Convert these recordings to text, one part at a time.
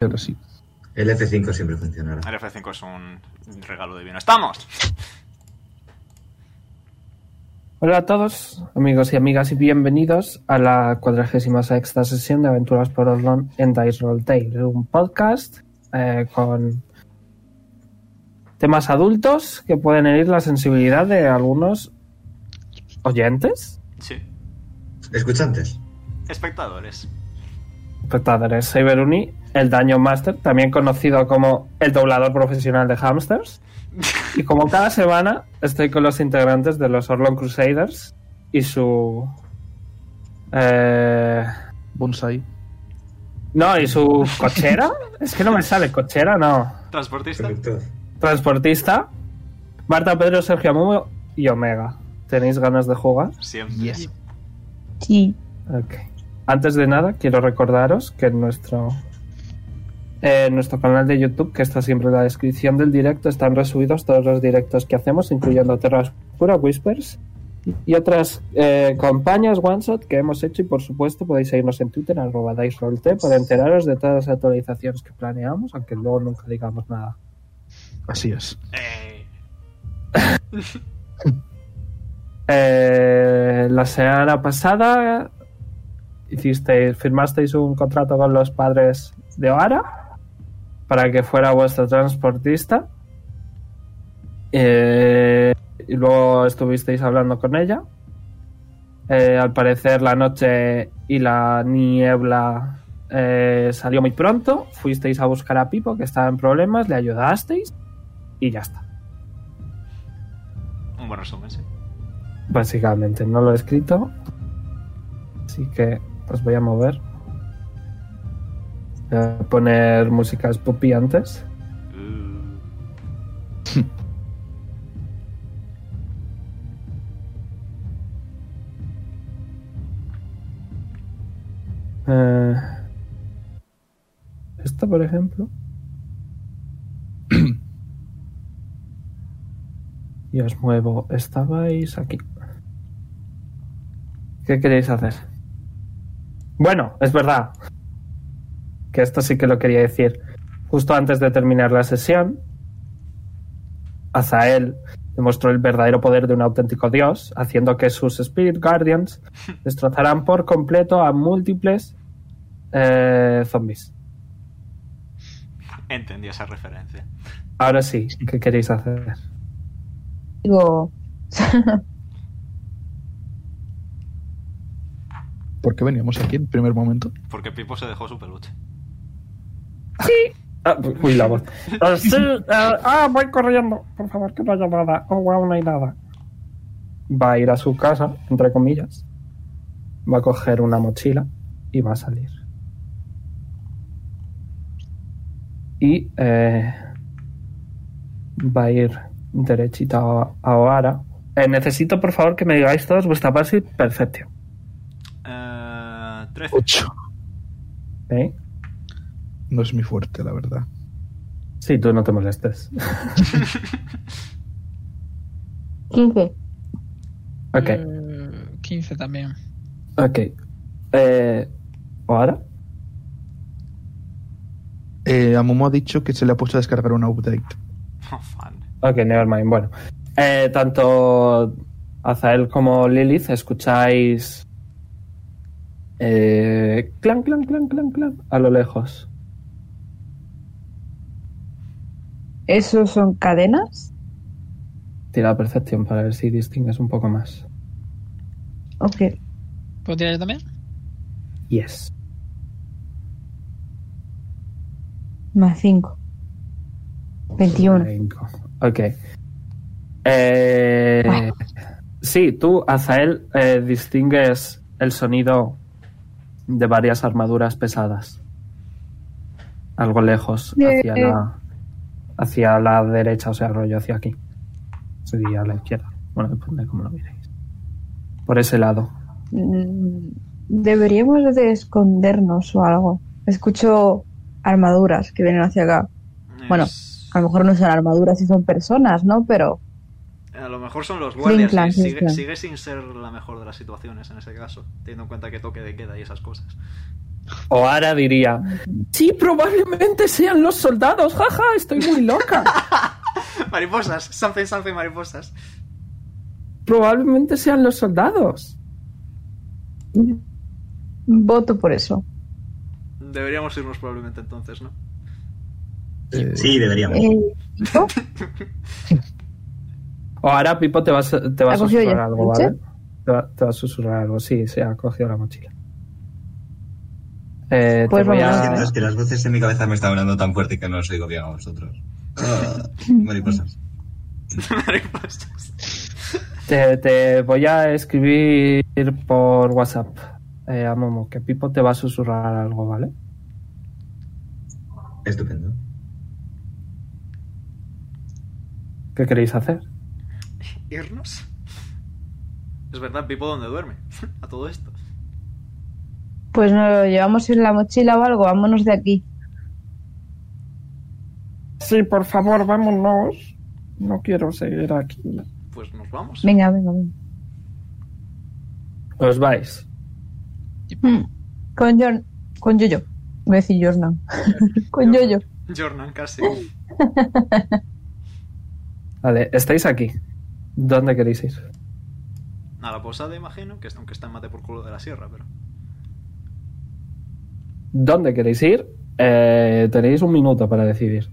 Pero sí. El F5 siempre funcionará. El F5 es un regalo divino. ¡Estamos! Hola a todos, amigos y amigas, y bienvenidos a la cuadragésima sexta sesión de Aventuras por Orlon en Dice Roll Tale, un podcast eh, con temas adultos que pueden herir la sensibilidad de algunos oyentes, Sí. Escuchantes. Espectadores. espectadores. Soy Beruni, el Daño Master, también conocido como el doblador profesional de hamsters. Y como cada semana, estoy con los integrantes de los Orlon Crusaders y su. eh, Bonsai. no, y su cochera. Es que no me sale, cochera, no. Transportista. Conductor. Transportista. Marta, Pedro, Sergio Amumo y Omega. ¿Tenéis ganas de jugar? Siempre. Yes. Sí. Ok. Antes de nada, quiero recordaros que en nuestro, eh, en nuestro canal de YouTube, que está siempre en la descripción del directo, están resubidos todos los directos que hacemos, incluyendo Terras Pura, Whispers y otras eh, campañas One Shot que hemos hecho. Y por supuesto, podéis seguirnos en Twitter, arroba DiceRollT, para enteraros de todas las actualizaciones que planeamos, aunque luego nunca digamos nada. Así es. Eh, Eh, la semana pasada hicisteis, firmasteis un contrato con los padres de Oara para que fuera vuestro transportista. Eh, y luego estuvisteis hablando con ella. Eh, al parecer la noche y la niebla eh, salió muy pronto. Fuisteis a buscar a Pipo, que estaba en problemas, le ayudasteis y ya está. un buen resumen, sí. Básicamente, no lo he escrito. Así que os voy a mover. Voy a poner música Spoopy antes. Uh, Eh, esta, por ejemplo. y os muevo. Estabais aquí. ¿Qué queréis hacer? Bueno, es verdad. Que esto sí que lo quería decir. Justo antes de terminar la sesión, Azael demostró el verdadero poder de un auténtico dios, haciendo que sus Spirit Guardians destrozaran por completo a múltiples eh, zombies. entendí esa referencia. Ahora sí, ¿qué queréis hacer? Digo, ¿Por qué veníamos aquí en primer momento? Porque Pipo se dejó su peluche. Ah, uy, la voz. Eh, sí, eh, ah, voy corriendo. Por favor, que no haya nada. Oh, wow, no hay nada. Va a ir a su casa, entre comillas. Va a coger una mochila y va a salir. Y eh, va a ir derechita a- a Oara. Eh, necesito, por favor, que me digáis todos vuestra base perfecto. Eh, 13. 8. ¿Eh? No es mi fuerte, la verdad. Si tú no te molestes. 15. ok, Eh, 15 también. ok. Eh, ¿Oara? Eh, Amumu ha dicho que se le ha puesto a descargar un update. Oh, fan. Ok, nevermind. Bueno, Eh, tanto Azael como Lilith escucháis. Eh, clan, clan, clan, clan, clan, a lo lejos. ¿Esos son cadenas? Tira Percepción para ver si distingues un poco más. Ok. ¿Puedo tirar yo también? Yes. Más 5. 21. Cinco. Ok. Eh, Ah. sí, tú, Azael, eh, distingues el sonido de varias armaduras pesadas. Algo lejos, hacia Bien. la, hacia la derecha, o sea, rollo hacia aquí. Sería a la izquierda. Bueno, depende de cómo lo miréis. Por ese lado. Mm, Deberíamos de escondernos o algo. Escucho armaduras que vienen hacia acá. Bueno, Es- A lo mejor no son armaduras y son personas, ¿no? Pero a lo mejor son los guardias. Clan, y Clan, sigue, Clan. sigue sin ser la mejor de las situaciones en ese caso, teniendo en cuenta que toque de queda y esas cosas. O Ara diría, sí, probablemente sean los soldados, jaja, estoy muy loca. Mariposas, something, something, mariposas. probablemente sean los soldados. Voto por eso. Deberíamos irnos probablemente entonces, ¿no? Sí, deberíamos. Eh, ¿yo? O ahora Pipo te va, a su- te va a ¿Ha cogido susurrar ya algo, el ¿vale? Te va, te va a susurrar algo, sí, se ha cogido la mochila. Eh, Pues te voy vamos. a... Siento, es que las voces en mi cabeza me están hablando tan fuerte que no os oigo bien a vosotros. Ah, mariposas. Mariposas. Te, te voy a escribir por WhatsApp eh, a Momo, que Pipo te va a susurrar algo, ¿vale? Estupendo. ¿Qué queréis hacer? ¿Irnos? Es verdad, Pipo donde duerme. A todo esto. Pues no lo llevamos en la mochila o algo, vámonos de aquí. Sí, por favor, vámonos. No quiero seguir aquí. Pues nos vamos. Venga, venga, venga. Os vais. Mm. Con John, con Yoyo. Voy a decir Jordan. con Yoyo. Jordan, casi. Vale, estáis aquí. ¿Dónde queréis ir? A la posada, imagino, que es- aunque está en mate por culo de la sierra, pero. ¿Dónde queréis ir? Eh, tenéis un minuto para decidir.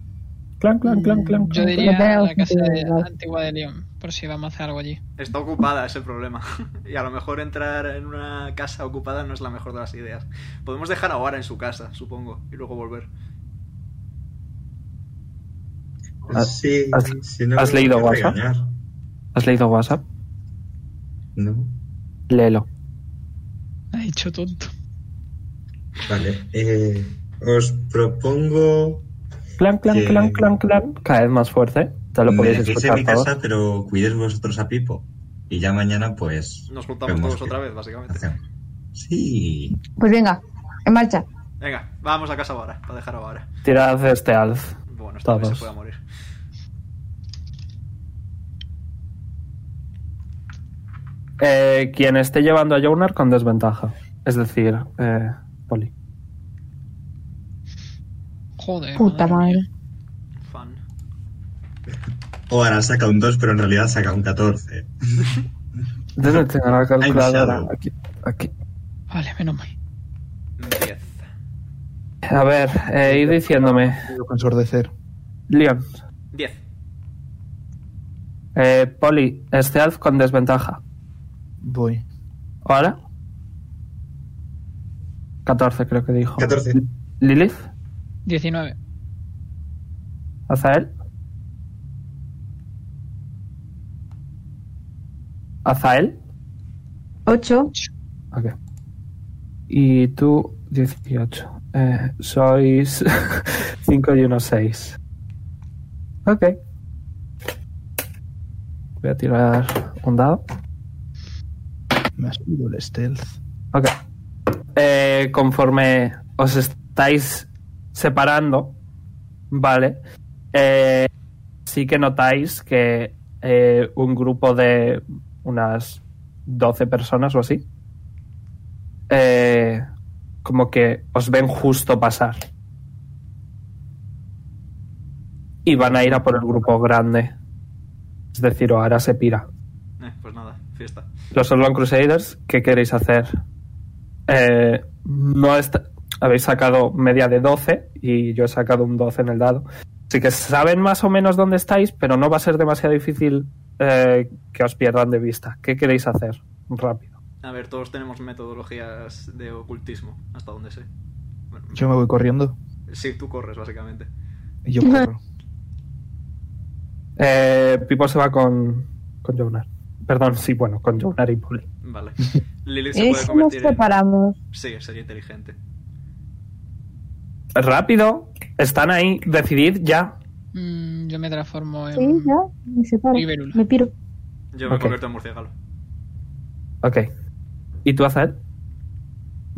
Clan, clan, clan, clan. Yo clan, diría Lo tengo la casa de- considerado. antigua de León, por si vamos a hacer algo allí. Está ocupada, es el problema. Y a lo mejor entrar en una casa ocupada no es la mejor de las ideas. Podemos dejar ahora en su casa, supongo, y luego volver. ¿Has- Sí, has- si no has me leído voy a WhatsApp? regañar. ¿Has leído WhatsApp? No. Léelo. Ha dicho tonto. Vale. eh, os propongo. Clan, clan, Sí. clan, clan, clan. Cada vez más fuerte. ¿eh? Ya lo me podéis dejéis en escuchar mi todos. casa, pero cuidéis vosotros a Pipo. Y ya mañana, pues. Nos juntamos vemos todos qué otra vez, básicamente. hacemos. Sí. Pues venga, en marcha. Venga, vamos a casa ahora, para dejar ahora. Tirad este alf. Bueno, esta vez se Todos. puede morir. Eh, quien esté llevando a Jonar con desventaja. Es decir, eh, Poli. Joder. Puta madre. mía. Fan. O ahora saca un 2, pero en realidad saca un 14. ¿Dónde tengo la calculadora? shadow. Aquí, aquí. Vale, menos mal. Empieza. A ver, eh, id diciéndome. Tengo que ensordecer. Leon. 10. Eh, Poli, este alf con desventaja. Voy. ¿Ahora? 14 creo que dijo. 14. Lilith, 19. Azael. Azael. Ocho. Ok. Y tú, 18. Eh, sois 5 y 1, 6. Ok. Voy a tirar un dado. Me ha subido el stealth. Ok. Eh, conforme os estáis separando, ¿vale? Eh, sí que notáis que eh, un grupo de unas 12 personas o así, eh, como que os ven justo pasar. Y van a ir a por el grupo grande. Es decir, ahora se pira. Eh, pues nada, fiesta. Los Orlon Crusaders, ¿qué queréis hacer? Eh, no está- habéis sacado media de 12 y yo he sacado un 12 en el dado. Así que saben más o menos dónde estáis, pero no va a ser demasiado difícil eh, que os pierdan de vista. ¿Qué queréis hacer? Rápido. A ver, todos tenemos metodologías de ocultismo, hasta donde sé. Bueno, Yo me voy corriendo Sí, tú corres, básicamente. y yo corro. Eh, Pipo se va con, con Jonar. Perdón, sí, bueno, con Jonar y Poli. Vale. Lilith se ¿Y puede si nos convertir en... separamos? Sí, sería inteligente. Rápido, están ahí, decidid ya. Mm, yo me transformo en. Sí, ya. Me separo. Y Verula. Me piro. Yo me Ok. convierto en murciélago. Ok. ¿Y tú, Azael?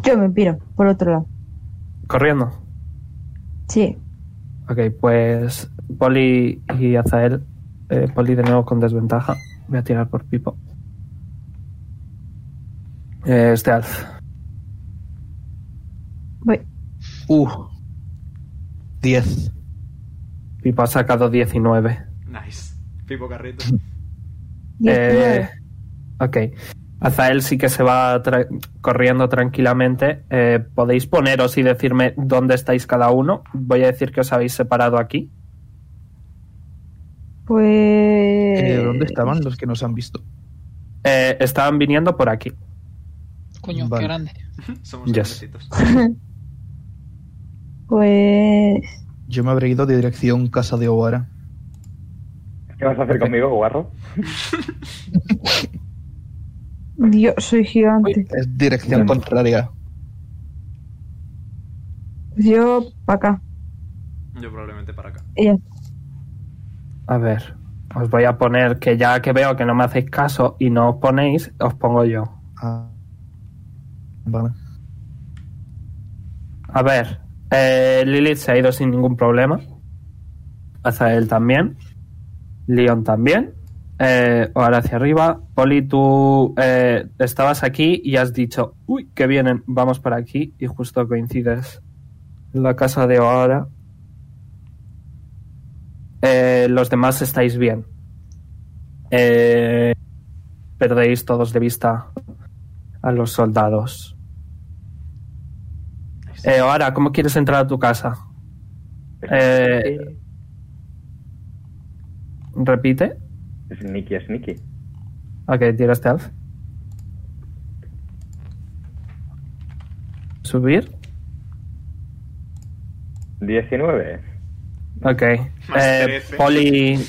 Yo me piro, por otro lado. Corriendo. Sí. Ok, pues Poli y Azael. eh, Poli de nuevo con desventaja. Voy a tirar por Pipo. Eh, este alf. Uh. 10. Pipo ha sacado 19. Nice. Pipo carrito. Eh, ok. Azael sí que se va tra- corriendo tranquilamente. Eh, podéis poneros y decirme dónde estáis cada uno. Voy a decir que os habéis separado aquí. Pues. Eh, ¿Dónde estaban los que nos han visto? Eh, estaban viniendo por aquí. Coño, Vale. qué grande. Somos Yes. grandecitos. Pues. Yo me habré ido de dirección casa de Oara. ¿Qué vas a hacer conmigo, guarro? Dios, pues, soy gigante. Es dirección Bueno. contraria. Pues Yo, para acá. Yo probablemente para acá. Y ya. A ver, os voy a poner que ya que veo que no me hacéis caso y no os ponéis, os pongo yo. Ah. Vale. A ver, eh, Lilith se ha ido sin ningún problema. Azael también. Leon también. Eh, ahora hacia arriba. Poli, tú eh, estabas aquí y has dicho, uy, que vienen, vamos para aquí. Y justo coincides en la casa de ahora. Eh, los demás estáis bien. Eh, perdéis todos de vista a los soldados. Nice. Eh, ahora, ¿cómo quieres entrar a tu casa? Eh, Repite. Sneaky, sneaky. Ok, tira stealth. Subir. 19. Ok. Más Eh, trece. Poli,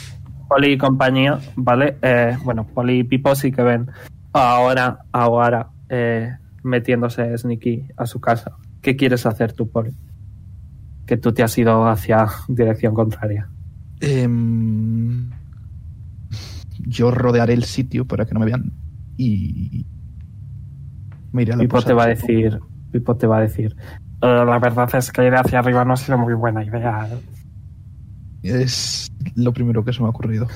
Poli y compañía, ¿vale? Eh, bueno, Poli y Pipo sí que ven ahora, ahora, eh, metiéndose Sneaky a su casa. ¿Qué quieres hacer tú, Poli? Que tú te has ido hacia dirección contraria. Em, yo rodearé el sitio para que no me vean. Y. Me iré a la Pipo pues te va posada. a decir, Pipo te va a decir, "Eh, la verdad es que ir hacia arriba no ha sido muy buena idea. Es lo primero que se me ha ocurrido.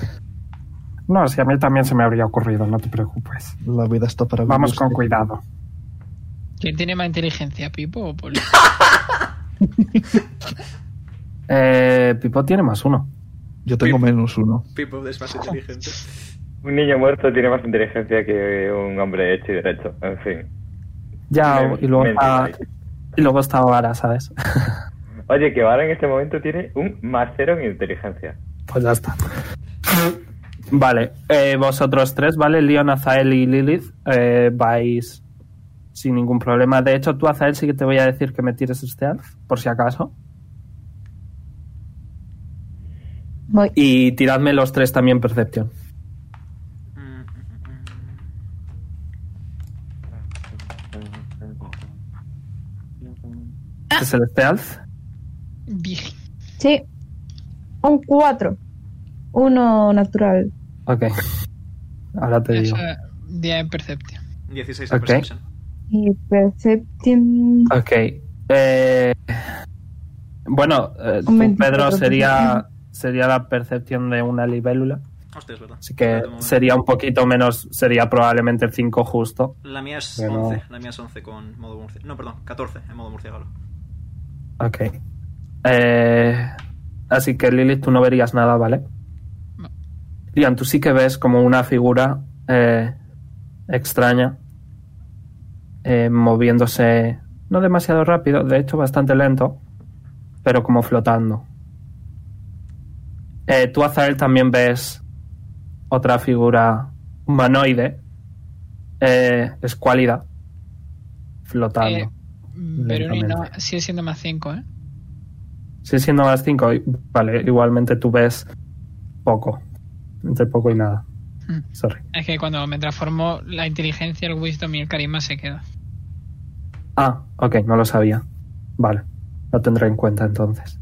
No, si a mí también se me habría ocurrido, no te preocupes. La vida está para Vamos vivirse. con cuidado. ¿Quién tiene más inteligencia, Pipo o Poli? Eh, Pipo tiene más uno. Yo tengo Pip. menos uno. Pipo es más inteligente. Un niño muerto tiene más inteligencia que un hombre hecho y derecho. En fin. Ya, Me- y luego me está, enteráis. y luego está ahora, ¿sabes? Oye, que ahora en este momento tiene un más cero en inteligencia. Pues ya está. Vale, eh, vosotros tres, ¿vale? Leon, Azael y Lilith, eh, vais sin ningún problema. De hecho, tú, Azael, sí que te voy a decir que me tires stealth, por si acaso. Voy. Y tiradme los tres también Percepción. Mm, mm, mm, mm. Este es el stealth. Virgen. Sí. Un 4. Uno natural. Ok. Ahora te digo. Esa día en Perception. 16 en Ok. Perception. Y Perception. Ok. eh, bueno, eh, tú, Un 24 Pedro, sería, sería la percepción de una libélula. Hostia, es verdad. Así que Espera un momento. sería un poquito menos, sería probablemente el 5 justo. La mía es Pero- 11. La mía es 11 con modo murciélago. No, perdón, 14 en modo murciélago. Ok. Eh, así que Lilith, tú no verías nada, ¿vale? No. Lian, tú sí que ves como una figura eh, extraña eh, moviéndose, no demasiado rápido, de hecho bastante lento, pero como flotando. Eh, tú, Azael, también ves otra figura humanoide, eh, escuálida, flotando. Eh, Verónica Lentamente. sigue siendo más 5, ¿eh? Sí, siendo más 5, vale, igualmente tú ves poco. Entre poco y nada. Mm. Sorry. Es que cuando me transformo, la inteligencia, el wisdom y el carisma se queda. Ah, ok, no lo sabía. Vale, lo tendré en cuenta entonces.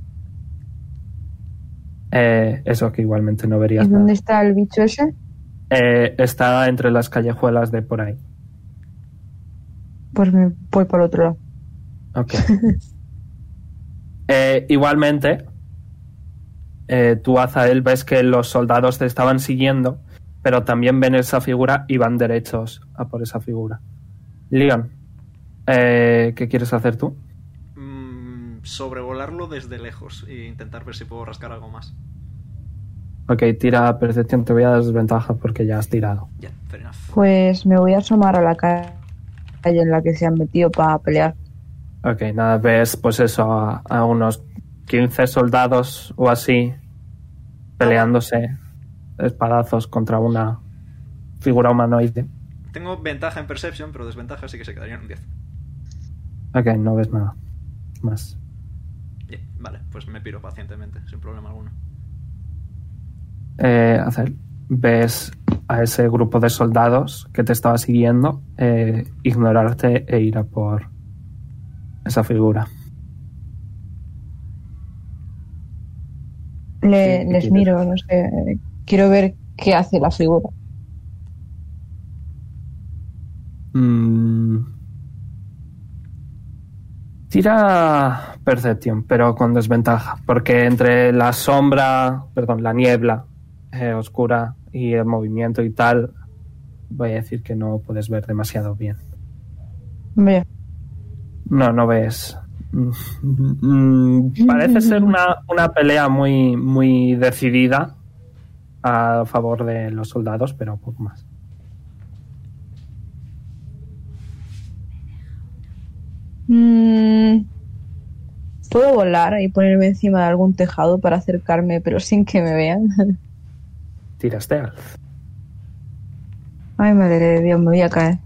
Eh, eso que igualmente no ¿Y verías. nada. dónde está el bicho ese? Eh, está entre las callejuelas de por ahí. Pues me voy por otro lado. Ok. Eh, igualmente, eh, tú, Azael, ves que los soldados te estaban siguiendo, pero también ven esa figura y van derechos a por esa figura. Leon, eh, ¿qué quieres hacer tú? Mm, sobrevolarlo desde lejos e intentar ver si puedo rascar algo más. Ok, tira percepción. Te voy a dar desventaja porque ya has tirado. Ya, fair enough. Pues me voy a asomar a la ca- calle en la que se han metido para pelear. Ok, nada, ves pues eso, a, a unos 15 soldados o así peleándose espadazos contra una figura humanoide. Tengo ventaja en Perception, pero desventaja sí que se quedaría en un 10. Ok, no ves nada más. Ya, vale, pues me piro pacientemente, sin problema alguno. Eh, hacer, ves a ese grupo de soldados que te estaba siguiendo eh, ignorarte e ir a por esa figura. Le- Sí, ¿qué les quieres? miro, no sé. Quiero ver qué hace la figura. Mm. Tira Perception, pero con desventaja, porque entre la sombra, perdón, la niebla eh, oscura y el movimiento y tal, voy a decir que no puedes ver demasiado bien. Hombre, No, no ves. Mm, mm, Parece ser una, una pelea muy, muy decidida a favor de los soldados, pero poco más. mm, puedo volar y ponerme encima de algún tejado para acercarme, pero sin que me vean. Tiraste al Ay, madre de Dios, me voy a caer.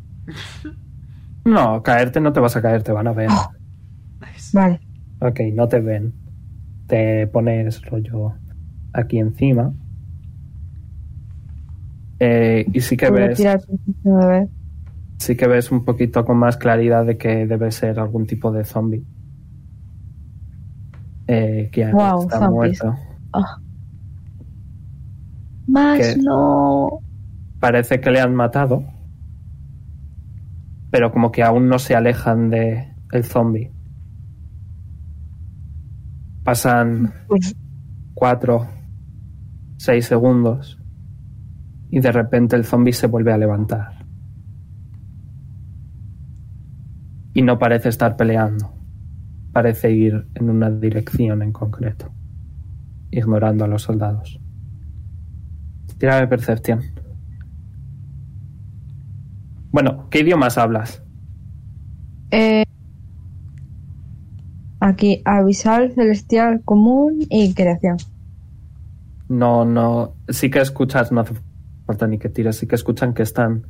No, caerte no te vas a caer, te van a ver. Nice. Vale. Ok, no te ven. Te pones rollo aquí encima. Eh, y sí que voy a ves tirar por encima, a ver. sí que ves un poquito con más claridad de que debe ser algún tipo de zombie. Eh, que Wow, está zombies. muerto. Más ¿Qué? no. Parece que le han matado. Pero como que aún no se alejan de el zombie. Pasan Pues, cuatro, seis segundos y de repente el zombie se vuelve a levantar. Y no parece estar peleando. Parece ir en una dirección en concreto, ignorando a los soldados. Tira de percepción. Bueno, ¿qué idiomas hablas? eh, aquí, abisal, celestial, común y creación. No, no. Sí que escuchas, no hace falta ni que tires, sí que escuchan que están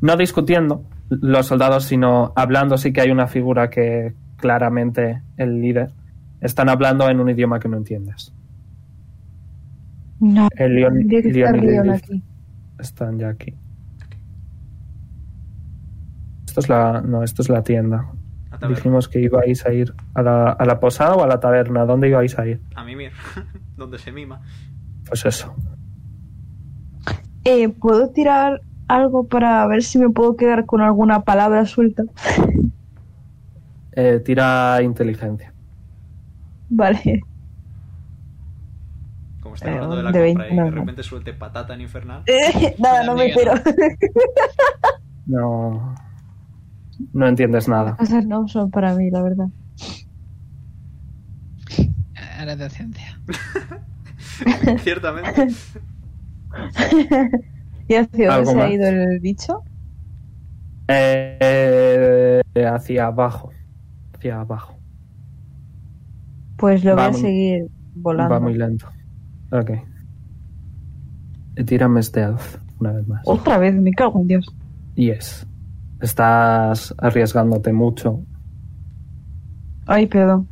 no discutiendo los soldados, sino hablando. Sí que hay una figura que claramente el líder. Están hablando en un idioma que no entiendes. No, El Leon, tiene que estar Leon y Leon Lilith aquí. están ya aquí. Esto es la, no, esto es la tienda. A taberna. Dijimos que ibais a ir a la, a la posada o a la taberna. ¿Dónde ibais a ir? A mimir, donde se mima. Pues eso. Eh, ¿Puedo tirar algo para ver si me puedo quedar con alguna palabra suelta? Eh, tira inteligencia. Vale. Como está Eh, hablando de la de compra 20, y de no, no. repente suelte patata en infernal. Nada, no me entero. Amiga, No, no entiendes nada. Las cosas no son para mí, la verdad. Ahora te ciencia. Ciertamente. ¿Y hacia dónde ¿Algo se ha más? ido el bicho? Eh, eh, hacia abajo. Hacia abajo. Pues lo voy Va a muy- seguir volando. Va muy lento. Ok. Eh, Tírame stealth una vez más. Otra vez, me cago en Dios. Yes. Estás arriesgándote mucho. Ay, perdón.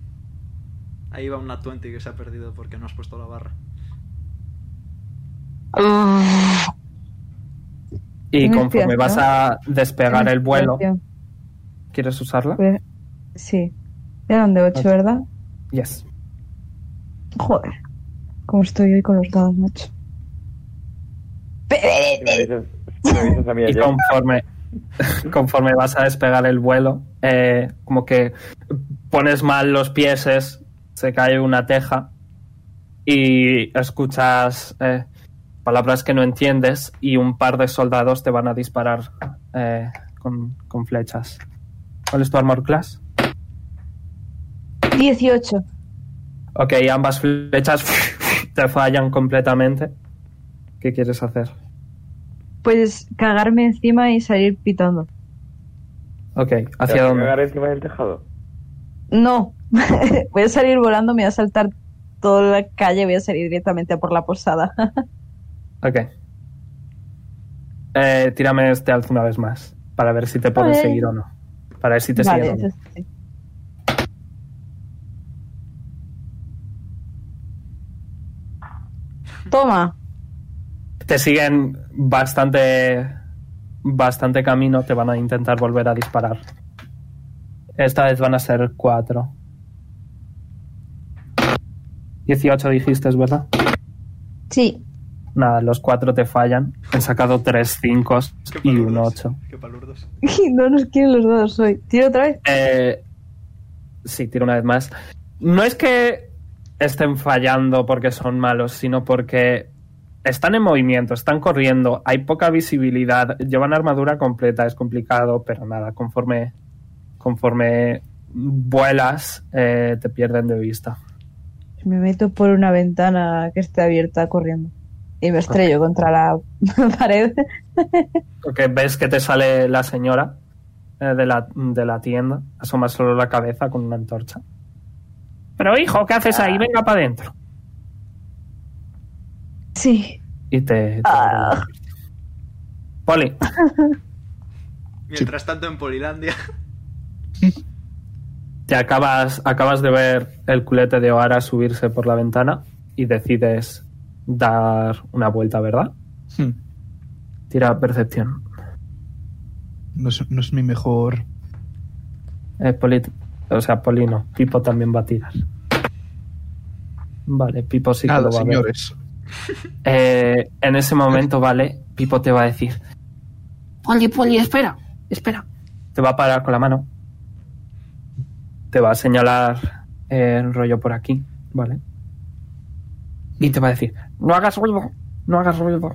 Ahí va una 20 que se ha perdido porque no has puesto la barra. Y Tienes conforme piedad, vas ¿no? a despegar el vuelo. Inspiración. ¿Quieres usarla? Pues- sí. Eran de 8, Ok. ¿verdad? Yes. Joder. Como estoy hoy con los dados, macho. Si me avisas, si me avisas a mí Y ayer. conforme, conforme vas a despegar el vuelo, eh, como que pones mal los pies, es- se cae una teja y escuchas eh, palabras que no entiendes y un par de soldados te van a disparar eh, con, con flechas. ¿Cuál es tu armor class? 18. Ok, ambas flechas te fallan completamente. ¿Qué quieres hacer? Pues cagarme encima y salir pitando. Ok, ¿Te vas ¿hacia a dónde? cagar encima del tejado? No, voy a salir volando, me voy a saltar toda la calle, voy a salir directamente a por la posada. Ok. Eh, tírame este alto una vez más. Para ver si te pueden Vale. seguir o no. Para ver si te vale, siguen o no. eso sí. Toma, Te siguen bastante. Bastante camino. Te van a intentar volver a disparar. Esta vez van a ser cuatro. 18 dijiste, ¿es verdad? sí, Nada, los cuatro te fallan. Han sacado tres cinco Qué y un palurdos, ocho. Qué palurdos. no nos quieren los dados hoy. ¿Tiro otra vez? Eh, sí, tiro una vez más. No es que estén fallando porque son malos, sino porque están en movimiento, están corriendo, hay poca visibilidad, llevan armadura completa, es complicado, pero nada, conforme, conforme vuelas, eh, te pierden de vista. Me meto por una ventana que esté abierta corriendo y me estrello contra la pared. Porque ves que te sale la señora eh, de, la, de la tienda, asoma solo la cabeza con una antorcha. Pero hijo, ¿qué haces ahí? Venga para adentro. Sí, Y te... te abre la puerta. Poli, Mientras tanto en Polilandia. te acabas, acabas de ver el culete de Oara subirse por la ventana y decides dar una vuelta, ¿verdad? Hmm. Tira percepción. No es, no es mi mejor. Eh, Poli, o sea, Poli no. Pipo también va a tirar. Vale, Pipo sí que nada, lo va a ver. señores. Eh, en ese momento, vale, Pipo te va a decir. Poli, Poli, espera, espera. Te va a parar con la mano. Te va a señalar eh, el rollo por aquí, ¿vale? Y te va a decir, no hagas ruido, no hagas ruido.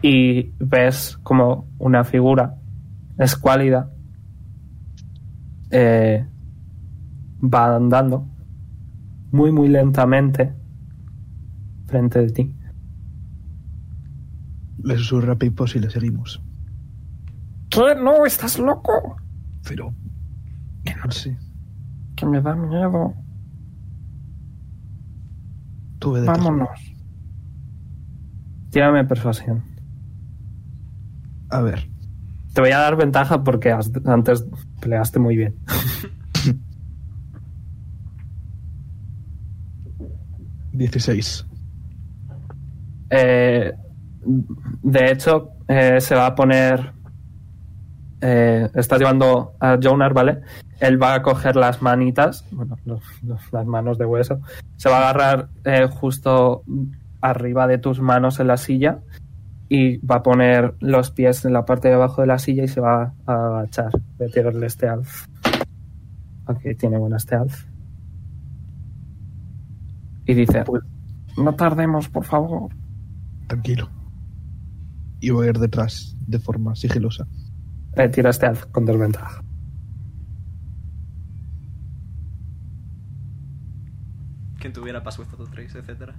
Y ves como una figura escuálida eh, va andando muy, muy lentamente frente de ti. Le susurra Pipo si le seguimos. ¿Qué? No, estás loco. Pero. No sé. Que me da miedo. Tuve de Vámonos. Tírame persuasión. A ver. Te voy a dar ventaja porque has- antes peleaste muy bien. Dieciséis. Eh, de hecho, eh, se va a poner. eh, estás llevando a Jonar, ¿vale? Él va a coger las manitas, bueno, los- los- las manos de hueso. Se va a agarrar eh, justo arriba de tus manos en la silla y va a poner los pies en la parte de abajo de la silla y se va a agachar. Voy a tirarle este alf. Ok, tiene buena este alf. Y dice: No tardemos, por favor. Tranquilo. Y voy a ir detrás de forma sigilosa. Eh, tira este alf con desventaja. Quien tuviera Password 3, etcétera.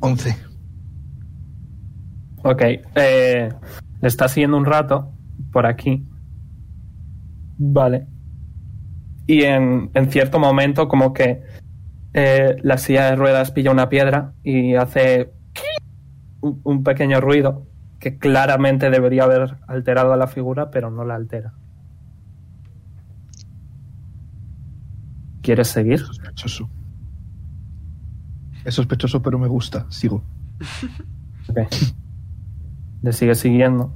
Once. Ok. eh, le está siguiendo un rato por aquí. Vale. Y en, en cierto momento, como que eh, la silla de ruedas pilla una piedra y hace un, un pequeño ruido que claramente debería haber alterado a la figura, pero no la altera. ¿Quieres seguir? Sospechoso. Es sospechoso, pero me gusta. Sigo. Ok. Le sigue siguiendo.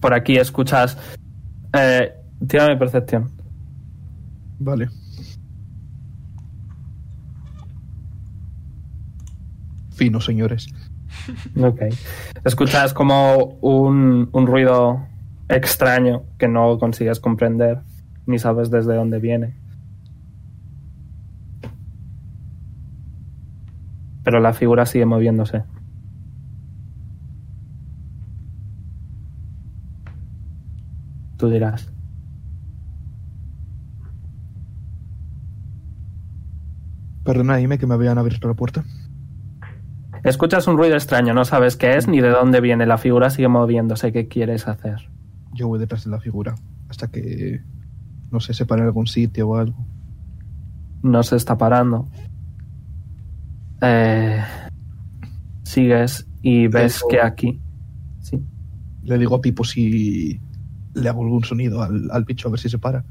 Por aquí escuchas. Eh, tírame percepción. Vale. Fino, señores. Ok. Escuchas como un, un ruido extraño que no consigues comprender ni sabes desde dónde viene. Pero la figura sigue moviéndose. tú dirás. Perdona, dime que me habían abierto la puerta. Escuchas un ruido extraño, no sabes qué es ni de dónde viene. La figura sigue moviéndose. ¿Qué quieres hacer? Yo voy detrás de la figura hasta que no sé, se para en algún sitio o algo. No se está parando. Eh, sigues y ves Pero- que aquí. Sí. Le digo a Pipo si le hago algún sonido al, al bicho a ver si se para.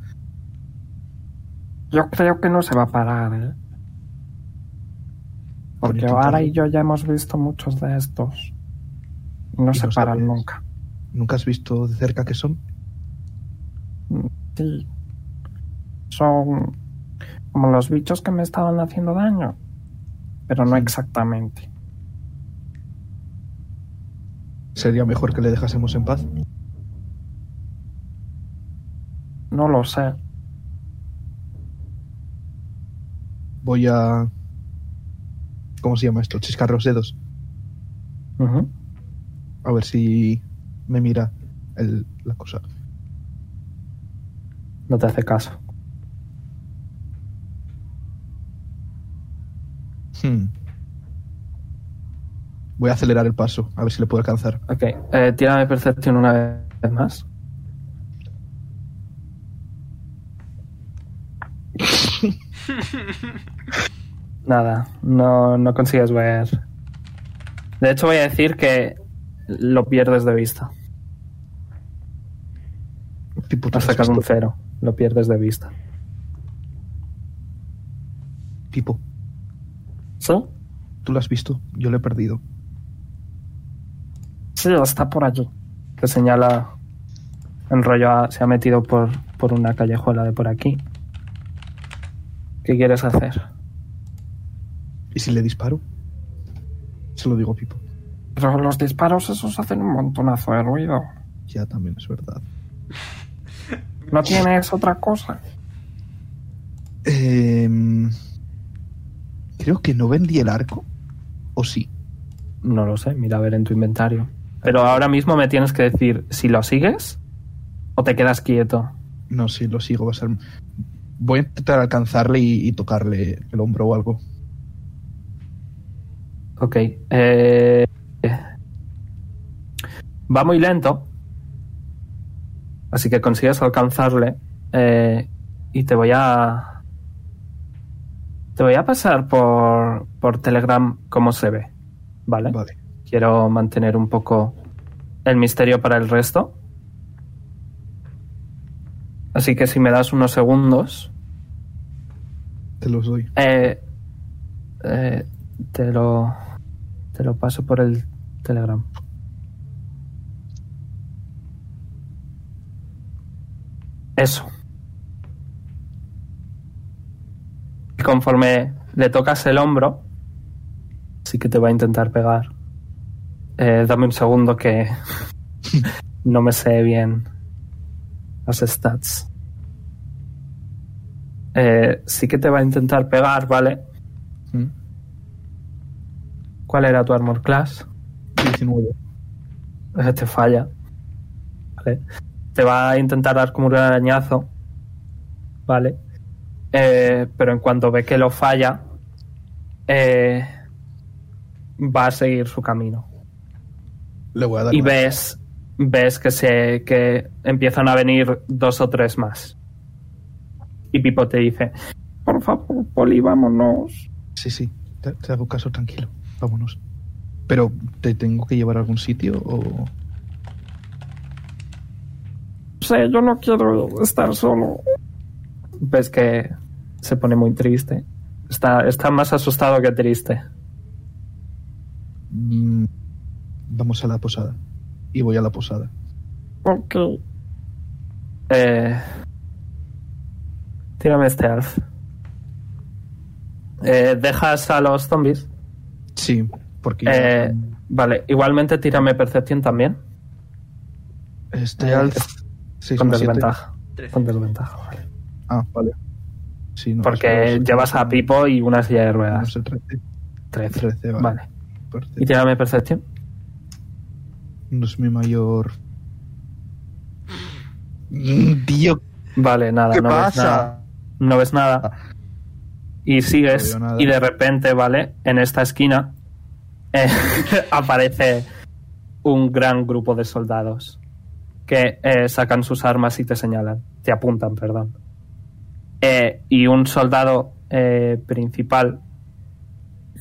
Yo creo que no se va a parar, ¿eh? Porque Bonito, ahora claro. y yo ya hemos visto muchos de estos. Y No Y se no paran sabes. nunca. ¿Nunca has visto de cerca que son? Sí. Son como los bichos que me estaban haciendo daño. Pero no exactamente. Sería mejor que le dejásemos en paz. No lo sé. Voy a... ¿Cómo se llama esto? Chiscar los dedos. Ujú. A ver si me mira el- la cosa. No te hace caso. Hmm. Voy a acelerar el paso, a ver si le puedo alcanzar. Ok. Eh, tírame percepción una vez más. Nada, no, no consigues ver. De hecho, voy a decir que lo pierdes de vista. Tipo, ¿tú Has has sacado un visto? cero. Lo pierdes de vista. Tipo, ¿Sí? tú lo has visto, yo lo he perdido. Sí, está por allí. Te señala. En rollo a- se ha metido por, por una callejuela de por aquí. ¿Qué quieres hacer? ¿Y si le disparo? Se lo digo a Pipo. Pero los disparos esos hacen un montonazo de ruido. Ya también es verdad. ¿No tienes otra cosa? Em, creo que no vendí el arco. ¿O sí? No lo sé, mira a ver en tu inventario. Pero ahora mismo me tienes que decir si lo sigues o te quedas quieto. No, sí, lo sigo. Va a ser... Voy a intentar alcanzarle y, y tocarle el hombro o algo. Ok. eh, va muy lento. Así que consigues alcanzarle. eh, y te voy a. Te voy a pasar por, por Telegram cómo se ve. ¿Vale? Vale. Quiero mantener un poco el misterio para el resto. Así que si me das unos segundos. Te los doy. Eh, eh, te lo te lo paso por el Telegram. Eso. Y conforme le tocas el hombro, sí que te va a intentar pegar. Eh, dame un segundo que no me sé bien las stats. Eh, sí que te va a intentar pegar, ¿vale? Mm. ¿Cuál era tu armor class? 19. Eh, te falla. Vale. Te va a intentar dar como un arañazo. Vale. Eh, pero en cuanto ve que lo falla, eh, va a seguir su camino. Le voy a dar Y más. ves, ves que, se, que empiezan a venir dos o tres más. Y Pipo te dice, por favor, Poli, vámonos. Sí, sí. Te, te hago caso, tranquilo. Vámonos. Pero, ¿te tengo que llevar a algún sitio o...? O sea, yo no quiero estar solo. Ves que se pone muy triste. Está, está más asustado que triste. Mm, Vamos a la posada. Y voy a la posada. Ok. Eh, tírame este alf. Eh, ¿Dejas a los zombies? Sí, porque... Eh, vale, igualmente tírame Percepción también. este eh, alf... seis Con más siete. desventaja. Trece. Con desventaja, vale. Ah, vale. Sí, no, Porque eso es- llevas a Pipo y una silla de No ruedas. es el 13. 13. trece, vale. Vale. Y tírame Percepción. No es mi mayor Mm, Tío, Vale, nada, ¿qué no ves nada. pasa? No ves nada. Y sigues, Ah. No veo nada. y de repente, ¿vale? En esta esquina eh, aparece un gran grupo de soldados que eh, sacan sus armas y te señalan, te apuntan, perdón. Eh, y un soldado eh, principal,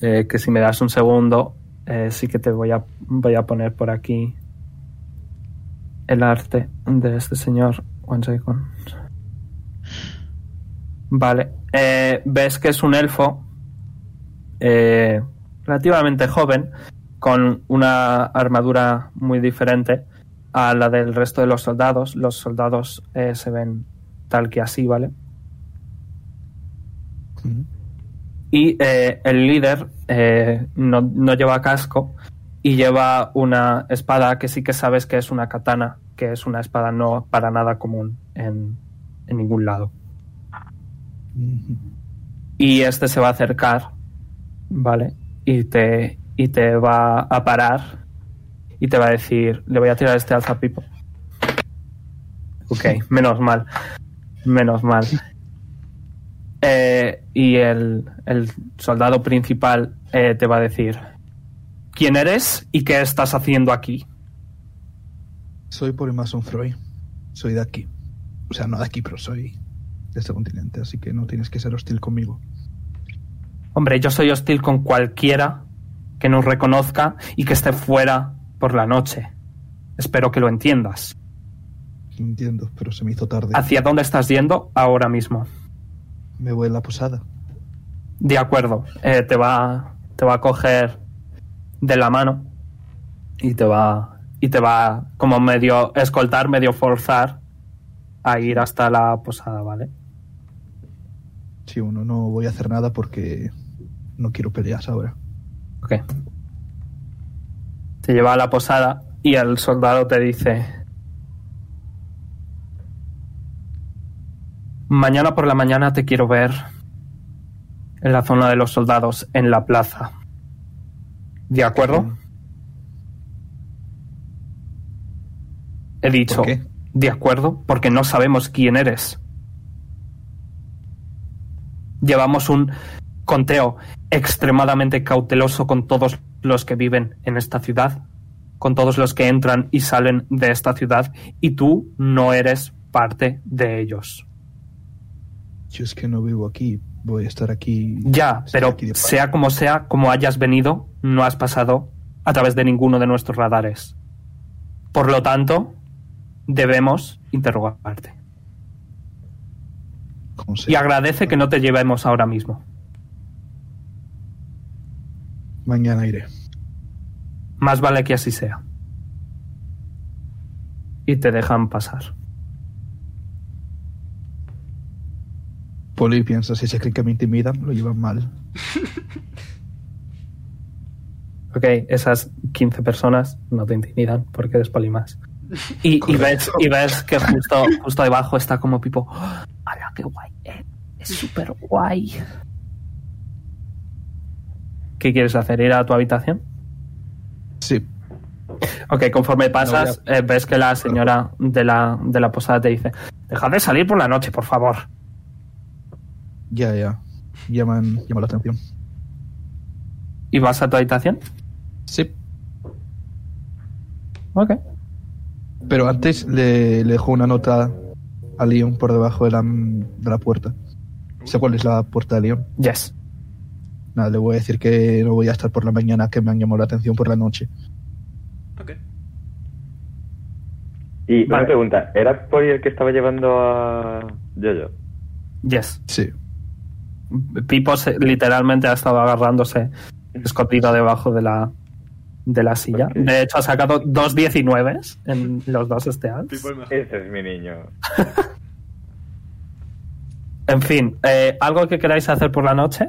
eh, que si me das un segundo, eh, sí que te voy a, voy a poner por aquí el arte de este señor. One second. Vale. Eh, ves que es un elfo eh, relativamente joven, con una armadura muy diferente a la del resto de los soldados. Los soldados eh, se ven tal que así, ¿vale? Mm, Y eh, el líder eh, no, no lleva casco y lleva una espada que sí que sabes que es una katana, que es una espada no para nada común en, en ningún lado. mm, Y este se va a acercar, ¿vale? Y te, y te va a parar y te va a decir, le voy a tirar este alzapipo. Ok, menos mal. Menos mal. Eh, y el, el soldado principal eh, te va a decir, ¿quién eres y qué estás haciendo aquí? Soy por Mason Freud. Soy de aquí. O sea, no de aquí, pero soy de este continente, así que no tienes que ser hostil conmigo. Hombre, yo soy hostil con cualquiera que nos reconozca y que esté fuera por la noche. Espero que lo entiendas. Entiendo, pero se me hizo tarde. ¿Hacia dónde estás yendo ahora mismo? Me voy a la posada. De acuerdo, eh, te, va, te va a coger de la mano y te va y te va como medio escoltar, medio forzar a ir hasta la posada, ¿vale? Sí, uno no voy a hacer nada porque no quiero peleas ahora. Ok. Te lleva a la posada y el soldado te dice... Mañana por la mañana te quiero ver en la zona de los soldados, en la plaza. ¿De acuerdo? He dicho, ¿Por qué? de acuerdo, porque no sabemos quién eres. Llevamos un conteo extremadamente cauteloso con todos los que viven en esta ciudad, con todos los que entran y salen de esta ciudad, y tú no eres parte de ellos. Yo es que no vivo aquí, voy a estar aquí. Ya, estoy pero aquí de paso. sea como sea, como hayas venido, no has pasado a través de ninguno de nuestros radares. Por lo tanto, debemos interrogarte. Como sea. Y agradece que no te llevemos ahora mismo. Mañana iré. Más vale que así sea. Y te dejan pasar. Poli piensa, si se creen que me intimidan, lo llevan mal. Ok, esas 15 personas no te intimidan porque eres poli más. Y, y ves, y ves que justo, justo debajo está como "¡Oh, Pipo. ¡Hala, qué guay! eh, Es súper guay. ¿Qué quieres hacer? ¿Ir a tu habitación? Sí, Ok, conforme pasas, eh, ves que la señora de la, de la posada te dice: Dejad de salir por la noche, por favor. ya, ya. Llaman, llama la atención. ¿Y vas a tu habitación? Sí. Ok. Pero antes le, le dejo una nota a Leon por debajo de la, de la puerta. Sé cuál es la puerta de Leon. Yes. Nada, le voy a decir que no voy a estar por la mañana, que me han llamado la atención por la noche. Ok. Y Vale. una pregunta, ¿era Poli el que estaba llevando a Jojo? Yes. Sí. Pipo se- literalmente ha estado agarrándose escondido debajo de la de la silla. Ok. De hecho, ha sacado dos 19s en los dos steals. Pipo el mejor. Ese es mi niño. En fin, eh, ¿algo que queráis hacer por la noche?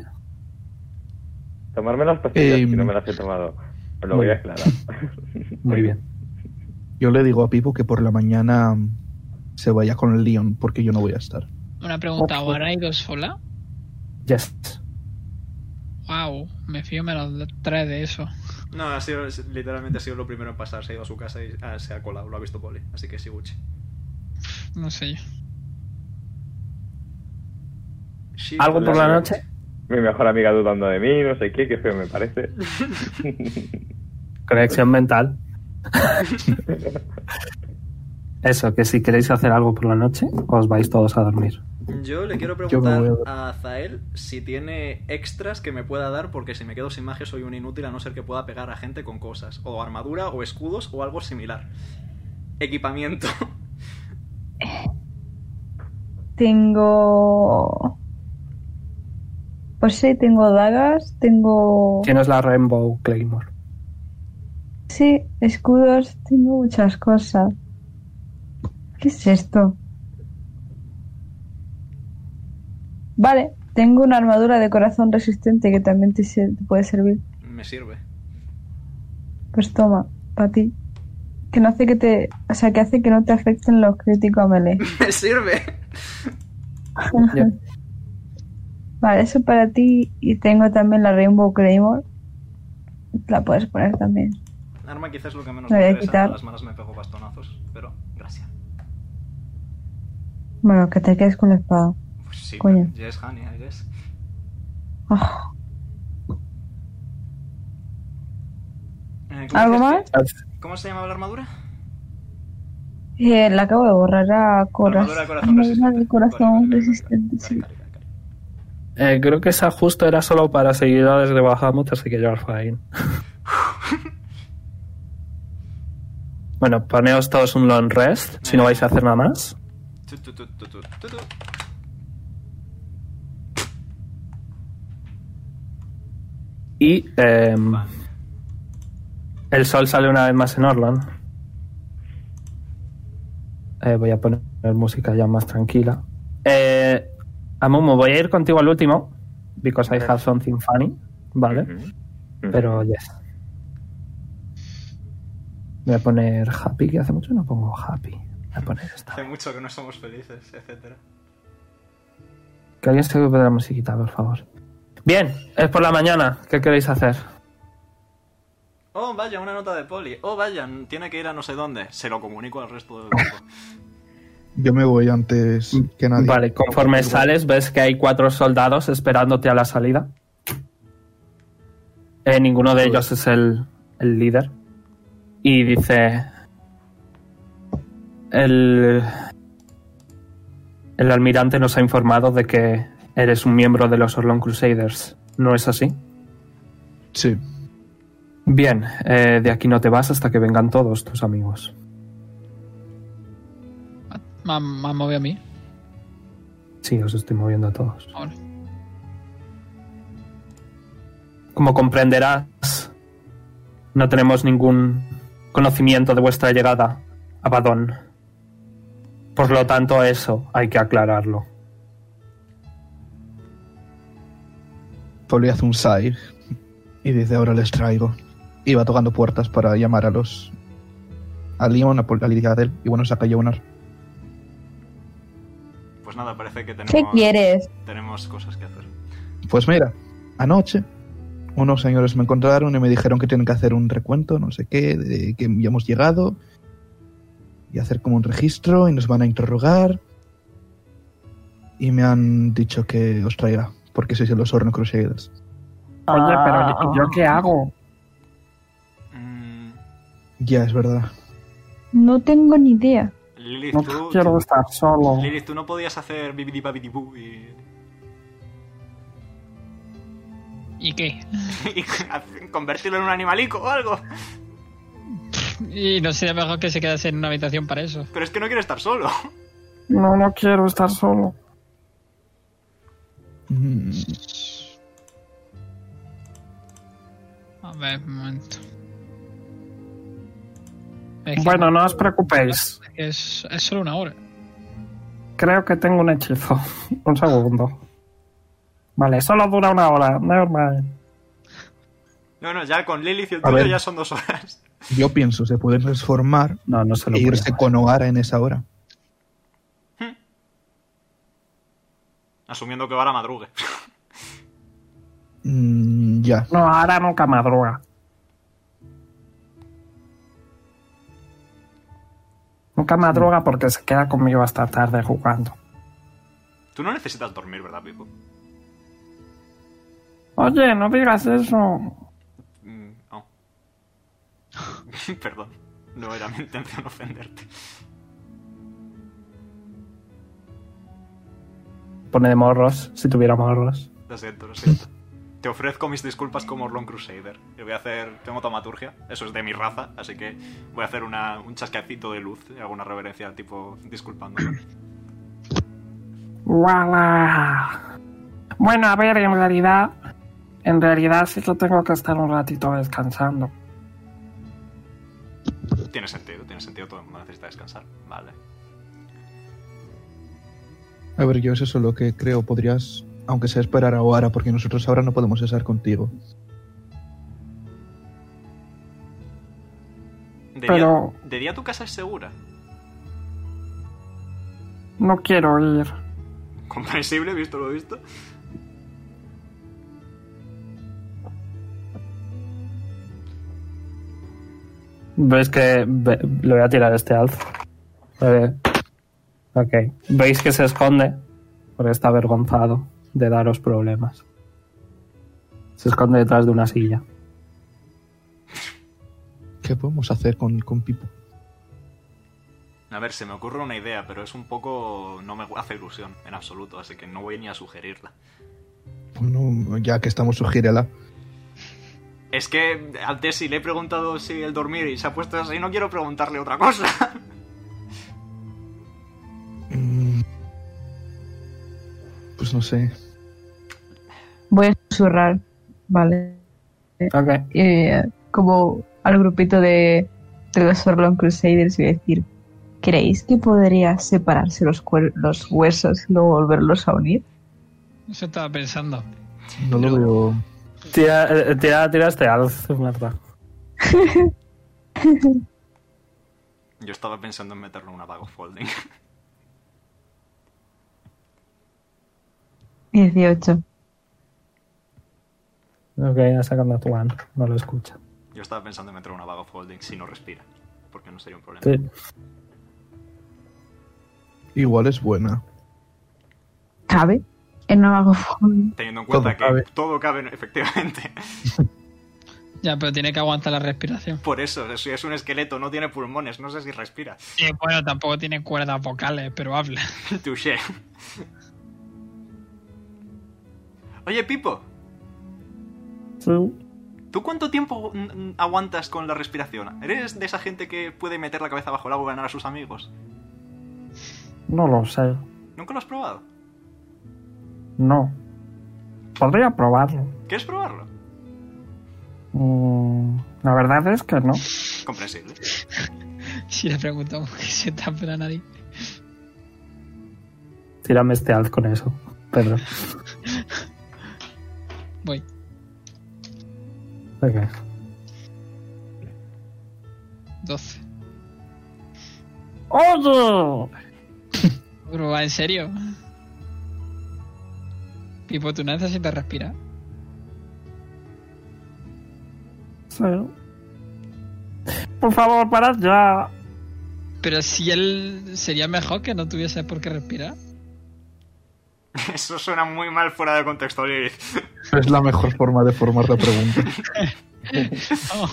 Tomarme las pastillas Eh, que no me las he tomado. Os lo muy voy a bien. aclarar. Muy bien. Yo le digo a Pipo que por la mañana se vaya con el Leon, porque yo no voy a estar. Una pregunta, ¿ahora he ido sola? Yes. Wow, me fío menos tres de eso. No, ha sido, es- literalmente ha sido lo primero en pasar. Se ha ido a su casa y ah, se ha colado. Lo ha visto Poli. Así que sí, Gucci. No sé yo. Sí, ¿Algo por la noche? Mi mejor amiga dudando de mí, no sé qué, qué feo me parece. Conexión mental. Eso, que si queréis hacer algo por la noche, os vais todos a dormir. Yo le quiero Yo me preguntar voy a Zael si tiene extras que me pueda dar, porque si me quedo sin magia soy un inútil a no ser que pueda pegar a gente con cosas, o armadura, o escudos, o algo similar. Equipamiento. Tengo. Pues sí, tengo dagas, tengo. Tienes la Rainbow Claymore. Sí, escudos, tengo muchas cosas. ¿Qué es esto? Vale, tengo una armadura de corazón resistente que también te, se- te puede servir. Me sirve. Pues toma, para ti. Que no hace que te. O sea, que hace que no te afecten los críticos a melee. Me sirve. Ya. Vale, eso para ti. Y tengo también la Rainbow Claymore. La puedes poner también. Arma quizás es lo que menos Me me voy a interesa. quitar. a Las manos me pego bastonazos, pero gracias. Bueno, que te quedes con la espada. Pues sí, Coño. yes, honey, I guess. Ah, Eh, ¿cómo ¿Algo decías más? que- ¿Cómo se llamaba la armadura? Eh, la acabo de borrar a corazón. Armadura de corazón Armadura resistente. de corazón Vale, vale, vale, vale, resistente. vale, sí. vale, vale, vale. Eh, creo que esa justo era solo para seguidores de Bahamut, así que yo Alfaín. bueno, poneos todos un long rest, si no vais a hacer nada más. Tu, tu, tu, tu, tu, tu, tu. Y em, Vale. el sol sale una vez más en Orlon. Eh, voy a poner música ya más tranquila. Eh, Amumu, voy a ir contigo al último, because I have something funny, ¿vale? Ujú. Pero yes. Voy a poner happy, que hace mucho no pongo happy. Voy a poner esta. Hace mucho que no somos felices, etcétera. Que alguien se ocupe de la musiquita, por favor. Bien, es por la mañana. ¿Qué queréis hacer? Oh, vaya, una nota de poli. Oh, vaya, tiene que ir a no sé dónde. Se lo comunico al resto del grupo. Yo me voy antes que nadie. Vale, conforme sales, ves que hay cuatro soldados esperándote a la salida. Eh, ninguno de ellos es el, el líder. Y dice. El. El almirante nos ha informado de que eres un miembro de los Orlon Crusaders. ¿No es así? Sí. Bien, eh, de aquí no te vas hasta que vengan todos tus amigos. Me han, me han movido a mí. Sí, os estoy moviendo a todos. Ahora. Como comprenderás, no tenemos ningún conocimiento de vuestra llegada a Badón. Por lo tanto, eso hay que aclararlo. Poli hace un side y dice ahora les traigo. Y va tocando puertas para llamar a los... A Leon, a Pol- a Liliadel y bueno, saca Jonar. Pues nada, parece que ¿Qué tenemos, quieres? tenemos cosas que hacer. Pues mira, anoche unos señores me encontraron y me dijeron que tienen que hacer un recuento, no sé qué, de que ya hemos llegado y hacer como un registro y nos van a interrogar y me han dicho que os traiga porque sois los Horn Crusaders. Oye, pero ¿yo, qué hago? Mm, Ya es verdad. No tengo ni idea. Lilith, No tú, quiero estar solo. Lilith, tú no podías hacer bibidi babidi bu y, ¿Y qué? y convertirlo en un animalico o algo. Y no sería mejor que se quedase en una habitación para eso. Pero es que no quiero estar solo. No, no quiero estar solo. Mm, A ver, un momento. Es que- Bueno, no os preocupéis. es, es solo una hora. Creo que tengo un hechizo. Un segundo. Vale, solo dura una hora. Nevermind. No, no, ya con Lilith y el A tuyo ver. ya son dos horas. Yo pienso, se pueden transformar No, no se lo e puedo. irse con Ogara en esa hora. Asumiendo que ahora madrugue. Mm, ya. No, ahora nunca madruga. Nunca madruga porque se queda conmigo hasta tarde jugando. Tú no necesitas dormir, ¿verdad, Pipo? Oye, no digas eso. Mm, no. Perdón. No era mi intención ofenderte. Pone de morros, si tuviera morros. Lo siento, lo siento. Te ofrezco mis disculpas como Orlon Crusader. Yo voy a hacer. Tengo taumaturgia, eso es de mi raza, así que voy a hacer una- un chasquecito de luz, alguna reverencia tipo disculpándome. ¡Wala! Bueno, a ver, en realidad. En realidad sí que tengo que estar un ratito descansando. Tiene sentido, tiene sentido, todo el mundo necesita descansar. Vale. A ver, yo es eso lo que creo. Podrías, aunque sea esperar ahora, porque nosotros ahora no podemos estar contigo. ¿De, Pero- día, ¿De día tu casa es segura? No quiero ir. Comprensible, visto lo visto. Veis que. ve- le voy a tirar este alzo. Eh, ok. Veis que se esconde. Porque está avergonzado de daros problemas. Se esconde detrás de una silla. ¿Qué podemos hacer con, con Pipo? A ver, se me ocurre una idea, pero es un poco. no me hace ilusión en absoluto, así que no voy ni a sugerirla. Bueno, ya que estamos, sugírela. Es que antes si le he preguntado si el dormir y se ha puesto así, no quiero preguntarle otra cosa. Mm. Pues no sé. Voy a susurrar, ¿vale? Ok. Eh, como al grupito de, de los Orlon Crusaders voy a decir, ¿creéis que podría separarse los, cuer- los huesos y luego volverlos a unir? Eso estaba pensando. No lo veo. Tira, eh, tira, tira este alzo, Marta. Yo estaba pensando en meterlo en una bag of folding. 18. Ok, ha sacado a tu mano. No lo escucha. Yo estaba pensando en meterlo en una bag of folding si no respira, porque no sería un problema. Sí. Igual es buena. ¿Cabe? En una vagofón. Teniendo en cuenta Todo que cabe. todo cabe, en- efectivamente. Ya, pero tiene que aguantar la respiración. Por eso, si es un esqueleto, no tiene pulmones, no sé si respira. Y bueno, tampoco tiene cuerdas vocales, pero habla. Touché. Oye, Pipo, Sí. ¿tú cuánto tiempo mm, mm, aguantas con la respiración? ¿Eres de esa gente que puede meter la cabeza bajo el agua y ganar a sus amigos? No lo sé. ¿Nunca lo has probado? No. Podría probarlo. ¿Quieres probarlo? Mm, la verdad es que no. Comprensible. Si le pregunto qué se tapa la nariz. Tírame este alzo con eso, Pedro. Voy. Ok. 12. ¡Oye! Bro, ¿va en serio? Pipo, tú necesitas respirar. Sí. Por favor, parad ya. Pero si él sería mejor que no tuviese por qué respirar. Eso suena muy mal fuera de contexto, Lilith. Es la mejor forma de formar la pregunta. No.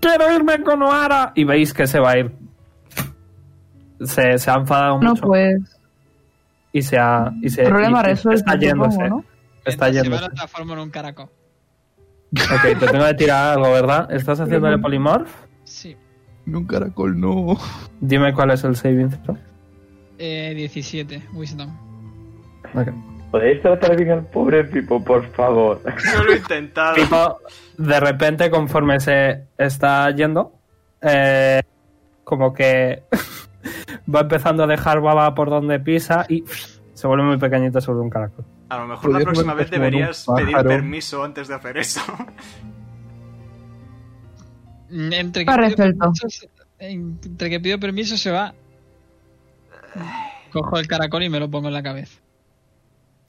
¡Quiero irme con Oara! Y veis que se va a ir. Se, se ha enfadado No, mucho pues. y se ha. Y se, Problema y- y resuelto. Está yéndose. supongo, ¿no? Está Mientras Se va yéndose. la transforma en un caracol. Ok, te tengo que tirar algo, ¿verdad? ¿Estás haciéndole polimorph? Sí. No, un caracol, no. Dime cuál es el saving throw. Eh, 17, Wisdom. Ok. ¿Podéis tratar bien al pobre Pipo, por favor? Yo lo he intentado. Pipo, de repente, conforme se está yendo, eh, como que va empezando a dejar baba por donde pisa y se vuelve muy pequeñito sobre un caracol. A lo mejor la Podrías próxima vez meterlo en un deberías pedir pájaro. permiso antes de hacer eso. Entre Está pido resuelto. permiso se- entre que pido permiso se va. Cojo el caracol y me lo pongo en la cabeza.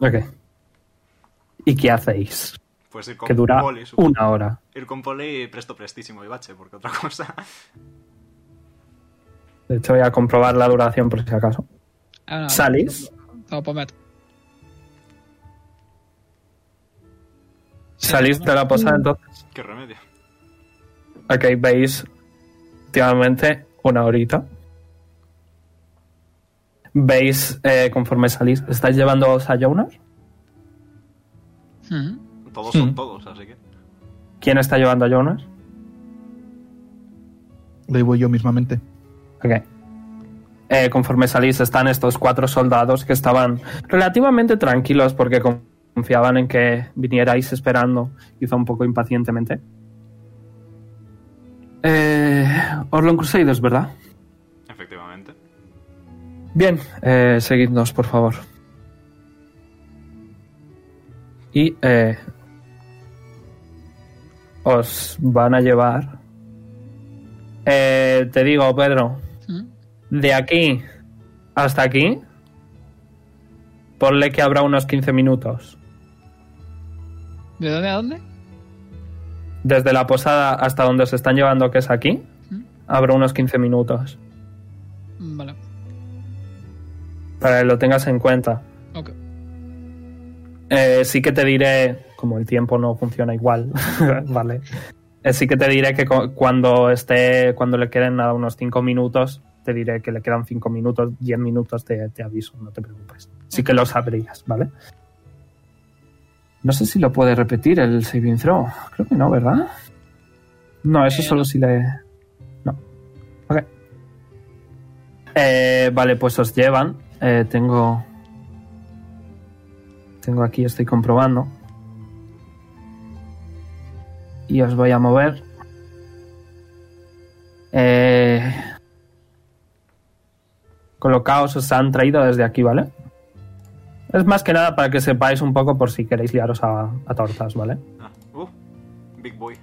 Ok. ¿Y qué hacéis? Pues ir con que dura poli, supongo. una hora. Ir con poli presto prestísimo y bache, porque otra cosa. De hecho, voy a comprobar la duración por si acaso. Ah, no, ¿Salís? No, ponme tú. Sí, ¿Salís no, de la posada entonces? Qué remedio. Ok, veis últimamente una horita. Veis eh, conforme salís. ¿Estáis llevándoos a Jonas? Ujú. Todos son Hmm. todos, así que. ¿Quién está llevando a Jonas? Lo digo yo mismamente. Ok. Eh, conforme salís están estos cuatro soldados que estaban relativamente tranquilos porque con- confiaban en que vinierais esperando, quizá un poco impacientemente. Eh, Orlon Crusaders, ¿verdad? Efectivamente. Bien, eh, seguidnos, por favor. Y eh, os van a llevar... Eh, te digo, Pedro, Ujú. de aquí hasta aquí, ponle que habrá unos 15 minutos. ¿De dónde a dónde? Desde la posada hasta donde os están llevando, que es aquí, ¿Mm? habrá unos 15 minutos. Vale, Para que lo tengas en cuenta. ok. Eh, sí que te diré, como el tiempo no funciona igual, vale. Eh, sí que te diré que cu- cuando esté, cuando le queden nada, unos 5 minutos, te diré que le quedan 5 minutos, 10 minutos, te, te aviso, no te preocupes. Sí que lo sabrías, ¿vale? No sé si lo puede repetir el saving throw. Creo que no, ¿verdad? No, eso Eh, solo no. si le... No. Ok. Eh, vale, pues os llevan. Eh, tengo... Tengo aquí, estoy comprobando. Y os voy a mover. Eh, colocaos, os han traído desde aquí, ¿vale? Es más que nada para que sepáis un poco por si queréis liaros a, a tortas, ¿vale? Ah, uh, Big Boy.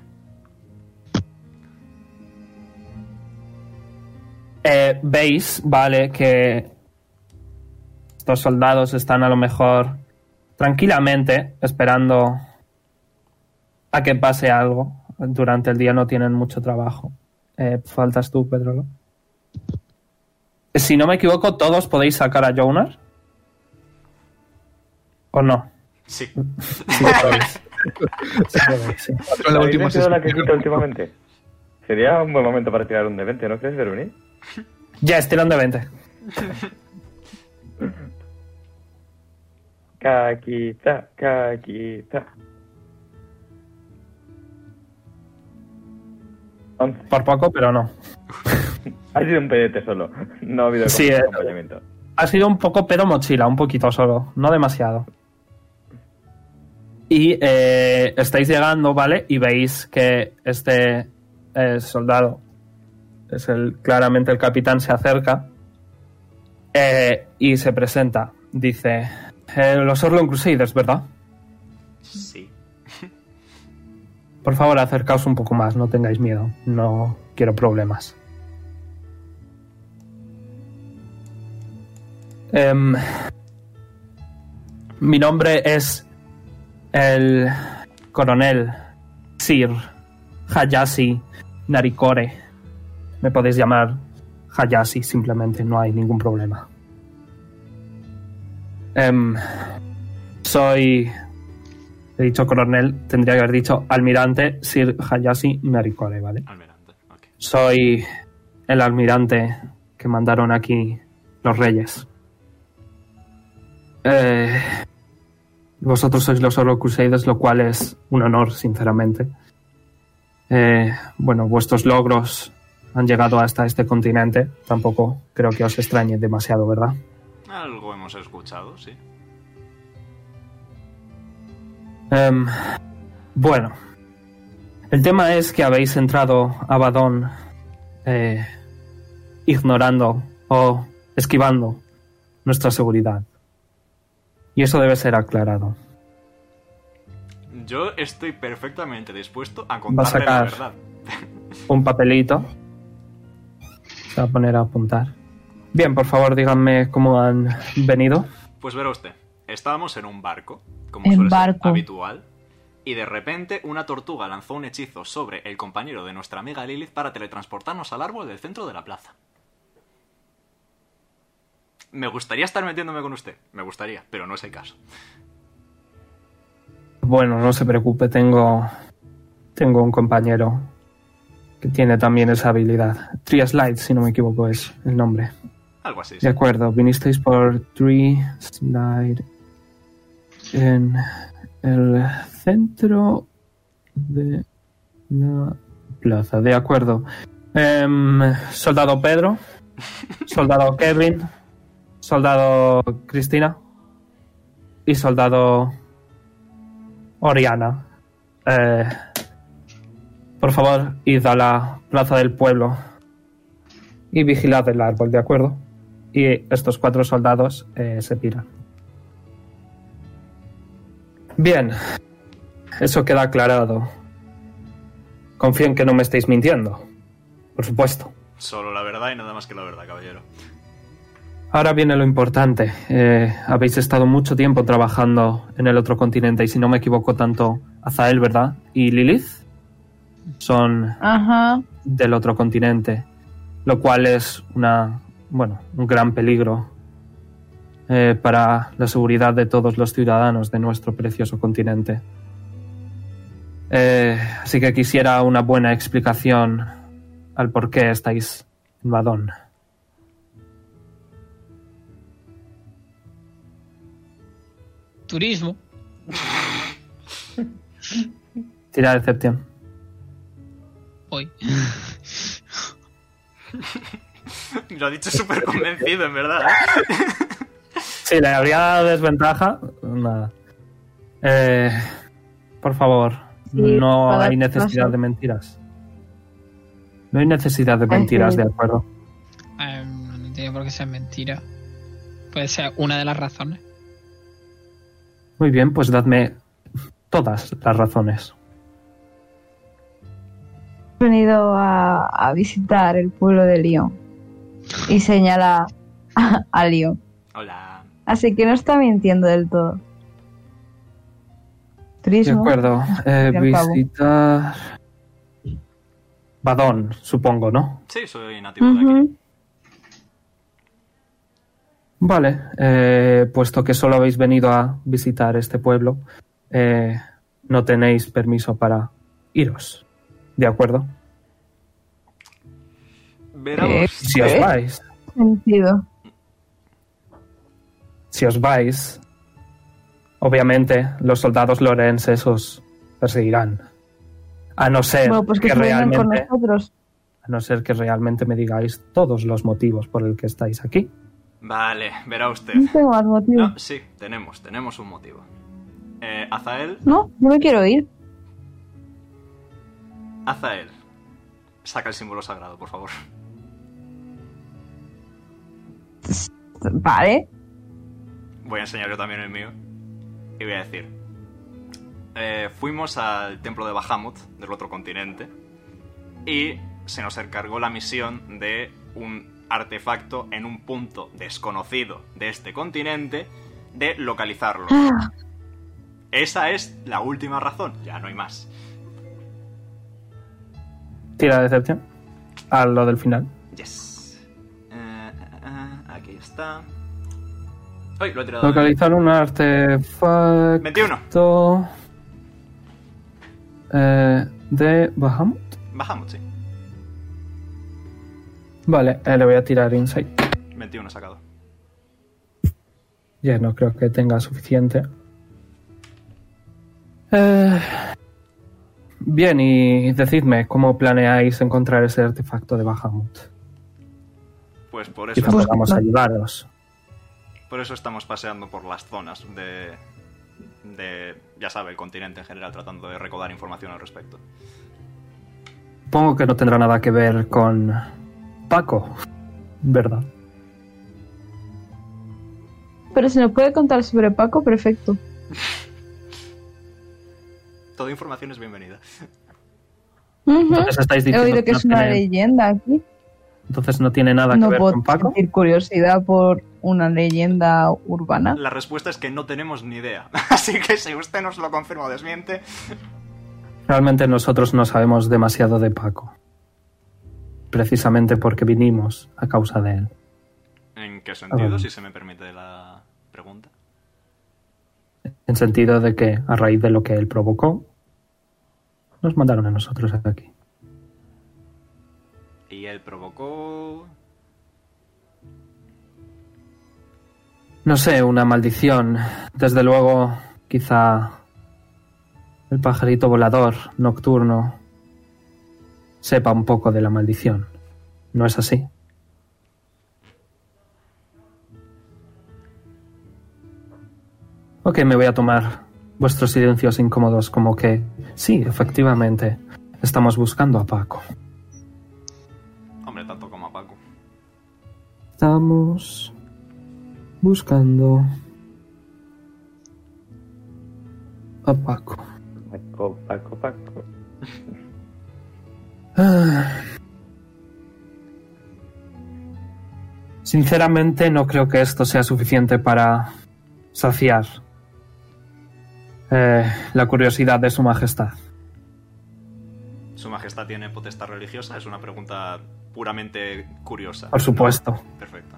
Eh, Veis, ¿vale? Que estos soldados están a lo mejor tranquilamente esperando a que pase algo. Durante el día no tienen mucho trabajo. Eh, faltas tú, Pedro. ¿no? Si no me equivoco, todos podéis sacar a Jonas. ¿O no? Sí. Sí, podéis. Sí, podéis, sí. Con la última ¿Habéis sido la que sesión. quita últimamente? Sería un buen momento para tirar un de 20, ¿no crees, Veroni? Ya, es tirón de 20. Caquita, caquita. 11. Por poco, pero no. Ha sido un pedete solo. No ha habido Sí, eh. acompañamiento. Ha sido un poco pero mochila, un poquito solo, no demasiado. Y eh, estáis llegando, ¿vale? Y veis que este eh, soldado, es el, claramente el capitán, se acerca eh, y se presenta. Dice, "Eh, los Orlon Crusaders, ¿verdad? Sí. Por favor, acercaos un poco más, no tengáis miedo, no quiero problemas. Em, mi nombre es el coronel Sir Hayashi Narikore. Me podéis llamar Hayashi, simplemente no hay ningún problema. Em, soy He dicho coronel, tendría que haber dicho almirante Sir Hayashi Narikore, ¿vale? Almirante. Ok. Soy el almirante que mandaron aquí los reyes. Eh, vosotros sois los Oro Crusaders, lo cual es un honor, sinceramente. Eh, bueno, vuestros logros han llegado hasta este continente. Tampoco creo que os extrañe demasiado, ¿verdad? Algo hemos escuchado, sí. Em, bueno, el tema es que habéis entrado a Badón eh, ignorando o esquivando nuestra seguridad. Y eso debe ser aclarado. Yo estoy perfectamente dispuesto Va a a contarle la sacar. verdad. Un papelito. Se va a poner a apuntar. Bien, por favor, díganme cómo han venido. Pues verá usted, estábamos en un barco, como En suele ser barco. habitual, y de repente una tortuga lanzó un hechizo sobre el compañero de nuestra amiga Lilith para teletransportarnos al árbol del centro de la plaza. Me gustaría estar metiéndome con usted, me gustaría, pero no es el caso. Bueno, no se preocupe, tengo. Tengo un compañero que tiene también esa habilidad. Tree Slide, si no me equivoco, es el nombre. Algo así. sí. De acuerdo, vinisteis por Tree Slide en el centro de la plaza. De acuerdo. Em, soldado Pedro, soldado Kevin, soldado Cristina y soldado Oriana. Eh, por favor, id a la plaza del pueblo y vigilad el árbol, ¿de acuerdo? Y estos cuatro soldados eh, se piran. Bien, eso queda aclarado. Confío en que no me estéis mintiendo. Por supuesto. Solo la verdad y nada más que la verdad, caballero. Ahora viene lo importante. Eh, habéis estado mucho tiempo trabajando en el otro continente y si no me equivoco tanto, Azael, ¿verdad? Y Lilith son Ajá. del otro continente, lo cual es una, bueno, un gran peligro eh, para la seguridad de todos los ciudadanos de nuestro precioso continente. Eh, así que quisiera una buena explicación al por qué estáis en Madón. Turismo. Tira Decepción. Hoy. Lo ha dicho súper convencido, en verdad. ¿eh? Sí, le habría dado desventaja. Nada. Eh, por favor, Sí, no para- hay necesidad no sé. de mentiras. No hay necesidad de mentiras, sí. de acuerdo. Eh, no tiene por qué ser mentira. Puede ser una de las razones. Muy bien, pues dadme todas las razones. He venido a, a visitar el pueblo de Lyon y señala a, a Lyon. Hola. Así que no está mintiendo del todo. De Turismo. acuerdo. Eh, Al cabo. visitar. Badón, supongo, ¿no? Sí, soy nativo de aquí. Ujú. Vale, eh, puesto que solo habéis venido a visitar este pueblo, eh, no tenéis permiso para iros. ¿De acuerdo? Verá Eh, vos- Si os vais, Sentido. si os vais, obviamente los soldados lorenses os perseguirán. A no ser Bueno, pues que, Eh, que se vengan con realmente, nosotros. a no ser que realmente me digáis todos los motivos por el que estáis aquí. Vale, verá usted. No tengo más motivo. No, sí, tenemos, tenemos un motivo. Eh, Azael, No, yo me quiero ir. Azael. Saca el símbolo sagrado, por favor. Vale. Voy a enseñar yo también el mío. Y voy a decir. eh, fuimos al templo de Bahamut, del otro continente, y se nos encargó la misión de un artefacto en un punto desconocido de este continente, de localizarlo. Ah, Esa es la última razón, ya no hay más. Tira de decepción a lo del final. Yes. Eh, eh, aquí está. Uy, lo he tirado. de- Localizar un artefacto 21. eh, de Bahamut. Bajamos, sí. Vale, eh, le voy a tirar Insight. 21 sacado. Ya no creo que tenga suficiente. Eh, bien, y decidme cómo planeáis encontrar ese artefacto de Bahamut. Pues por eso, Quizá Pues- podamos ayudaros. por eso estamos paseando por las zonas de, de. Ya sabe, el continente en general, tratando de recordar información al respecto. Supongo que no tendrá nada que ver con Paco, ¿verdad? pero si nos puede contar sobre Paco, perfecto. Toda información es bienvenida. Ujú. Entonces estáis He diciendo oído que no es una tiene- leyenda aquí. entonces no tiene nada No que ver puedo con Paco. sentir curiosidad por una leyenda urbana. La respuesta es que no tenemos ni idea. Así que si usted nos lo confirma o desmiente. Realmente nosotros no sabemos demasiado de Paco. Precisamente porque vinimos a causa de él. ¿En qué sentido, si se me permite la pregunta? En sentido de que, a raíz de lo que él provocó, nos mandaron a nosotros hasta aquí. Y él provocó... No sé, una maldición. Desde luego, quizá el pajarito volador nocturno sepa un poco de la maldición. ¿No es así? Ok, me voy a tomar vuestros silencios incómodos como que sí, efectivamente, estamos buscando a Paco. Hombre, tanto como a Paco. Estamos buscando a Paco. Paco, Paco, Paco. Ah. Sinceramente no creo que esto sea suficiente para saciar eh, la curiosidad de su majestad. ¿Su majestad tiene potestad religiosa? Es una pregunta puramente curiosa. Por supuesto. Perfecto.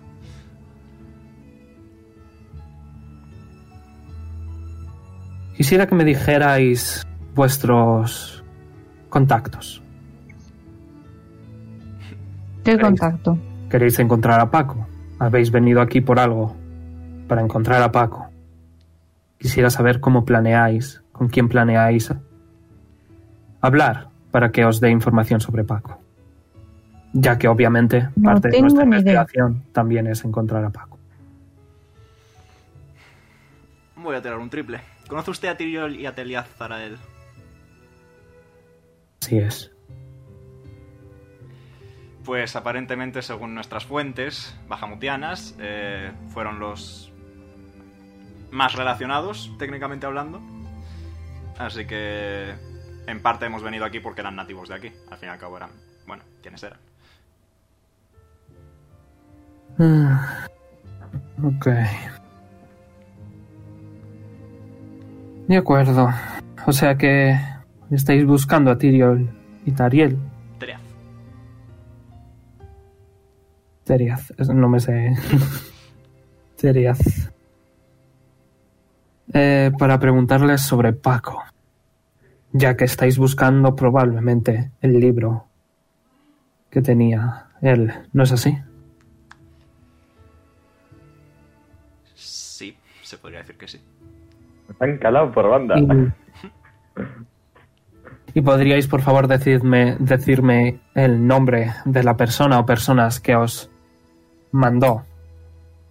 Quisiera que me dijerais vuestros contactos. ¿Qué contacto? ¿Queréis encontrar a Paco? Habéis venido aquí por algo, para encontrar a Paco. Quisiera saber cómo planeáis, con quién planeáis hablar para que os dé información sobre Paco. Ya que obviamente No parte de tengo nuestra ni idea. investigación también es encontrar a Paco. Voy a tirar un triple. ¿Conoce usted a Tiriol y a Teliaz Zarael? Así es. Pues aparentemente, según nuestras fuentes bajamutianas, eh, fueron los más relacionados, técnicamente hablando. Así que, en parte hemos venido aquí porque eran nativos de aquí. Al fin y al cabo eran, bueno, quienes eran. Ah, Ok. De acuerdo. O sea que estáis buscando a Tyrion y Tariel. Teliaz. Teriaz, es- no me sé. Teriaz. Eh, para preguntarles sobre Paco, ya que estáis buscando probablemente el libro que tenía él, ¿no es así? Sí, se podría decir que sí. Me han calado por banda. Y, y podríais, por favor, decidme, decirme el nombre de la persona o personas que os mandó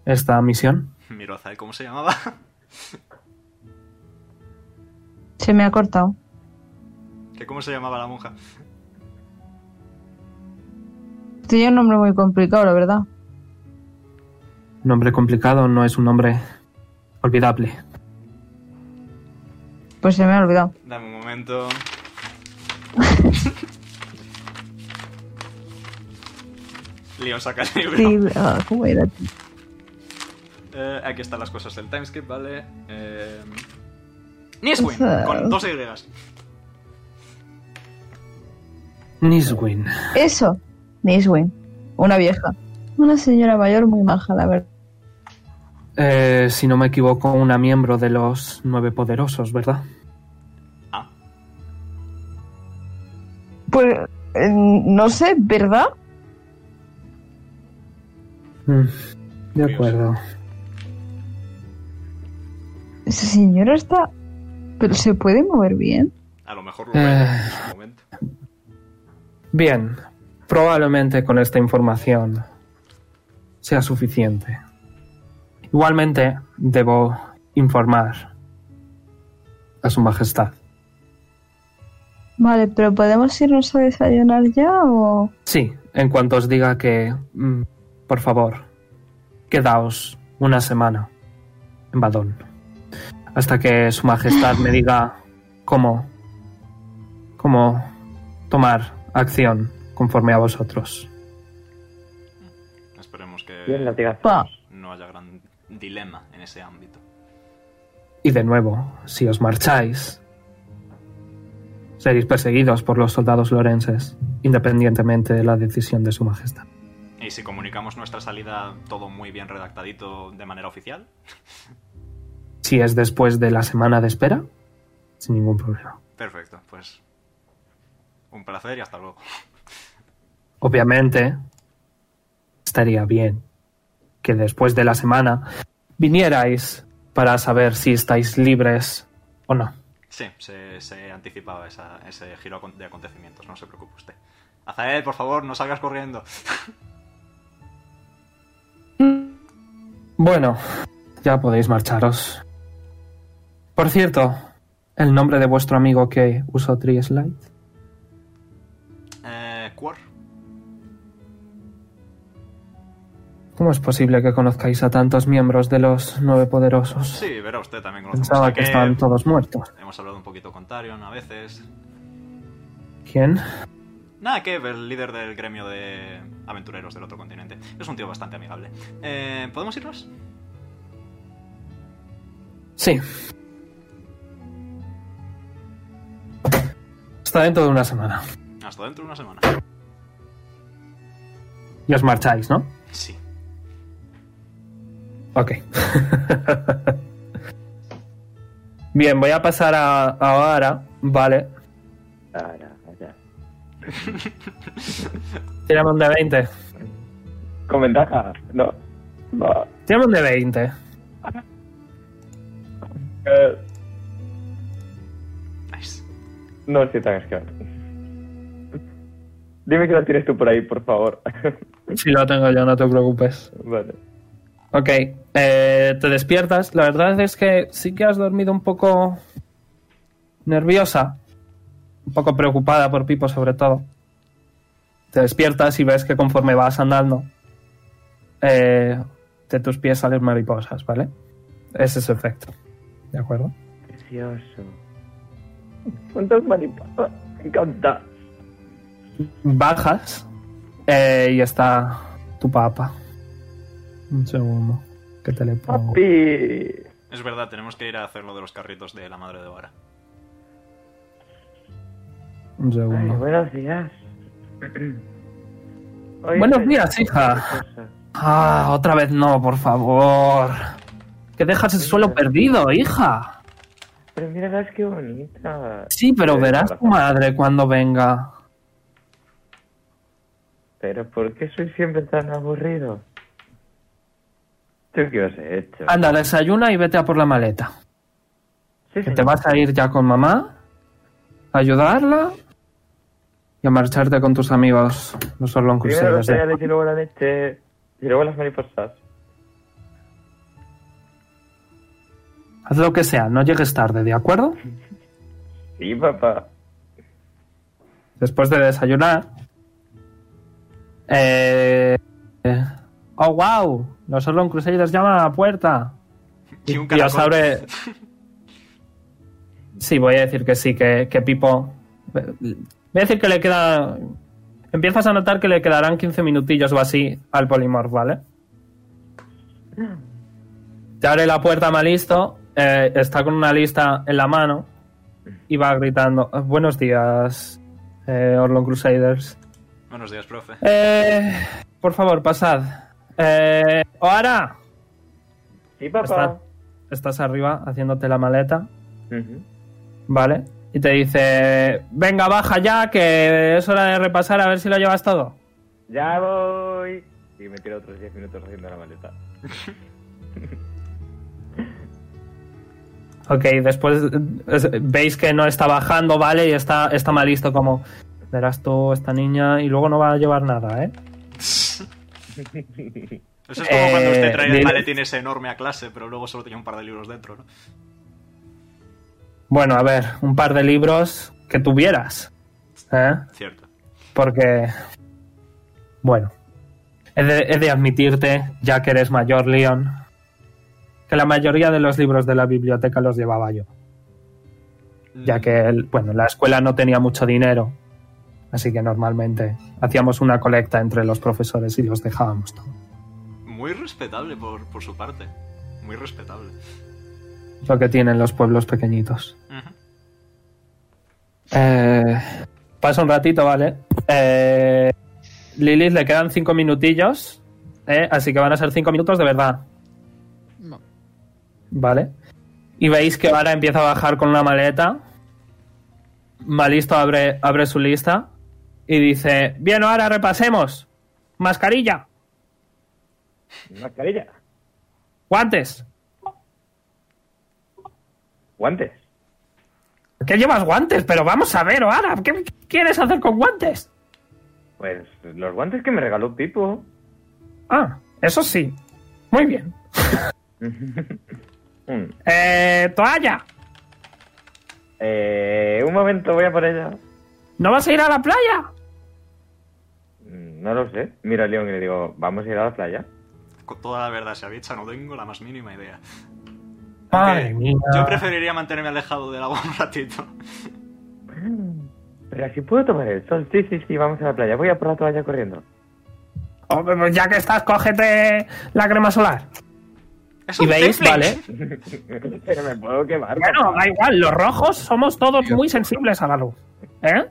esta misión. Miro a Zael cómo se llamaba. Se me ha cortado. ¿Que ¿Cómo se llamaba la monja? Tiene un nombre muy complicado, la verdad. Nombre complicado no es un nombre olvidable. Pues se me ha olvidado. Dame un momento. Leon saca el libro. Sí, ah, ¿cómo era? Eh, aquí están las cosas del timeskip, ¿vale? Eh... Niswin, con dos Y. Niswin. Eso. Niswin. Una vieja. Una señora mayor muy maja, la verdad. Eh, si no me equivoco, una miembro de los nueve poderosos, ¿verdad? Ah, Pues eh, no sé, ¿verdad? Mm, de Curioso. acuerdo. Esa señora está... Pero se puede mover bien. a lo mejor lo Eh. veré en su momento. Bien, probablemente con esta información sea suficiente. Igualmente, debo informar a su majestad. Vale, pero ¿podemos irnos a desayunar ya o...? Sí, en cuanto os diga que, mm, por favor, quedaos una semana en Badón. Hasta que su majestad me diga cómo, cómo tomar acción conforme a vosotros. Esperemos Bien, que latigazo. Pa. no haya gran dilema en ese ámbito. Y de nuevo, si os marcháis, seréis perseguidos por los soldados lorenses, independientemente de la decisión de su majestad. Y Y si comunicamos nuestra salida todo muy bien redactadito de manera oficial, Si es después de la semana de espera, sin ningún problema. perfecto, pues un placer y hasta luego. Obviamente, estaría bien que después de la semana vinierais para saber si estáis libres o no. Sí, se, se anticipaba esa- ese giro acon- de acontecimientos, no se preocupe usted. Azael, por favor, no salgas corriendo. Bueno, ya podéis marcharos. Por cierto, el nombre de vuestro amigo que usó Tree Slide. Eh, Quor, ¿Cómo es posible que conozcáis a tantos miembros de los nueve poderosos? sí, verá usted, también conocemos Pensaba a que Kev. estaban todos muertos. Hemos hablado un poquito con Tarion a veces. ¿Quién? Nada, Kev, el líder del gremio de aventureros del otro continente. Es un tío bastante amigable. Eh, ¿Podemos irnos? Sí. Está dentro de una semana. Hasta dentro de una semana. Y os marcháis, ¿no? Sí. Ok. Bien, voy a pasar a, a Ara, ¿vale? Ahora, ahora. Tiramos de 20. Con ventaja, no. Va. Tiramos de 20. Eh, Nice. no estoy tan esquivado. Dime que la tienes tú por ahí, por favor. Si lo tengo yo, no te preocupes. vale. Ok, eh, te despiertas. La verdad es que sí que has dormido un poco nerviosa, un poco preocupada por Pipo sobre todo. Te despiertas y ves que conforme vas andando, eh, de tus pies salen mariposas, ¿vale? Ese es su efecto. ¿De acuerdo? Precioso. ¿Cuántas mariposas? Me encanta. Bajas eh, y está tu papá. Un segundo, que te le pongo. Papi. Es verdad, tenemos que ir a hacer lo de los carritos de la madre de Vara. Un Ay, segundo. buenos días. Oye, Buenos soy- días, hija. Ah, otra vez no, por favor. Que dejas el suelo perdido, hija. Pero míralas qué bonita. Sí, pero Sí, verás razón. tu madre cuando venga. Pero ¿por qué soy siempre tan aburrido? ¿Tú qué os he hecho? Anda, desayuna y vete a por la maleta. Que Sí, te señor. vas a ir ya con mamá, a ayudarla y a marcharte con tus amigos, los Orlon Primero los Crusaders. ¿eh? cereales y luego la leche y luego las mariposas. Haz lo que sea, no llegues tarde, ¿de acuerdo? Sí, papá. Después de desayunar. Eh... eh, Oh, wow. Los Orlon Crusaders llaman a la puerta. Y un Y os caracol. abre- Sí, voy a decir que sí, que, que Pipo. Voy a decir que le queda. Empiezas a notar que le quedarán 15 minutillos o así al Polymorph, ¿vale? Mm. Te abre la puerta Malisto, eh, está con una lista en la mano y va gritando: Buenos días, eh, Orlon Crusaders. Buenos días, profe. Eh, por favor, pasad. Eh, ¡Oara! Sí, Está- papá. estás arriba haciéndote la maleta. Ujú. Vale. Y te dice, venga, baja ya, que es hora de repasar a ver si lo llevas todo. Ya voy. Y me tiro otros 10 minutos haciendo la maleta. Ok, después eh, es- veis que no está bajando, ¿vale? Y está, está mal listo como, verás tú, esta niña, y luego no va a llevar nada, ¿eh? Eso es como cuando Eh, usted trae de- el maletín ese enorme a clase, pero luego solo tenía un par de libros dentro, ¿no? Bueno, a ver, un par de libros que tuvieras, ¿eh? Cierto. Porque, bueno, he de, he de admitirte, ya que eres mayor, Leon, que la mayoría de los libros de la biblioteca los llevaba yo. ya que el- bueno, la escuela no tenía mucho dinero, así que normalmente hacíamos una colecta entre los profesores y los dejábamos todo. Muy respetable por, por su parte. Muy respetable. Lo que tienen los pueblos pequeñitos. Ujú. Eh, pasa un ratito, ¿vale? Eh, Lilith le quedan cinco minutillos, ¿eh? así que van a ser cinco minutos de verdad, No. ¿vale? Y veis que ahora empieza a bajar con una maleta. Malisto abre, abre su lista y dice, bien, ahora repasemos. Mascarilla, Mascarilla. guantes. Guantes. ¿Qué llevas guantes? Pero vamos a ver, ahora, ¿qué qué quieres hacer con guantes? Pues los guantes que me regaló Pipo. Ah, eso sí. Muy bien. Mm. Eh, toalla, Eh, un momento, voy a por ella. ¿no vas a ir a la playa? Mm, No lo sé. Mira a León y le digo, ¿vamos a ir a la playa? Con toda la verdad se dicha, no tengo la más mínima idea. Madre Aunque mía. Yo preferiría mantenerme alejado del agua un ratito. Pero aquí puedo tomar el sol. Sí, sí, sí, vamos a la playa. Voy a por la toalla corriendo. Hombre, pues ya que estás, cógete la crema solar. Es Y un veis, tiefling. vale. Pero me puedo quemar. Bueno, da igual, los rojos somos todos muy sensibles a la luz. ¿Eh?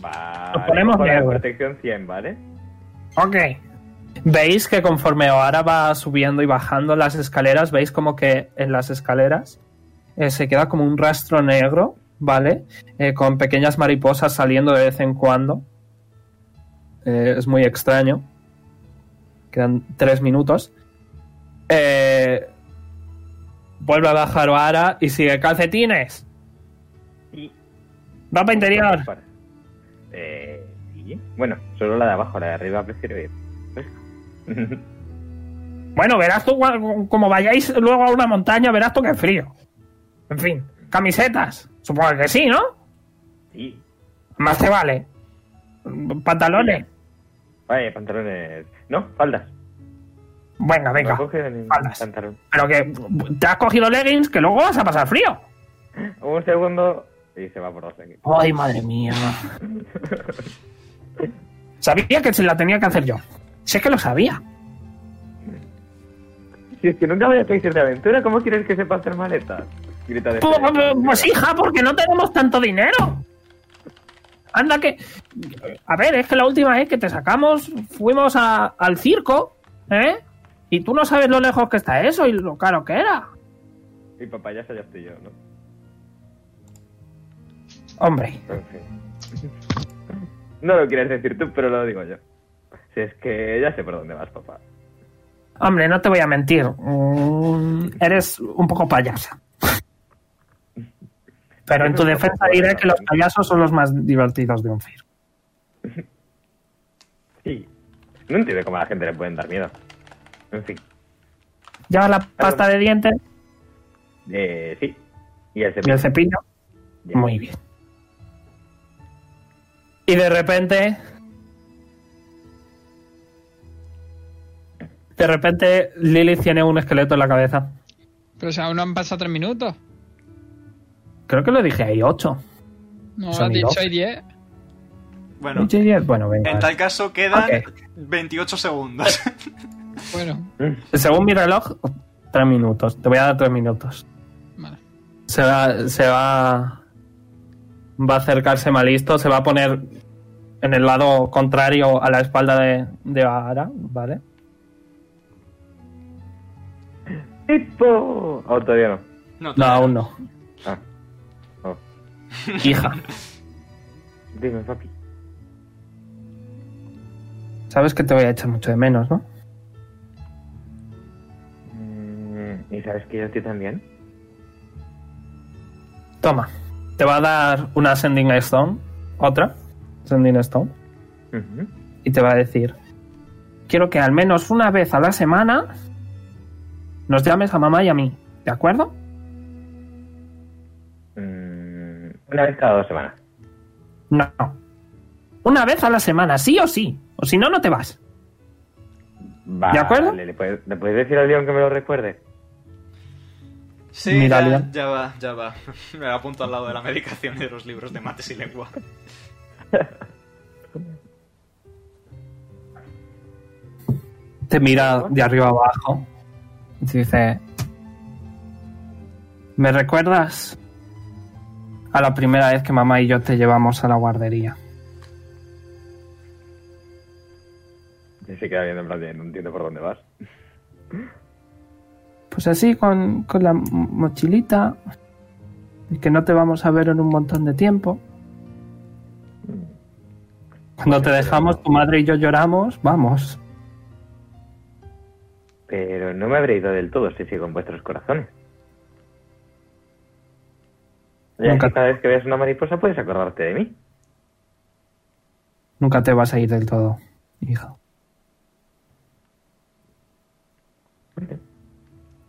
Vale, Nos ponemos con la negro. protección 100, ¿vale? Ok. Veis que conforme ahora va subiendo y bajando las escaleras, veis como que en las escaleras eh, se queda como un rastro negro, ¿vale? Eh, con pequeñas mariposas saliendo de vez en cuando. Eh, es muy extraño. Quedan tres minutos. Eh, vuelve a bajar Oara y sigue calcetines. Ropa interior. Para. Eh, sí. Bueno, solo la de abajo, la de arriba prefiero ir. Bueno, verás tú, cua- como vayáis luego a una montaña, verás tú que es frío. En fin, camisetas. Supongo que sí, ¿no? sí. Más te vale. Pantalones. Vaya, pantalones. No, faldas. Venga, venga. No cogen faldas. pantalón. Pero que te has cogido leggings que luego vas a pasar frío. Un segundo. Y se va por dos. aquí. Ay, madre mía. Sabía que se la tenía que hacer yo. Sé que lo sabía. Si es que nunca voy a ir de aventura, ¿cómo quieres que sepa hacer maletas? Grita de Pues, pues, hija, porque no tenemos tanto dinero. Anda que... A ver, es que la última vez que te sacamos fuimos a- al circo, ¿eh? Y tú no sabes lo lejos que está eso y lo caro que era. Y papayas allá estoy yo, ¿no? Hombre, En fin. No lo quieres decir tú, pero lo digo yo. Si es que ya sé por dónde vas, papá. hombre, no te voy a mentir. Mm, eres un poco payasa. Pero en tu defensa diré que los payasos son los más divertidos de un circo. Sí. No entiendo cómo a la gente le pueden dar miedo. En fin. Lleva la pasta de dientes Eh, sí. Y el y cepillo. el cepillo. Ya. Muy bien. Y de repente. De repente, Lilith tiene un esqueleto en la cabeza. Pero o sea, aún no han pasado tres minutos. Creo que lo dije ahí, 8. No, Son has dicho doce. hay diez. Bueno, Bueno, venga. en vale. tal caso quedan Ok. 28 segundos. Bueno, Según mi reloj, 3 minutos. Te voy a dar 3 minutos. vale. Se va, se va. Va a acercarse malisto, se va a poner en el lado contrario a la espalda de, de Ahara, ¿vale? ¡Tipo! Oh, todavía no. No, No, todavía aún no. Ah. Oh. Hija. Dime, papi. Sabes que te voy a echar mucho de menos, ¿no? Mm, ¿Y sabes que yo a ti también? Toma. Te va a dar una Sending Stone. Otra. Sending Stone. Ujú. Y te va a decir. Quiero que al menos una vez a la semana nos llames a mamá y a mí. ¿De acuerdo? Mm, una vez cada dos semanas. No. Una vez a la semana, sí o sí. O si no, no te vas. Vale, acuerdo? ¿Le puedes, le puedes decir a León que me lo recuerde? Sí, Mira, ya- Liam. ya, va, ya va. Me la apunto al lado de la medicación y de los libros de mates y lengua. Te mira de arriba abajo. Y te dice. ¿Me recuerdas a la primera vez que mamá y yo te llevamos a la guardería? Y se queda viendo en plan de, no entiendo por dónde vas. Pues así, con, con la m- mochilita. Y que no te vamos a ver en un montón de tiempo. Cuando te dejamos, tu madre y yo lloramos. Vamos. Pero no me habré ido del todo si sigo en vuestros corazones. Y Nunca- así cada vez que veas una mariposa puedes acordarte de mí. Nunca te vas a ir del todo, hija.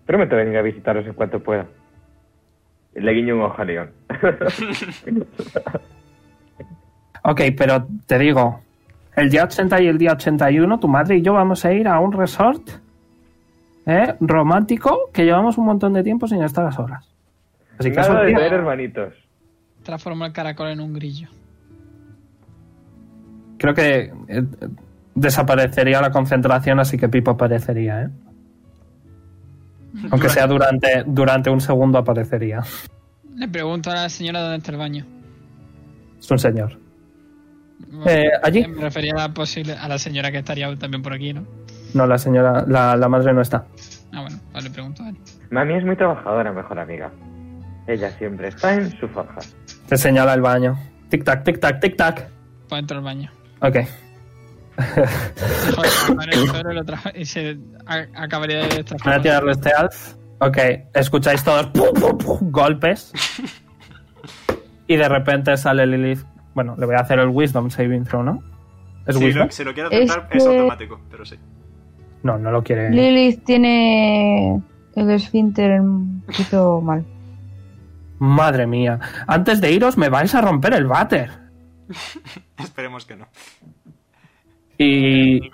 Prometo venir a visitaros en cuanto pueda. Le guiño un ojo a León. Ok, pero te digo, el día 80 y el día 81, tu madre y yo vamos a ir a un resort ¿eh? romántico que llevamos un montón de tiempo sin estar a solas. Así que es Nada un de día- ser hermanitos. Transforma el caracol en un grillo. creo que eh, eh, desaparecería la concentración, así que Pipo aparecería, ¿eh? Aunque sea durante, durante un segundo aparecería. Le pregunto a la señora dónde está el baño. Es un señor. Eh, allí. Me refería a la, posible, a la señora que estaría también por aquí, ¿no? No, la señora, la, la madre no está. Ah, bueno, pues le pregunto a él. Mami es muy trabajadora, mejor amiga. Ella siempre está en su faja. Te señala el baño. Tic tac, tic tac, tic tac. Pues entro al baño. Ok. Joder, madre, solo lo tra- y se a- acabaría de Voy a transformar. tirarle este alf. Ok, escucháis todos pu, pu, pu, golpes. Y de repente sale Lilith. Bueno, le voy a hacer el Wisdom Saving Throw, ¿no? ¿Es Si Wisdom? lo, si lo quieres Es tratar, es que- automático, pero sí. No, no lo quiere. Lilith tiene el esfínter un poquito mal. Madre mía. Antes de iros me vais a romper el váter. Esperemos que no. Y,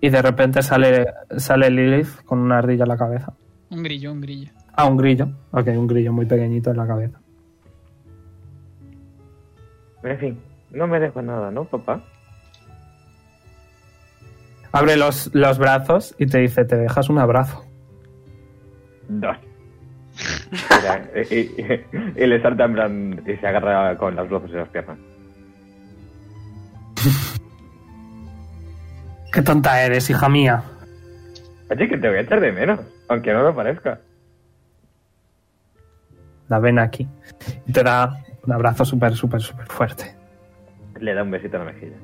y de repente sale, sale Lilith con una ardilla en la cabeza. Un grillo, un grillo. Ah, un grillo. Ok, un grillo muy pequeñito en la cabeza. En fin, no me dejo nada, ¿no, papá? Abre los, los brazos y te dice, te dejas un abrazo. Dos. Mira, y, y- y le salta eh, en plan y se agarra con las luces y las piernas. Qué tonta eres, hija mía. Oye, que te voy a echar de menos, aunque no lo parezca. La ven aquí. Y te da un abrazo súper, súper, súper fuerte. Le da un besito a la mejilla.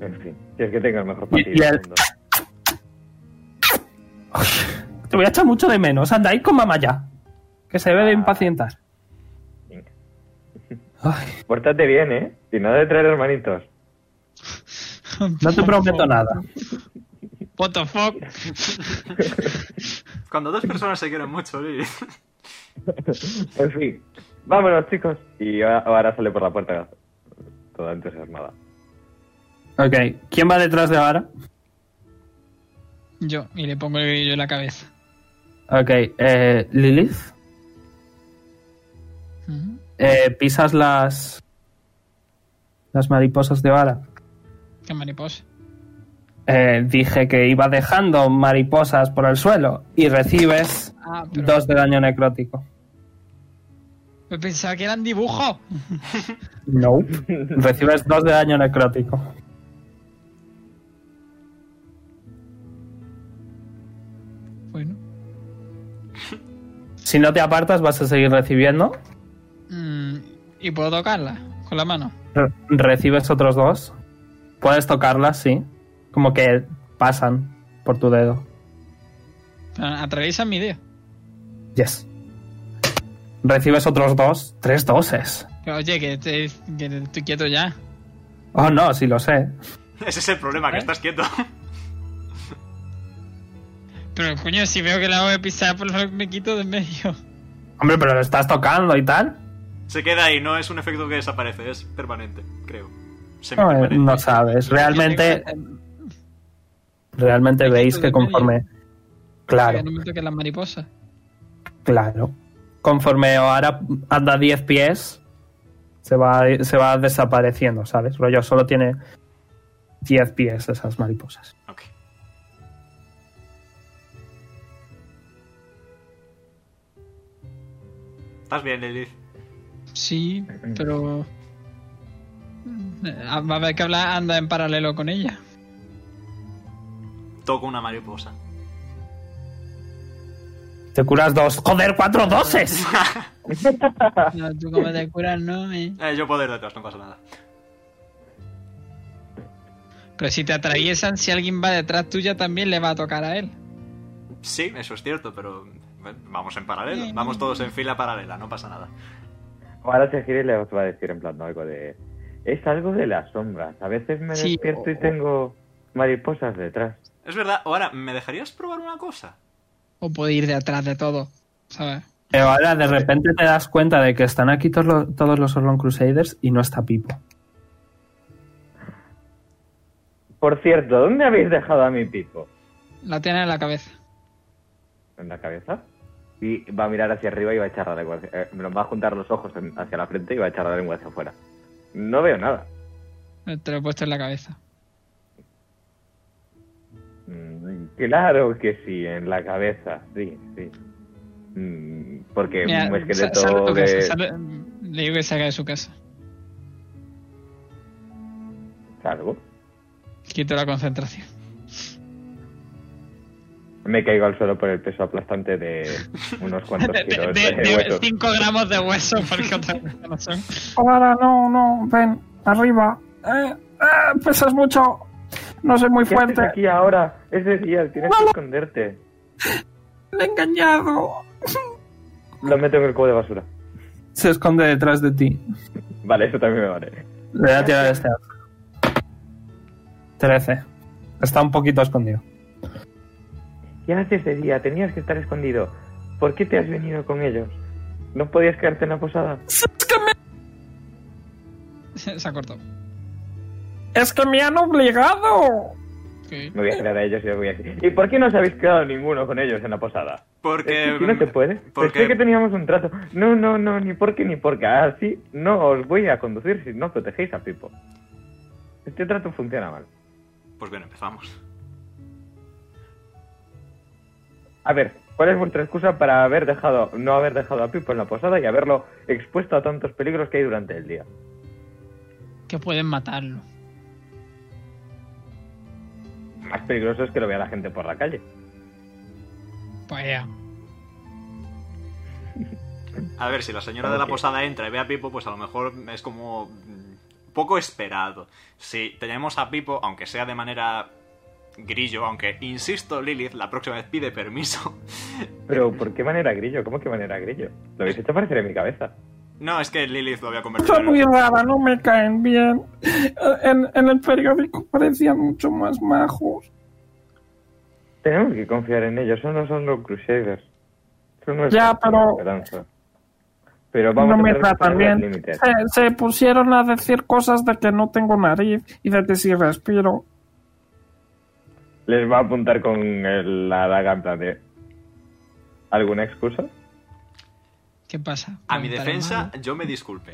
En fin, si es que tengo el mejor Y- partido y del el- mundo. Te voy a echar mucho de menos. Anda, ir con mamá ya. Que se debe de impacientar. Venga. Ay, Pórtate bien, ¿eh? Y nada de traer hermanitos. no te prometo nada. What the fuck? Cuando dos personas se quieren mucho, Lili. En fin, vámonos, chicos. Y a- ahora sale por la puerta toda entusiasmada. Ok, ¿quién va detrás de ahora? Yo, y le pongo el grillo en la cabeza. Ok, eh, Lilith, Ujú. eh, pisas las las mariposas de vara. Qué mariposa. Eh, dije que iba dejando mariposas por el suelo y recibes Ah, pero dos de daño necrótico. me pensaba que eran dibujos. No. recibes dos de daño necrótico. Bueno. Si no te apartas vas a seguir recibiendo. Mm, ¿Y puedo tocarla con la mano? Re- recibes otros dos. Puedes tocarlas, sí. Como que pasan por tu dedo. Ah, Atraviesan mi dedo. Yes. Recibes otros dos, tres doses. Pero, Oye, que, te- que te- estoy quieto ya. Oh no, sí lo sé. Ese es el problema, que estás quieto. Pero coño, si veo que la voy a pisar, por favor me quito de en medio. Hombre, pero lo estás tocando y tal. Se queda ahí, no es un efecto que desaparece, es permanente, creo. No, eh, Semipermanente. no sabes. Realmente, realmente Yo veis tengo que que tener- conforme. Claro, Que no me toque la mariposa. claro. Conforme ahora anda 10 pies, se va, se va desapareciendo, ¿sabes? Rollo solo tiene 10 pies esas mariposas. Ok. ¿Estás bien, Lilith? Sí, pero. Mm, Va a haber que hablar, anda en paralelo con ella. toco una mariposa. Te curas dos. ¡Joder, cuatro doses! No, tú como te curas, ¿no? Eh. Eh, yo puedo ir detrás, no pasa nada. Pero si te atraviesan, si alguien va detrás tuya, también le va a tocar a él. Sí, eso es cierto, pero eh, vamos en paralelo. Vamos todos en fila paralela, no pasa nada. Ahora se gira y les va a decir en plan ¿no? algo de... Es algo de las sombras. A veces me Sí, despierto y tengo mariposas detrás. Es verdad, ahora, ¿me dejarías probar una cosa? O puede ir de atrás de todo, ¿sabes? Pero ahora de repente te das cuenta de que están aquí todos los- todos los Orlon Crusaders y no está Pipo. Por cierto, ¿dónde habéis dejado a mi pipo? La tiene en la cabeza. ¿En la cabeza? Y va a mirar hacia arriba y va a echar la lengua. hacia- eh, me lo va a juntar los ojos en- hacia la frente y va a echar la lengua hacia afuera. No veo nada. Te lo he puesto en la cabeza. Mm, claro que sí, en la cabeza. Sí, sí. Mm, porque Mira, sa- un sale de esqueleto tu casa, de... sale- mm, le digo que salga de su casa. ¿Salgo? Quito la concentración. Me caigo al suelo por el peso aplastante de unos cuantos De, kilos de- de- de hueso. 5 gramos de hueso, porque otra cosa no son. Ahora no, no, ven, arriba. Eh, eh, pesas mucho. No soy muy ¿Qué haces fuerte. aquí ahora? Es decir, tienes que esconderte. Me he engañado. Lo meto en el cubo de basura. Se esconde detrás de ti. Vale, eso también me vale. Le voy a tirar este. 13. Está un poquito escondido. ¿Qué haces de día? Tenías que estar escondido. ¿Por qué te has venido con ellos? ¿No podías quedarte en la posada? Es que me, Se ha cortado. es que me han obligado. Ok. Me voy a girar a ellos y les voy a decir. ¿Y por qué no os habéis quedado ninguno con ellos en la posada? Porque... mm, Es que Eh, no se puede. Porque... Pensé que teníamos un trato. No, no, no, ni por qué ni por qué. Así no os voy a conducir si no protegéis a Pipo. Este trato funciona mal. Pues bien, empezamos. A ver, ¿cuál es vuestra excusa para haber dejado, no haber dejado a Pipo en la posada y haberlo expuesto a tantos peligros que hay durante el día? Que pueden matarlo. Más peligroso es que lo vea la gente por la calle. Pues ya. A ver, si la señora de la Ok. posada entra y ve a Pipo, pues a lo mejor es como mm, poco esperado. Si tenemos a Pipo, aunque sea de manera grillo, aunque, insisto, Lilith la próxima vez pide permiso. Pero, ¿por qué manera grillo? ¿Cómo que manera grillo? Lo habéis hecho aparecer en mi cabeza. No, es que Lilith lo había convertido Son en... muy rara, no me caen bien. Eh, En, en el periódico parecían mucho más majos. Tenemos que confiar en ellos, son los Unlock Crusaders. Son nuestra Ya, pero- esperanza. Pero vamos No a me tener que tratan poner los bien. límites. Se, se pusieron a decir cosas de que no tengo nariz y de que si respiro. Les va a apuntar con el- la daga en plan de... ¿Alguna excusa? ¿Qué pasa? A mi Preguntaré defensa, mal. yo me disculpe.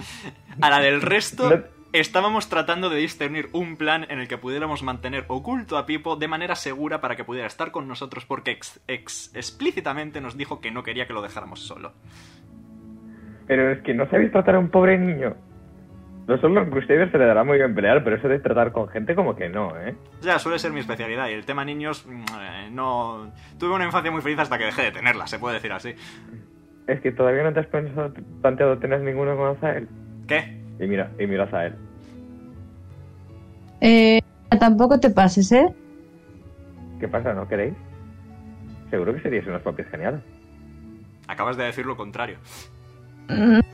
a la del resto, No- estábamos tratando de discernir un plan en el que pudiéramos mantener oculto a Pipo de manera segura para que pudiera estar con nosotros porque ex- ex- explícitamente nos dijo que no quería que lo dejáramos solo. Pero es que no sabéis tratar a un pobre niño. Los Unlock Crusaders se le dará muy bien pelear, pero eso de tratar con gente como que no, ¿eh? Ya, suele ser mi especialidad y el tema niños mm, eh, no... Tuve una infancia muy feliz hasta que dejé de tenerla, se puede decir así. Es que todavía no te has pensado, planteado tener ninguno con Azael. ¿Qué? Y mira, y mira a Azael. Eh, tampoco te pases, ¿eh? ¿Qué pasa? ¿No queréis? Seguro que seríais unos papis geniales. Acabas de decir lo contrario.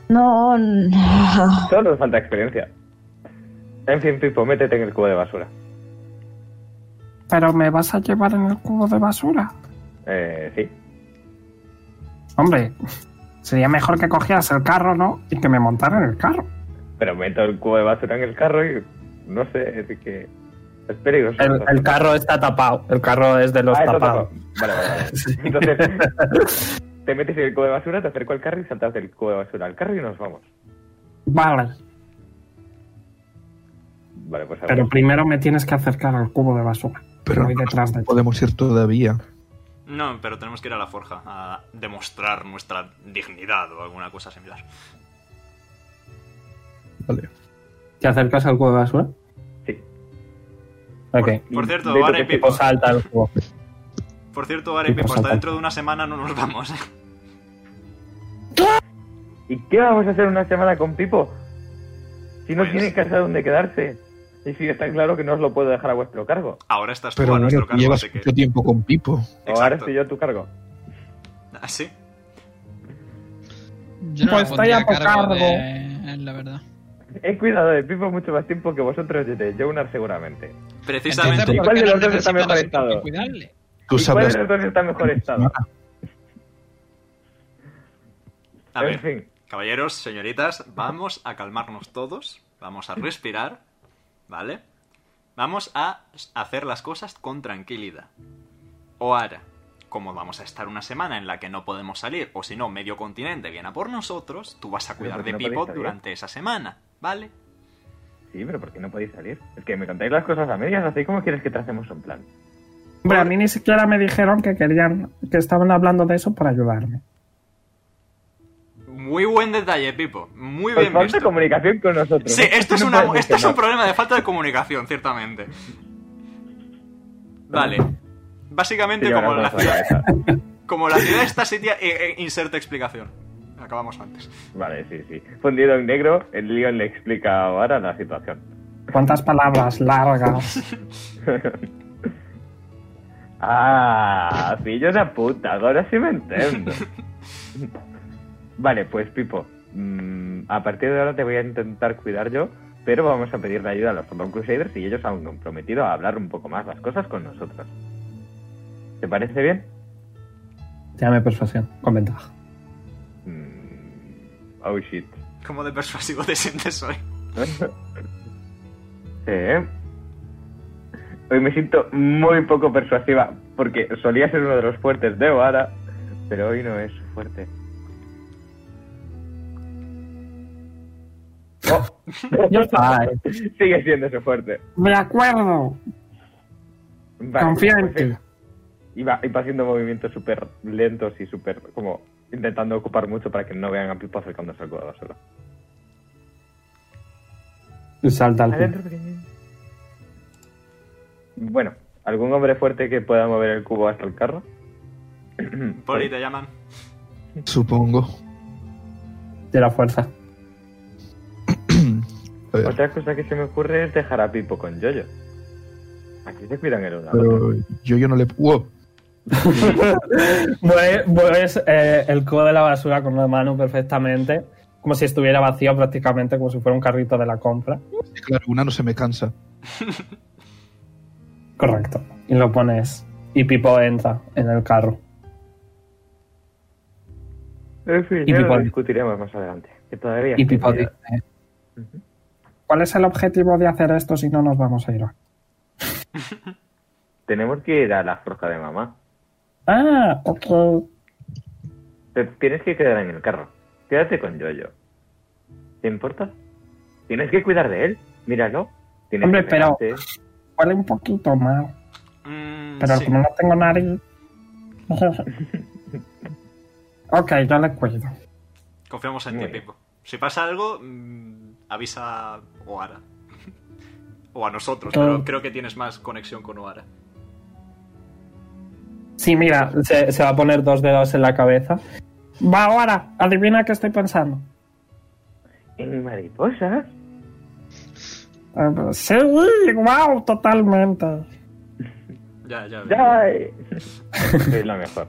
No, no. Solo nos falta experiencia. En fin, Pipo, métete en el cubo de basura. Pero me vas a llevar en el cubo de basura. Eh, sí. Hombre, sería mejor que cogieras el carro, ¿no? Y que me montaran en el carro. Pero meto el cubo de basura en el carro y... No sé, es que... Es peligroso. El, el carro está tapado. El carro es de los Ah, está tapados. tapado. Vale, vale, vale. Entonces, te metes en el cubo de basura, te acerco al carro y saltas del cubo de basura al carro y nos vamos. Vale, Vale, pues a ver. pero primero me tienes que acercar al cubo de basura. Pero Voy detrás de ti. podemos ir todavía. No, pero tenemos que ir a la forja a demostrar nuestra dignidad o alguna cosa similar. Vale. ¿Te acercas al cubo de basura? Sí. Ok. Por cierto, Vete, Vara y que- Tipo Pipo. salta el juego. Por cierto, Vara y Pipo, pues Pipo, hasta salta. dentro de una semana no nos vamos. ¿eh? ¿Y qué vamos a hacer una semana con Pipo? Si no Pues- tiene casa donde quedarse. Y si está claro que no os lo puedo dejar a vuestro cargo. Ahora estás tú Pero a nuestro bueno, cargo, llevas así que. mucho tiempo con Pipo. O ahora Exacto. estoy yo a tu cargo. ¿Ah, sí? Yo no Pues me estoy a pondría tu cargo de cargo. él, la verdad. He cuidado de Pipo mucho más tiempo que vosotros de Jonas seguramente. Precisamente. Entonces, ¿por ¿Cuál qué de no los dos está necesitas mejor a alguien estado? que cuidarle? Tú ¿Y cuál sabrás. de los dos está en mejor estado? A en ver, fin. caballeros, señoritas, vamos a calmarnos todos. Vamos a respirar. ¿Vale? Vamos a hacer las cosas con tranquilidad. O ahora, como vamos a estar una semana en la que no podemos salir, o si no, medio continente viene a por nosotros, tú vas a Pero cuidar porque de no Pipo podéis salir. durante esa semana, ¿vale? Sí, pero ¿por qué no podéis salir? Es que me contáis las cosas a medias, así como quieres que tracemos un plan. Hombre, a mí ni siquiera me dijeron que querían, que estaban hablando de eso para ayudarme. Muy buen detalle, Pipo. Muy Os bien falta visto. comunicación con nosotros. Sí, esto es, No una, puedes esto es un decir problema de falta de comunicación, ciertamente. Vale. nada. Sí, Básicamente, ahora como la, vamos a la ciudad, cabeza. como la ciudad está sitia... eh, eh, inserte explicación. Acabamos antes. Vale, sí, sí. Fundido en negro, el Leon le explica ahora la situación. ¿Cuántas palabras largas? Ah, pillo una puta, ahora sí me entiendo. vale, pues Pipo, mm, a partir de ahora te voy a intentar cuidar yo, pero vamos a pedirle ayuda a los Storm Crusaders y ellos han comprometido a hablar un poco más las cosas con nosotros. ¿Te parece bien? Llame persuasión, con ventaja. Mm, oh shit. Como de persuasivo te sientes hoy. Sí, ¿eh? Hoy me siento muy poco persuasiva, porque solía ser uno de los fuertes de Vara, pero hoy no es fuerte. Oh, Yo Ay, sigue siendo ese fuerte. De acuerdo, Vale, confío en pues, ti. eh, Iba, iba haciendo movimientos súper lentos y súper, como, intentando ocupar mucho para que no vean a Pipo acercándose al cuadro solo. y salta al cubo. Adentro, pequeñín. Bueno, ¿algún hombre fuerte que pueda mover el cubo hasta el carro? Por ahí te llaman. Supongo. de la fuerza. A ver, Otra cosa que se me ocurre es dejar a Pipo con Yoyo. Aquí se cuidan el uno. al otro. pero yo, yo no le. ¡Wow! Mueves, mueves, eh, el cubo de la basura con una mano perfectamente, como si estuviera vacío prácticamente, como si fuera un carrito de la compra. Sí, Claro, una no se me cansa. Correcto. Y lo pones. Y Pipo entra en el carro. En fin, y ya lo Pipo- discutiremos más adelante. Que todavía Y estoy Pipo liado. dice: ¿Cuál es el objetivo de hacer esto si no nos vamos a ir? hoy?" Tenemos que ir a la forja de mamá. Ah, ok. Te tienes que quedar en el carro. Quédate con Yoyo. ¿Te importa? Tienes que cuidar de él. Míralo. Tienes Hombre, que pero- pegarte. Huele un poquito mal, Mm, pero sí. como no tengo nariz. ok, yo le cuido. Confiamos en Muy ti, bien. Pipo. Si pasa algo, mm, avisa a Oara. O a nosotros, Claro. pero creo que tienes más conexión con Oara. Sí, mira, se, se va a poner dos dedos en la cabeza. Va ahora, adivina qué estoy pensando. En Eh, mariposas. Sí, wow, totalmente. Ya, ya. ¡Dai! eh. es la mejor.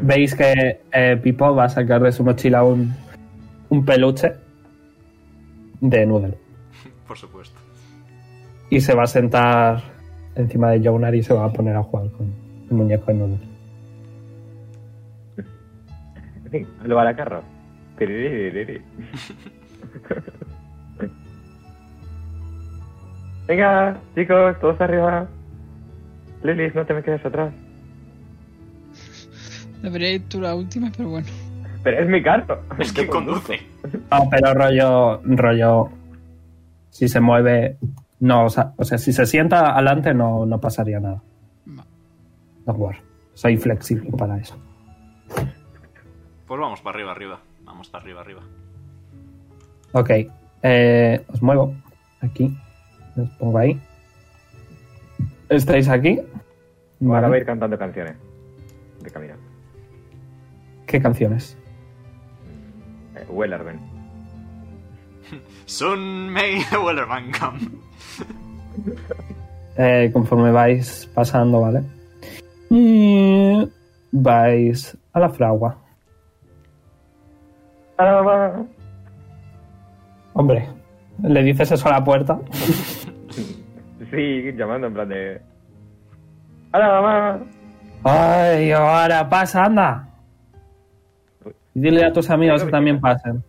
Veis que eh, Pipo va a sacar de su mochila un, un peluche de Noodle. Por supuesto. Y se va a sentar encima de Jonar y se va a poner a jugar con el muñeco de Noodle. En fin, lo va al carro. Tiriririri. Venga, chicos, todos arriba. Lilis, no te me quedes atrás. Debería ir tú la última, pero bueno. Pero es mi carro. Es que conduce. No, Ah, pero rollo, rollo, si se mueve, no, o sea, o sea, si se sienta adelante no, no pasaría nada. No. No worry. soy flexible para eso. Pues vamos para arriba, arriba. Vamos para arriba, arriba. Ok, eh, os muevo aquí. Los pongo ahí. ¿Estáis aquí? Ahora Vale. voy a ir cantando canciones. De camino. ¿Qué canciones? Eh, Wellerben. Soon may the Wellerman come. Eh, conforme vais pasando, ¿vale? Y vais a la fragua. Hombre, le dices eso a la puerta. Sí, llamando en plan de. ¡Hola, mamá! ¡Ay, ahora pasa, anda! Y dile a tus amigos que también pasen.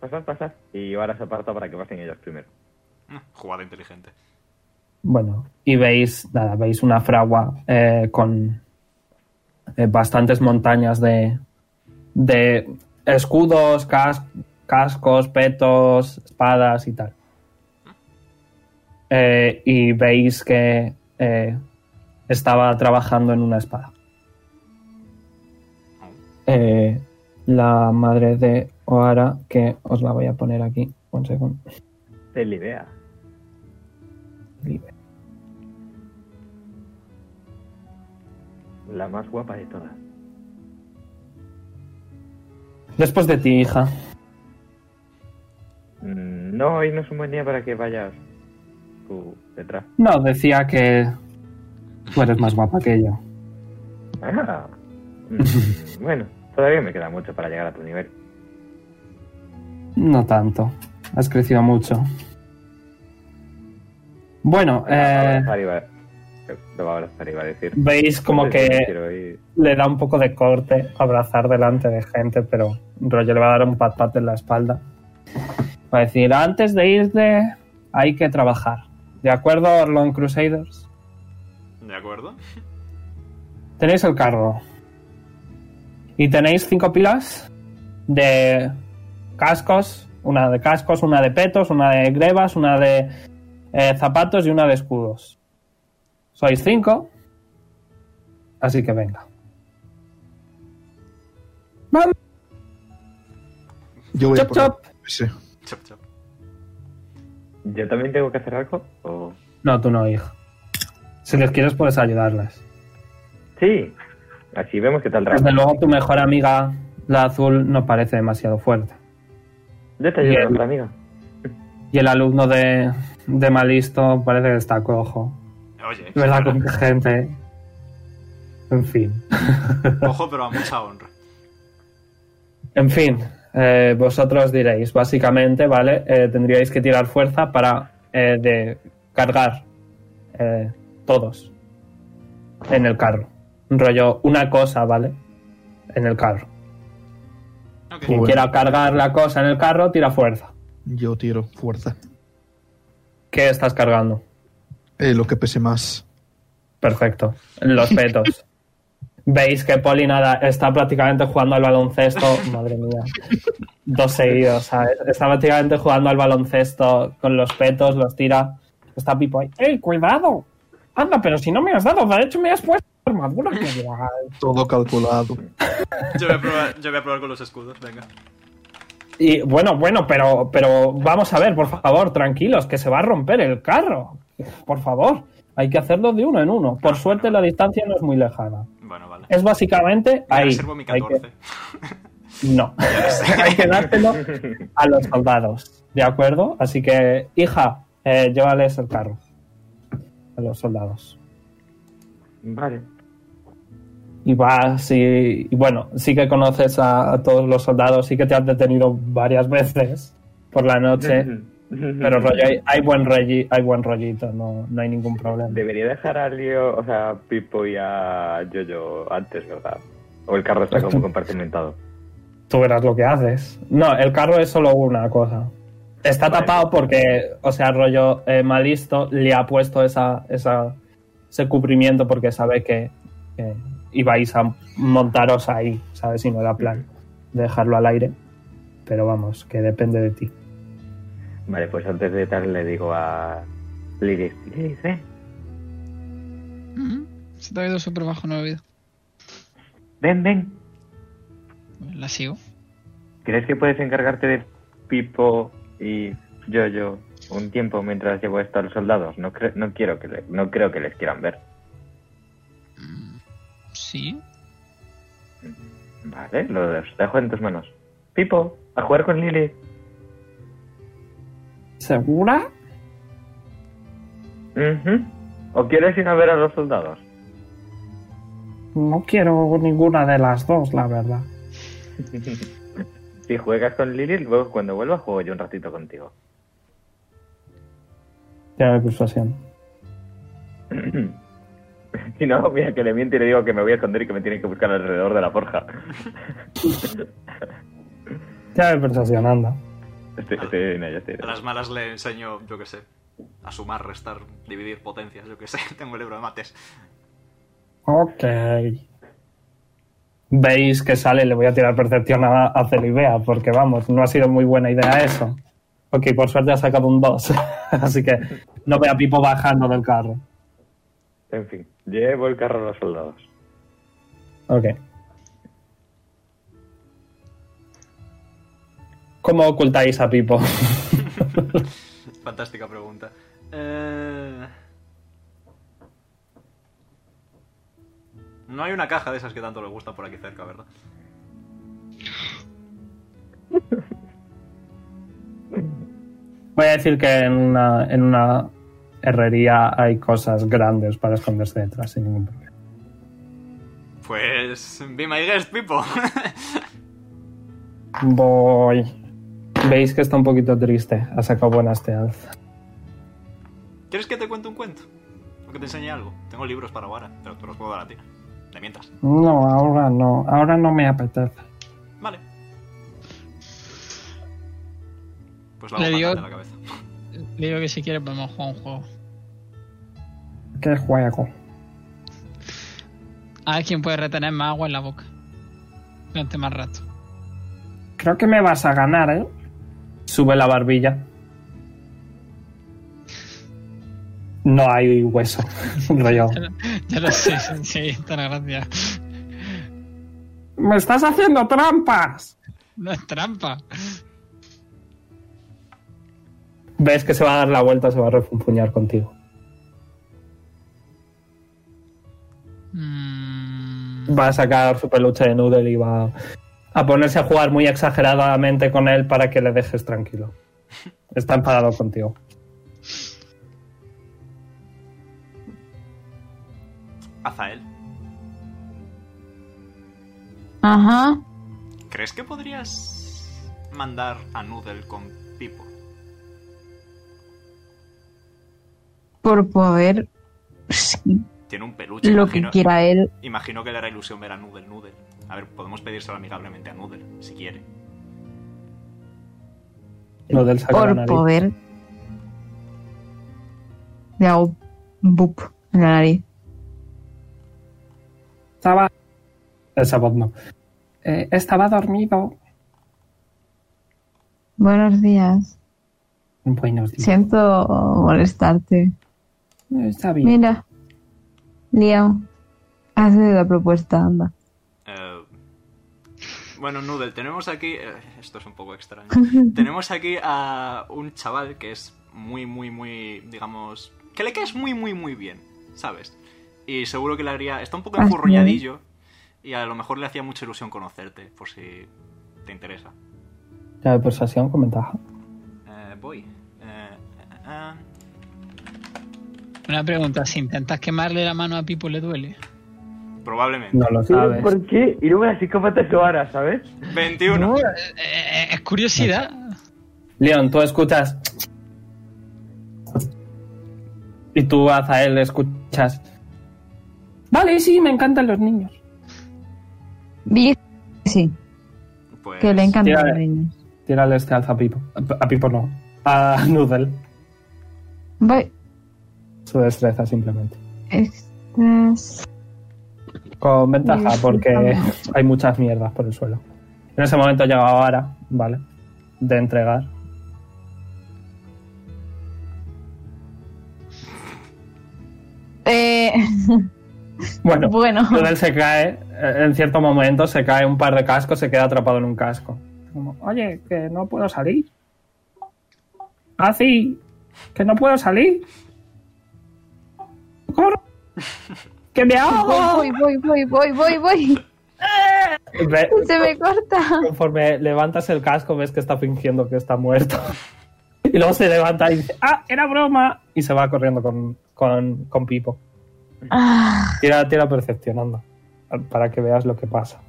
Pasad, pasad. Y ahora se aparta para que pasen ellos primero. Mm, Jugada inteligente. Bueno, y veis, nada, veis una fragua eh, con eh, bastantes montañas de, de escudos, cas- cascos, petos, espadas y tal. Eh, y veis que eh, estaba trabajando en una espada. Eh, la madre de Oara, que os la voy a poner aquí, un segundo. Esa es la idea. La más guapa de todas. Después de ti, hija. Mm, No, hoy no es un buen día para que vayas tú detrás. No, decía que tú eres más guapa que yo. Ah. Mm, bueno, todavía me queda mucho para llegar a tu nivel. No tanto. Has crecido mucho. Ah, Bueno, eh, Lo va a abrazar y va- Lo va a abrazar y va a decir. veis como que Quiero ir. le da un poco de corte abrazar delante de gente, pero rollo le va a dar un pat pat en la espalda. Va a decir, antes de irte hay que trabajar. ¿De acuerdo, Orlon Crusaders? ¿De acuerdo? Tenéis el cargo. Y tenéis cinco pilas de cascos, una de cascos, una de petos, una de grebas, una de eh, zapatos y una de escudos. Sois cinco. Así que venga. Yo voy a Chop, por la- chop. Sí. Chop, chop. ¿Yo también tengo que hacer algo? ¿O... No, tú no, hija. Si les quieres puedes ayudarles. Sí. Así vemos qué tal trabajo. Desde luego tu mejor amiga, la azul, no parece demasiado fuerte. Yo te Bien. ayudo, otra amiga. Y el alumno de, de Malisto parece que está cojo. Oye, Es verdad, con gente. En fin. ojo, pero a mucha honra. En fin, eh, vosotros diréis, básicamente, ¿vale? Eh, tendríais que tirar fuerza para eh, de cargar eh, todos en el carro. Un rollo, una cosa, ¿vale? En el carro. Ok. Quien Bueno. quiera cargar la cosa en el carro, tira fuerza. Yo tiro fuerza. ¿Qué estás cargando? Eh, lo que pese más. Perfecto. Los petos. Veis que Poli nada está prácticamente jugando al baloncesto. Madre mía. Dos seguidos, ¿sabes? Está prácticamente jugando al baloncesto con los petos, los tira. Está Pipo ahí. ¡Ey, ¡Eh, cuidado! Anda, pero si no me has dado, de hecho me has puesto armadura. qué guay. Todo calculado. Yo voy, a probar, yo voy a probar con los escudos, venga. Y bueno, bueno, pero, pero vamos a ver, por favor, tranquilos, que se va a romper el carro. Por favor, hay que hacerlo de uno en uno. Por suerte la distancia no es muy lejana. Bueno, vale. Es básicamente Me Eh, ahí. reservo mi Hay que- 14. No. Hay que dártelo a los soldados. ¿De acuerdo? Así que, hija, eh, llévales el carro. A los soldados. Vale. Y vas y, y bueno, sí que conoces a, a todos los soldados, sí que te han detenido varias veces por la noche. Pero rollo, hay, hay buen rolli- hay buen rollito, no, no hay ningún problema. Debería dejar a Leo, o sea, a Pipo y a Jojo antes, ¿verdad? O el carro está como compartimentado. Tú verás lo que haces. No, el carro es solo una cosa. Está Vale. tapado porque, o sea, rollo eh, malisto le ha puesto esa, esa, ese cubrimiento porque sabe que, que ibais a montaros ahí, ¿sabes? Si no era plan de dejarlo al aire. Pero vamos, que depende de ti. Vale, pues antes de tal le digo a Lilith. Lilith, ven, Ujú. Se te ha oído súper bajo, no lo he oído. ven, ven. Pues La sigo. ¿Crees que puedes encargarte de Pipo y Jojo? un tiempo mientras llevo esto a los soldados. No, cre- no, quiero que le- no creo que les quieran ver. Sí. Vale, los dejo en tus manos. Pipo, a jugar con Lily. ¿Segura? Ujú. ¿O quieres ir a ver a los soldados? No quiero ninguna de las dos, la verdad. Si juegas con Lily, luego cuando vuelva juego yo un ratito contigo. Tiene la persuasión. si no, mira que le miento y le digo que me voy a esconder y que me tienen que buscar alrededor de la forja. Tiene la persuasión, anda. Estoy, estoy, no, Este, ya estoy. A las malas le enseño, yo qué sé, a sumar, restar, dividir potencias, yo qué sé. Tengo el libro de mates. Ok. Veis que sale, le voy a tirar percepción a, a Celibea, porque vamos, no ha sido muy buena idea eso. Ok, por suerte ha sacado un 2. Así que no ve a Pipo bajando del carro. En fin, llevo el carro a los soldados. Ok. ¿Cómo ocultáis a Pipo? Fantástica pregunta. Eh, No hay una caja de esas que tanto le gusta por aquí cerca, ¿verdad? Voy a decir que en una, en una herrería hay cosas grandes para esconderse detrás sin ningún problema. Pues. Be my guest, Pipo. Voy. Veis que está un poquito triste. Ha sacado buenas te alza. ¿Quieres que te cuente un cuento? ¿O que te enseñe algo? Tengo libros para Vara, pero te los puedo dar a ti. De mientras. No, ahora no. Ahora no me apetece. Vale. Pues la Le hoja digo- de la cabeza. Le digo que si quiere podemos jugar un juego. ¿Qué juego? A ver quién puede retener más agua en la boca. Durante más rato. Creo que me vas a ganar, ¿eh? Sube la barbilla. No hay hueso. Rollo. Ya lo sé, sí, está la gracia. ¡Me estás haciendo trampas! No es trampa. Ves que se va a dar la vuelta, se va a refunfuñar contigo. Mm, va a sacar su peluche de Noodle y va a ponerse a jugar muy exageradamente con él para que le dejes tranquilo. Está enfadado contigo. Azael, Ajá. ¿crees que podrías mandar a Noodle con Pipo? Por poder. pues, sí, Tiene un Pues peluche. lo que imagino, quiera él. Imagino que le hará ilusión ver a Noodle Noodle. A ver, podemos pedírselo amigablemente a Noodle, si quiere. Noodle saca la Por nariz. poder. Le hago boop en la nariz. Estaba. Esa voz no. Eh, estaba dormido. Buenos días. Buenos días. Siento molestarte. Está bien. Mira. Liam. Hazle la propuesta, anda. Eh, bueno, Noodle, tenemos aquí... eh, esto es un poco extraño. tenemos aquí a un chaval que es muy, muy, muy, digamos... Que le caes muy, muy, muy bien, ¿sabes? Y seguro que le haría... Está un poco Así es. enfurruñadillo y a lo mejor le hacía mucha ilusión conocerte, por si te interesa. Ya de persuasión con ventaja. Eh, voy. Eh, ah, Una pregunta, si intentas quemarle la mano a Pipo le duele. probablemente. No lo sabes. ¿Por qué? Y luego la psicópata es ahora, ¿sabes? 21. Eh, eh, es curiosidad. Leon, tú escuchas. Y tú, Azael, escuchas. Vale, sí, me encantan los niños. Bien. Sí, Pues, que le Tira- encantan los niños. Tírale este alza a Pipo. A Pipo no. A Noodle. Voy. Su destreza, simplemente. Estás. Con ventaja, Dios, porque puta hay muchas mierdas por el suelo. En ese momento llegaba ahora, ¿vale? De entregar. Eh, Bueno, bueno. Noodle se cae, eh, en cierto momento se cae un par de cascos, se queda atrapado en un casco. Como, Oye, "Ah, que no puedo salir. Así, Que no puedo salir. ¡Corro! ¡Que me ahogo! Voy, voy, voy, voy, voy, voy. Ve- Se me corta. Conforme levantas el casco, ves que está fingiendo que está muerto. Y luego se levanta y dice, ¡ah, era broma! Y se va corriendo con, con, con Pipo. Ah, Tira, tira percepción, anda. Para que veas lo que pasa.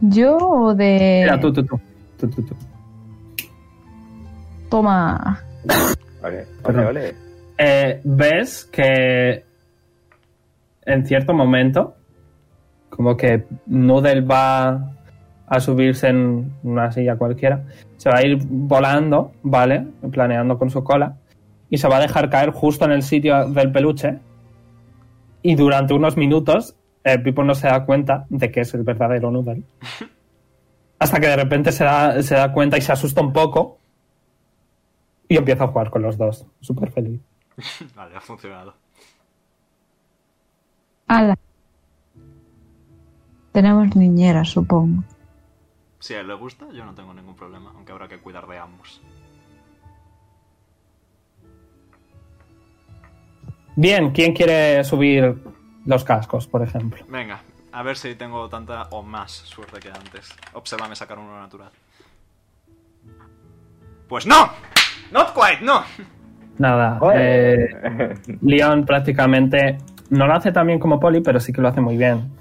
yo o de. Mira, tú, tú, tú. Tú, tú, tú. Toma. Vale, vale, Perdón. vale. Eh, ves que en cierto momento, como que Noodle va a subirse en una silla cualquiera, se va a ir volando, ¿vale? Planeando con su cola, y se va a dejar caer justo en el sitio del peluche. Y durante unos minutos, eh, Pipo no se da cuenta de que es el verdadero Noodle. Hasta que de repente se da, se da cuenta y se asusta un poco. Y empieza a jugar con los dos. Súper feliz. Vale, ha funcionado. Ala. Tenemos niñera, supongo. Si a él le gusta, yo no tengo ningún problema, aunque habrá que cuidar de ambos. Bien, ¿quién quiere subir los cascos, por ejemplo? Venga, a ver si tengo tanta o más suerte que antes. Obsérvame sacar uno natural. Pues no! Not quite, no! Nada, eh, Leon prácticamente no lo hace tan bien como Poli, pero sí que lo hace muy bien.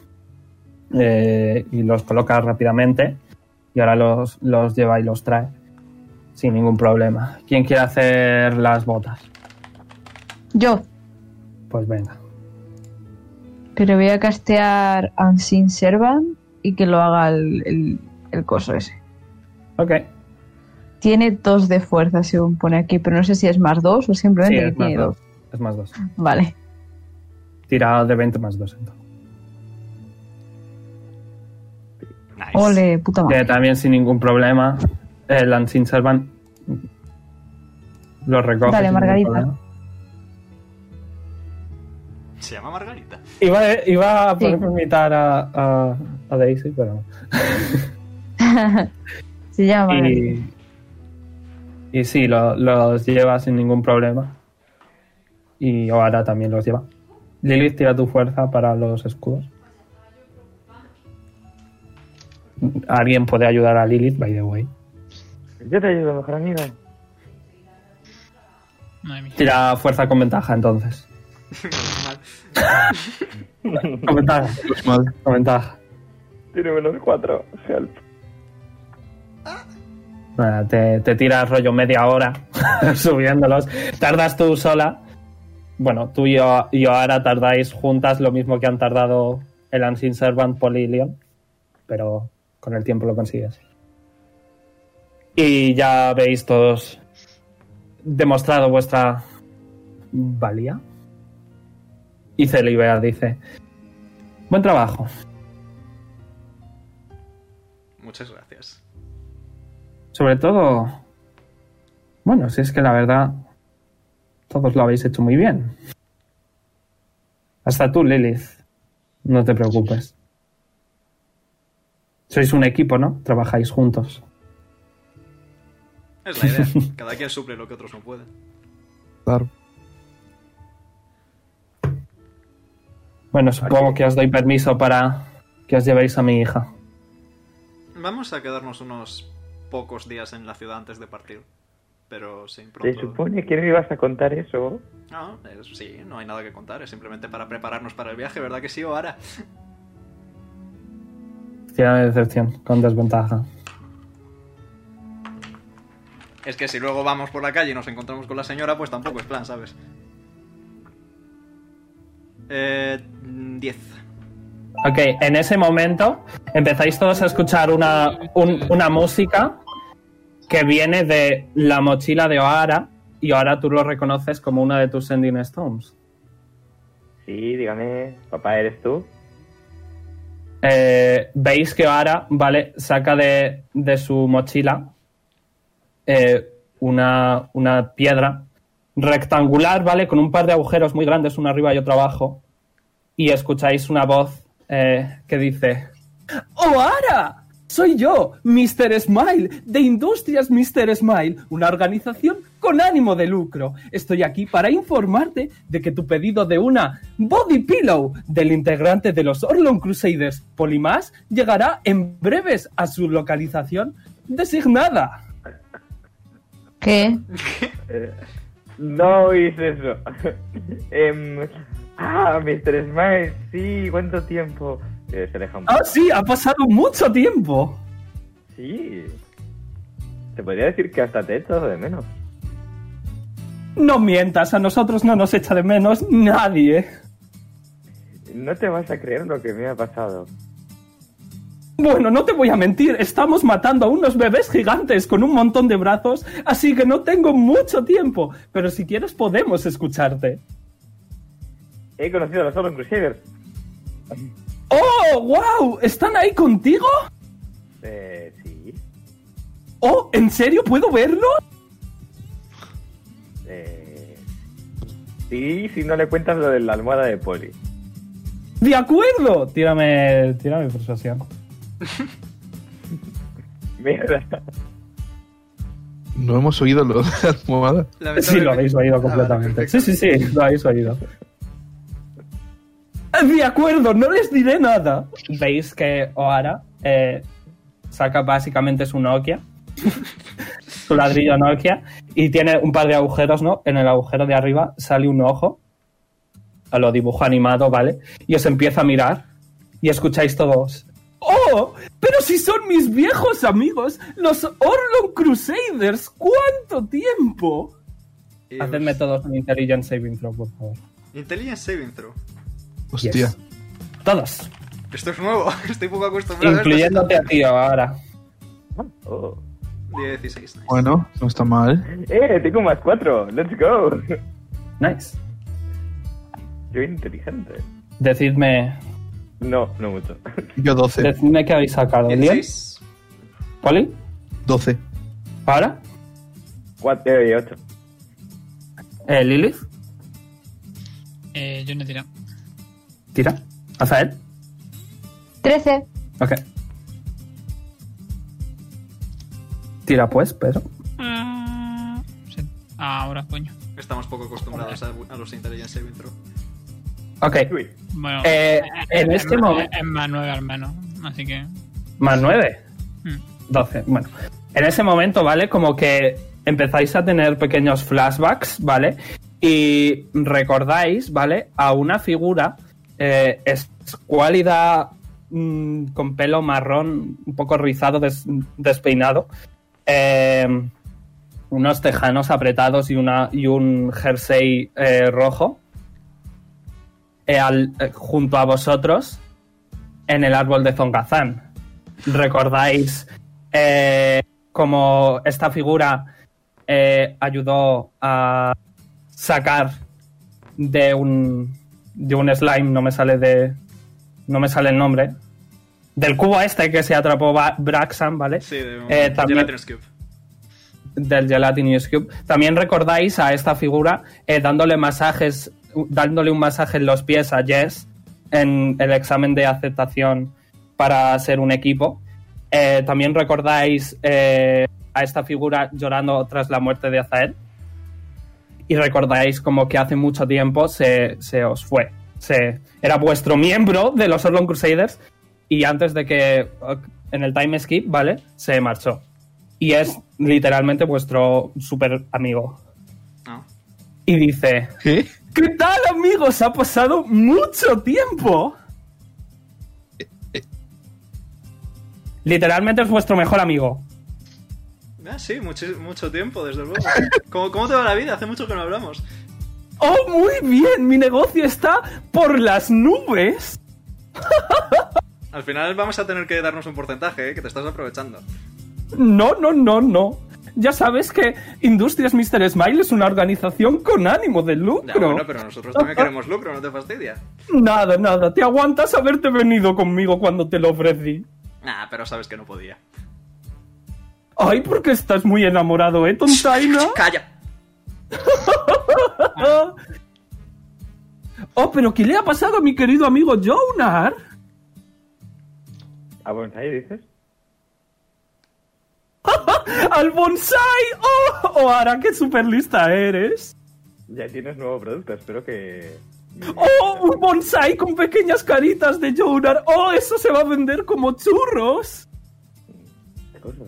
Eh, y los coloca rápidamente y ahora los, los lleva y los trae sin ningún problema. ¿Quién quiere hacer las botas? Yo. Pues venga. Pero voy a castear Unseen Servant y que lo haga el, el, el coso ese. Ok, Tiene dos de fuerza, según pone aquí, pero no sé si es más dos o sí, simplemente que es más tiene dos. dos. Es más dos. Vale. Tira de 20 más dos entonces. Nice. Ole, puta que madre. también sin ningún problema el Unseen Servant lo recoge. Dale, sin ningún Margarita. problema. Se llama Margarita. Iba, iba a Sí. poder imitar a, a, a Daisy, pero. Se llama. Y, y sí, lo- los lleva sin ningún problema. Y ahora también los lleva. Lilith, tira tu fuerza para los escudos. Alguien puede ayudar a Lilith, by the way. Yo te ayudo, mejor amigo. Madre mía. Tira fuerza con ventaja, entonces. con ventaja, Pues mal. con ventaja. Tiene menos cuatro. Help. Nada, te, te tiras rollo media hora subiéndolos. Tardas tú sola. Bueno, tú y yo, y ahora tardáis juntas lo mismo que han tardado el Unseen Servant, Poli y Leon. Pero con el tiempo lo consigues. Y ya veis todos demostrado vuestra valía. Y Celibear dice: Buen trabajo. Muchas gracias. Sobre todo, bueno, si es que la verdad, todos lo habéis hecho muy bien. Hasta tú, Lilith. No te preocupes. Sois un equipo, ¿no? Trabajáis juntos. Es la idea. Cada quien suple lo que otros no pueden. Claro. Bueno, supongo que os doy permiso para que os llevéis a mi hija. Vamos a quedarnos unos pocos días en la ciudad antes de partir. Pero sí, Se pronto. supone que no ibas a contar eso. No, es- sí, no hay nada que contar. Es simplemente para prepararnos para el viaje, ¿verdad que sí, Oara? Tira de decepción, con desventaja. Es que si luego vamos por la calle y nos encontramos con la señora, pues tampoco es plan, ¿sabes? Eh. 10. Ok, en ese momento empezáis todos a escuchar una, un- una música que viene de la mochila de O'Hara y ahora tú lo reconoces como una de tus Sending Stones. Sí, dígame. Papá, ¿eres tú? Eh, Veis que O'Hara, ¿vale? Saca de, de su mochila eh, una, una piedra rectangular, ¿vale? Con un par de agujeros muy grandes, uno arriba y otro abajo. Y escucháis una voz eh, que dice... ah. ¡Oara! Soy yo, Mr. Smile, de Industrias Mr. Smile, una organización con ánimo de lucro. Estoy aquí para informarte de que tu pedido de una Body Pillow del integrante de los Orlon Crusaders Polimás llegará en breves a su localización designada. ¿Qué? Eh, no hice eso. Em, ah, Mr. Smile, sí, ¿cuánto tiempo? Eh, se aleja un poco. Ah, sí, ha pasado mucho tiempo. Sí. Te podría decir que hasta te he echado de menos. No mientas, a nosotros no nos echa de menos nadie. No te vas a creer lo que me ha pasado. Bueno, no te voy a mentir, estamos matando a unos bebés gigantes con un montón de brazos, así que no tengo mucho tiempo, pero si quieres podemos escucharte. He conocido a los Orlon Crusaders. ¡Oh, wow! ¿Están ahí contigo? Eh, sí. ¡Oh, ¿en serio puedo verlo? Eh, sí, si no le cuentas lo de la almohada de Poli. ¡De acuerdo! Tírame, tírame persuasión. Mierda. No hemos oído lo de la almohada. Sí, lo habéis Ah, oído completamente. sí, sí, sí, lo habéis oído. De acuerdo, no les diré nada. Veis que Oara eh, saca básicamente su Nokia, su ladrillo Nokia, y tiene un par de agujeros, ¿no? En el agujero de arriba sale un ojo, lo dibujo animado, ¿vale? Y os empieza a mirar y escucháis todos. ¡Oh! ¡Pero si son mis viejos amigos! ¡Los Orlon Crusaders! ¡Cuánto tiempo! Eh, Hacedme todos un Intelligence Saving Throw, por favor. Intelligence Saving Throw. Hostia. Yes. Todos. Esto es nuevo. Estoy poco acostumbrado. Incluyéndote a ti ahora. Oh. a 16. nice. Bueno, no está mal. Eh, tengo más cuatro. Let's go. Nice. Yo inteligente. Decidme, No, no mucho. Yo 12. decidme qué habéis sacado. ¿Lien? 16. ¿Poli? 12. ¿Ahora? Cuatro y ocho. ¿Eh, ¿Lilith? Eh, yo no he tirado. ¿Tira? ¿Azael? 13. Ok. Tira pues, pero... Sí. Ahora, coño. Estamos poco acostumbrados a, a los Intelligence Saving Throw. Ok. Uy, Bueno, Eh, en es- este es- momento... Es más nueve al menos, así que. Más 9. mm. 12. Bueno, en ese momento, ¿vale? Como que empezáis a tener pequeños flashbacks, ¿vale? Y recordáis, ¿vale? A una figura eh, escuálida, mm, con pelo marrón, un poco rizado, des- despeinado, eh, unos tejanos apretados y, una, y un jersey eh, rojo, eh, al- eh, junto a vosotros, en el árbol de Zongazán recordáis eh, cómo esta figura eh, ayudó a sacar de un de un slime no me sale de no me sale el nombre del cubo este que se atrapó Ba- Braxan vale Sí, de un Eh, también- Gelatinous Cube. del Gelatinous Cube. También recordáis a esta figura eh, dándole masajes, u- dándole un masaje en los pies a Jess en el examen de aceptación para ser un equipo. Eh, también recordáis eh, a esta figura llorando tras la muerte de Azael. Y recordáis como que hace mucho tiempo se, se os fue. Se, era vuestro miembro de los Orlon Crusaders y antes de que en el time skip, ¿vale? Se marchó. Y es literalmente vuestro super amigo. No. Y dice, ¿Qué? ¿qué tal amigos? Ha pasado mucho tiempo. Literalmente es vuestro mejor amigo. Ah, sí, mucho, mucho tiempo, desde luego. ¿Cómo, ¿Cómo te va la vida? Hace mucho que no hablamos. ¡Oh, muy bien! Mi negocio está por las nubes. Al final vamos a tener que darnos un porcentaje, ¿eh? que te estás aprovechando. No, no, no, no. Ya sabes que Industrias Mr. Smile es una organización con ánimo de Ya, lucro. bueno, pero nosotros también queremos lucro, no te fastidia. Nada, nada. Te aguantas haberte venido conmigo cuando te lo ofrecí. Nah, pero sabes que no podía. Ay, porque estás muy enamorado, ¿eh, tontaina? ¡Calla! Oh, pero ¿qué le ha pasado a mi querido amigo Jonar? ¿A Bonsai dices? ¡Al bonsai! ¡Oh! ¡Oh, ahora qué super lista eres! Ya tienes nuevo producto, espero que... ¡Oh, un bonsai con pequeñas caritas de Jonar! ¡Oh, eso se va a vender como churros! ¿Qué cosa?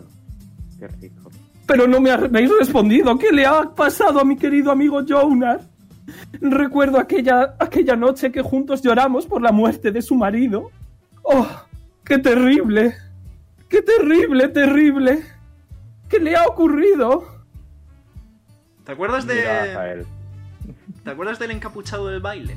Qué rico. Pero no me habéis respondido. ¿Qué le ha pasado a mi querido amigo Jonar? Recuerdo aquella, aquella noche que juntos lloramos por la muerte de su marido. ¡Oh, qué terrible! ¡Qué terrible, terrible! ¿Qué le ha ocurrido? ¿Te acuerdas Mira, de. Rafael. ¿Te acuerdas del encapuchado del baile?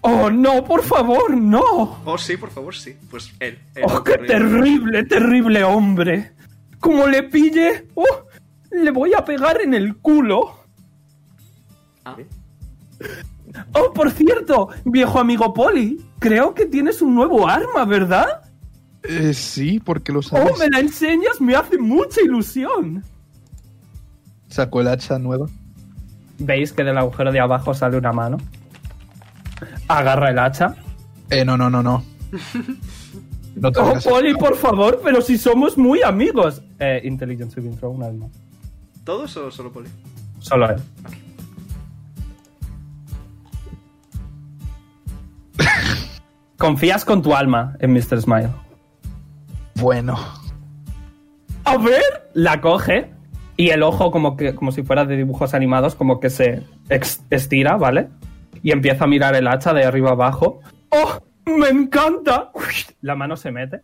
¡Oh, no, por favor, no! Oh, sí, por favor, sí. Pues él. él ¡Oh, qué ocurrió. terrible, terrible hombre! Como le pille, ¡oh! Le voy a pegar en el culo. Ah, Oh, por cierto, viejo amigo Poli, creo que tienes un nuevo arma, ¿verdad? Eh, sí, porque lo Oh, sabes. me la enseñas, me hace mucha ilusión. Sacó el hacha nueva. Veis que del agujero de abajo sale una mano. Agarra el hacha. Eh, no, no, no, no. No te Oh, hagas- Poli, por favor, pero si somos muy amigos. Eh, Intelligence Saving Throw, un alma. ¿Todos o solo Poli? Solo él. Confías con tu alma en Mr. Smile. Bueno. A ver, la coge y el ojo como que como si fuera de dibujos animados como que se ex- estira, ¿vale? Y empieza a mirar el hacha de arriba abajo. ¡Oh, me encanta! La mano se mete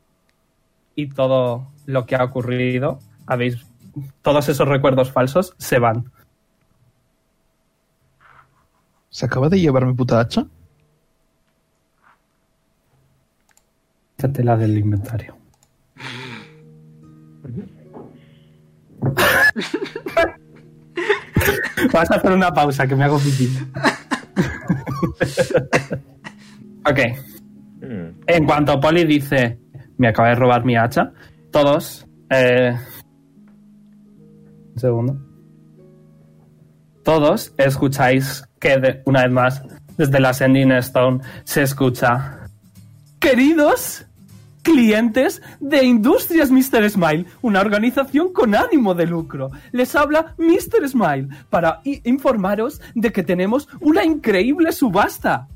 y todo lo que ha ocurrido, habéis todos esos recuerdos falsos se van. ¿Se acaba de llevar mi puta hacha? Quítate la del inventario. Vas a hacer una pausa que me hago pipí. ok. Mm. En cuanto Polly dice, me acaba de robar mi hacha, todos. eh, un segundo. Todos escucháis que, de- una vez más, desde la Sending Stone se escucha Queridos clientes de Industrias Mr. Smile, una organización con ánimo de lucro, les habla Mr. Smile para i- informaros de que tenemos una increíble subasta.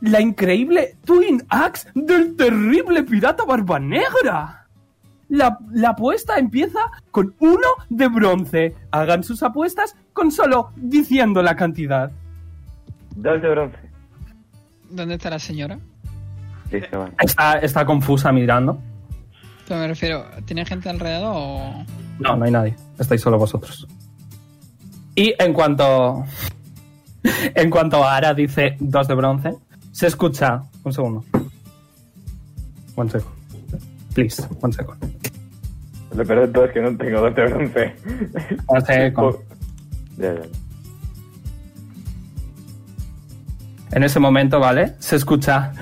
La increíble Twin Axe del terrible pirata Barba Negra. La, la apuesta empieza con uno de bronce. Hagan sus apuestas con solo diciendo la cantidad. Dos de bronce. ¿Dónde está la señora? Listo, vale. Está, está confusa mirando. Pero me refiero, ¿tiene gente alrededor o...? No, no hay nadie. Estáis solo vosotros. Y en cuanto. En cuanto a Ara dice dos de bronce, se escucha. Un segundo. One second. Please, one second. Lo peor de todo es que no tengo dos de bronce. One second. Ya, ya. En ese momento, ¿vale? Se escucha.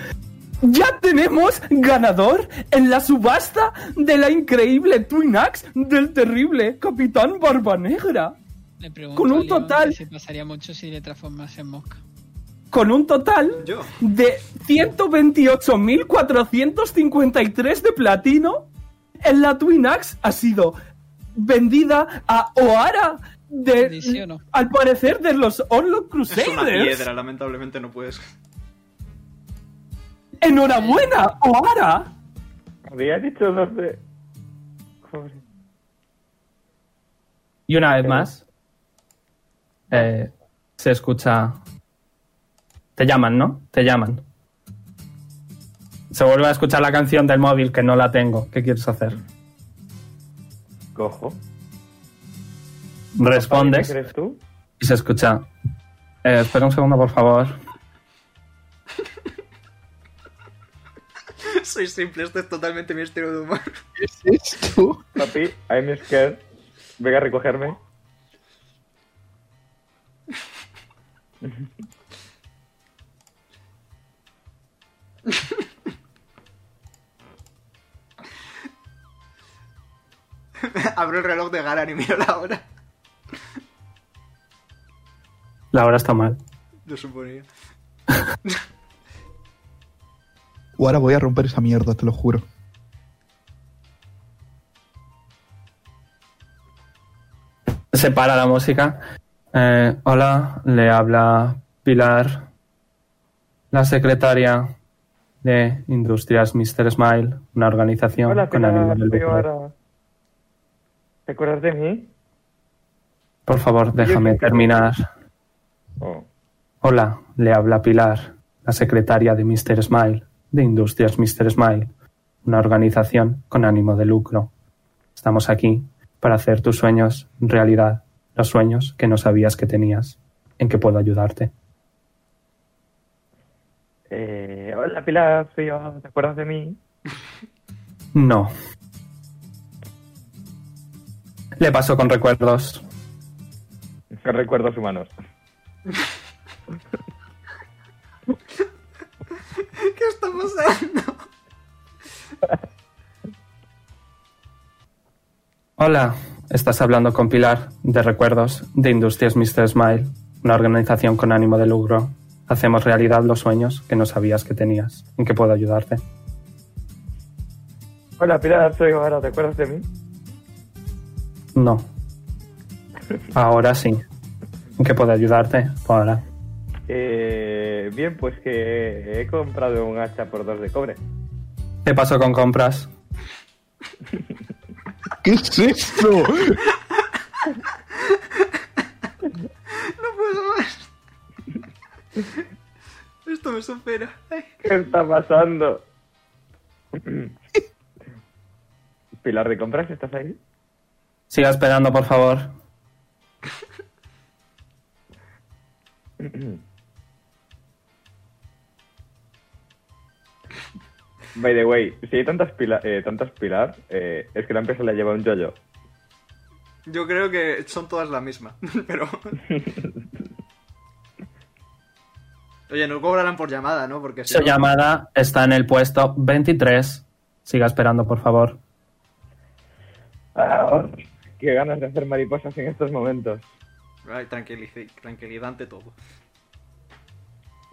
¡Ya tenemos ganador en la subasta de la increíble Twin Axe del terrible Capitán Barba Negra! Le pregunto Con un a Leon total. que Si pasaría mucho si le transformase en mosca. Con un total Yo. de 128.453 de platino en la Twin Axe ha sido vendida a O'Hara de Bendición, ¿no? al parecer de los Onlock Es una Crusaders. piedra, lamentablemente no puedes. Enhorabuena, O'Hara. Había dicho dos de... Joder. Y una vez más eh, se escucha te llaman, ¿no? Te llaman. Se vuelve a escuchar la canción del móvil que no la tengo. ¿Qué quieres hacer? Cojo. Respondes. ¿Qué ¿Eres tú? Y se escucha. Eh, espera un segundo, por favor. Soy simple, esto es totalmente mi estilo de humor. Papi, I'm scared. Venga a recogerme. Abro el reloj de Garan y miro la hora. La hora está mal. Lo suponía. O ahora voy a romper esa mierda, te lo juro. Se para la música. Eh, hola, le habla Pilar, la secretaria de Industrias Mr. Smile, una organización Hola, con ánimo Pilar, de lucro. Pilar. ¿Te acuerdas de mí? Por favor, creo déjame que- terminar. Oh, Hola, le habla Pilar, la secretaria de Mr. Smile, de Industrias Mr. Smile, una organización con ánimo de lucro. Estamos aquí para hacer tus sueños realidad, los sueños que no sabías que tenías. ¿En qué puedo ayudarte? eh, hola, Pilar, soy yo. ¿Te acuerdas de mí? No. Le paso con recuerdos. Recuerdos humanos. ¿Qué está pasando? Hola, estás hablando con Pilar de Recuerdos de Industrias Mr. Smile, una organización con ánimo de lucro. Hacemos realidad los sueños que no sabías que tenías. ¿En qué puedo ayudarte? Hola, Pilar, soy yo. ¿Te acuerdas de mí? No. Ahora sí. ¿En qué puedo ayudarte? Pues Ahora. Eh, bien, pues que he comprado un hacha por dos de cobre. Te paso con compras. ¿Qué es esto? No puedo más. Esto me supera. Ay. ¿Qué está pasando? Pilar de compras, ¿estás ahí? Siga esperando, por favor. By the way, si hay tantas, pila- eh, tantas Pilar, eh, es que la empresa la lleva un yoyo. Yo creo que son todas la misma, pero... Oye, no cobrarán por llamada, ¿no? Porque si Su no- llamada está en el puesto 23. Siga esperando, por favor. Ah, qué ganas de hacer mariposas en estos momentos. Ay, tranquilici- tranquilidad ante todo.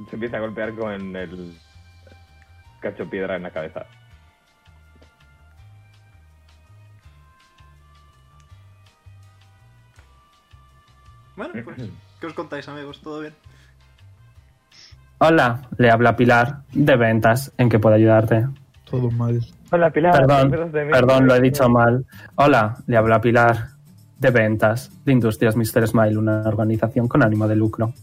Se empieza a golpear con el cacho piedra en la cabeza. Bueno, pues, ¿qué os contáis, amigos? ¿Todo bien? Hola, le habla Pilar de Ventas. ¿En qué puedo ayudarte? Todo mal. Hola Pilar, Perdón, ¿te acuerdas de mí? perdón, lo he dicho mal. Hola, le habla Pilar de Ventas de Industrias Mr. Smile, una organización con ánimo de lucro.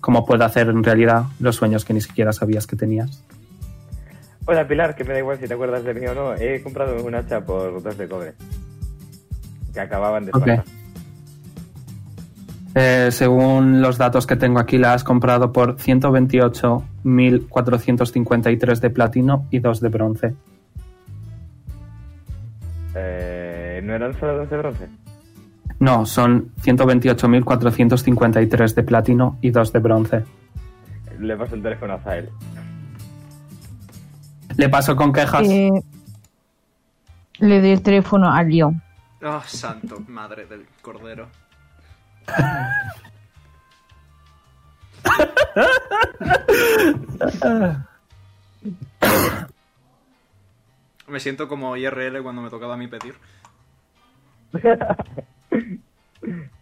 ¿Cómo puedo hacer en realidad los sueños que ni siquiera sabías que tenías? Hola Pilar, que me da igual si te acuerdas de mí o no. He comprado un hacha por dos de cobre. Que acababan de Ok. pasar. Eh, según los datos que tengo aquí, la has comprado por 128.453 de platino y 2 de bronce. Eh, ¿No eran solo dos de bronce? No, son 128.453 de platino y 2 de bronce. Le paso el teléfono a Zael. Le paso con quejas. Eh, le doy el teléfono a Leon. Oh, santo, madre del cordero. Me siento como IRL cuando me tocaba a mí pedir.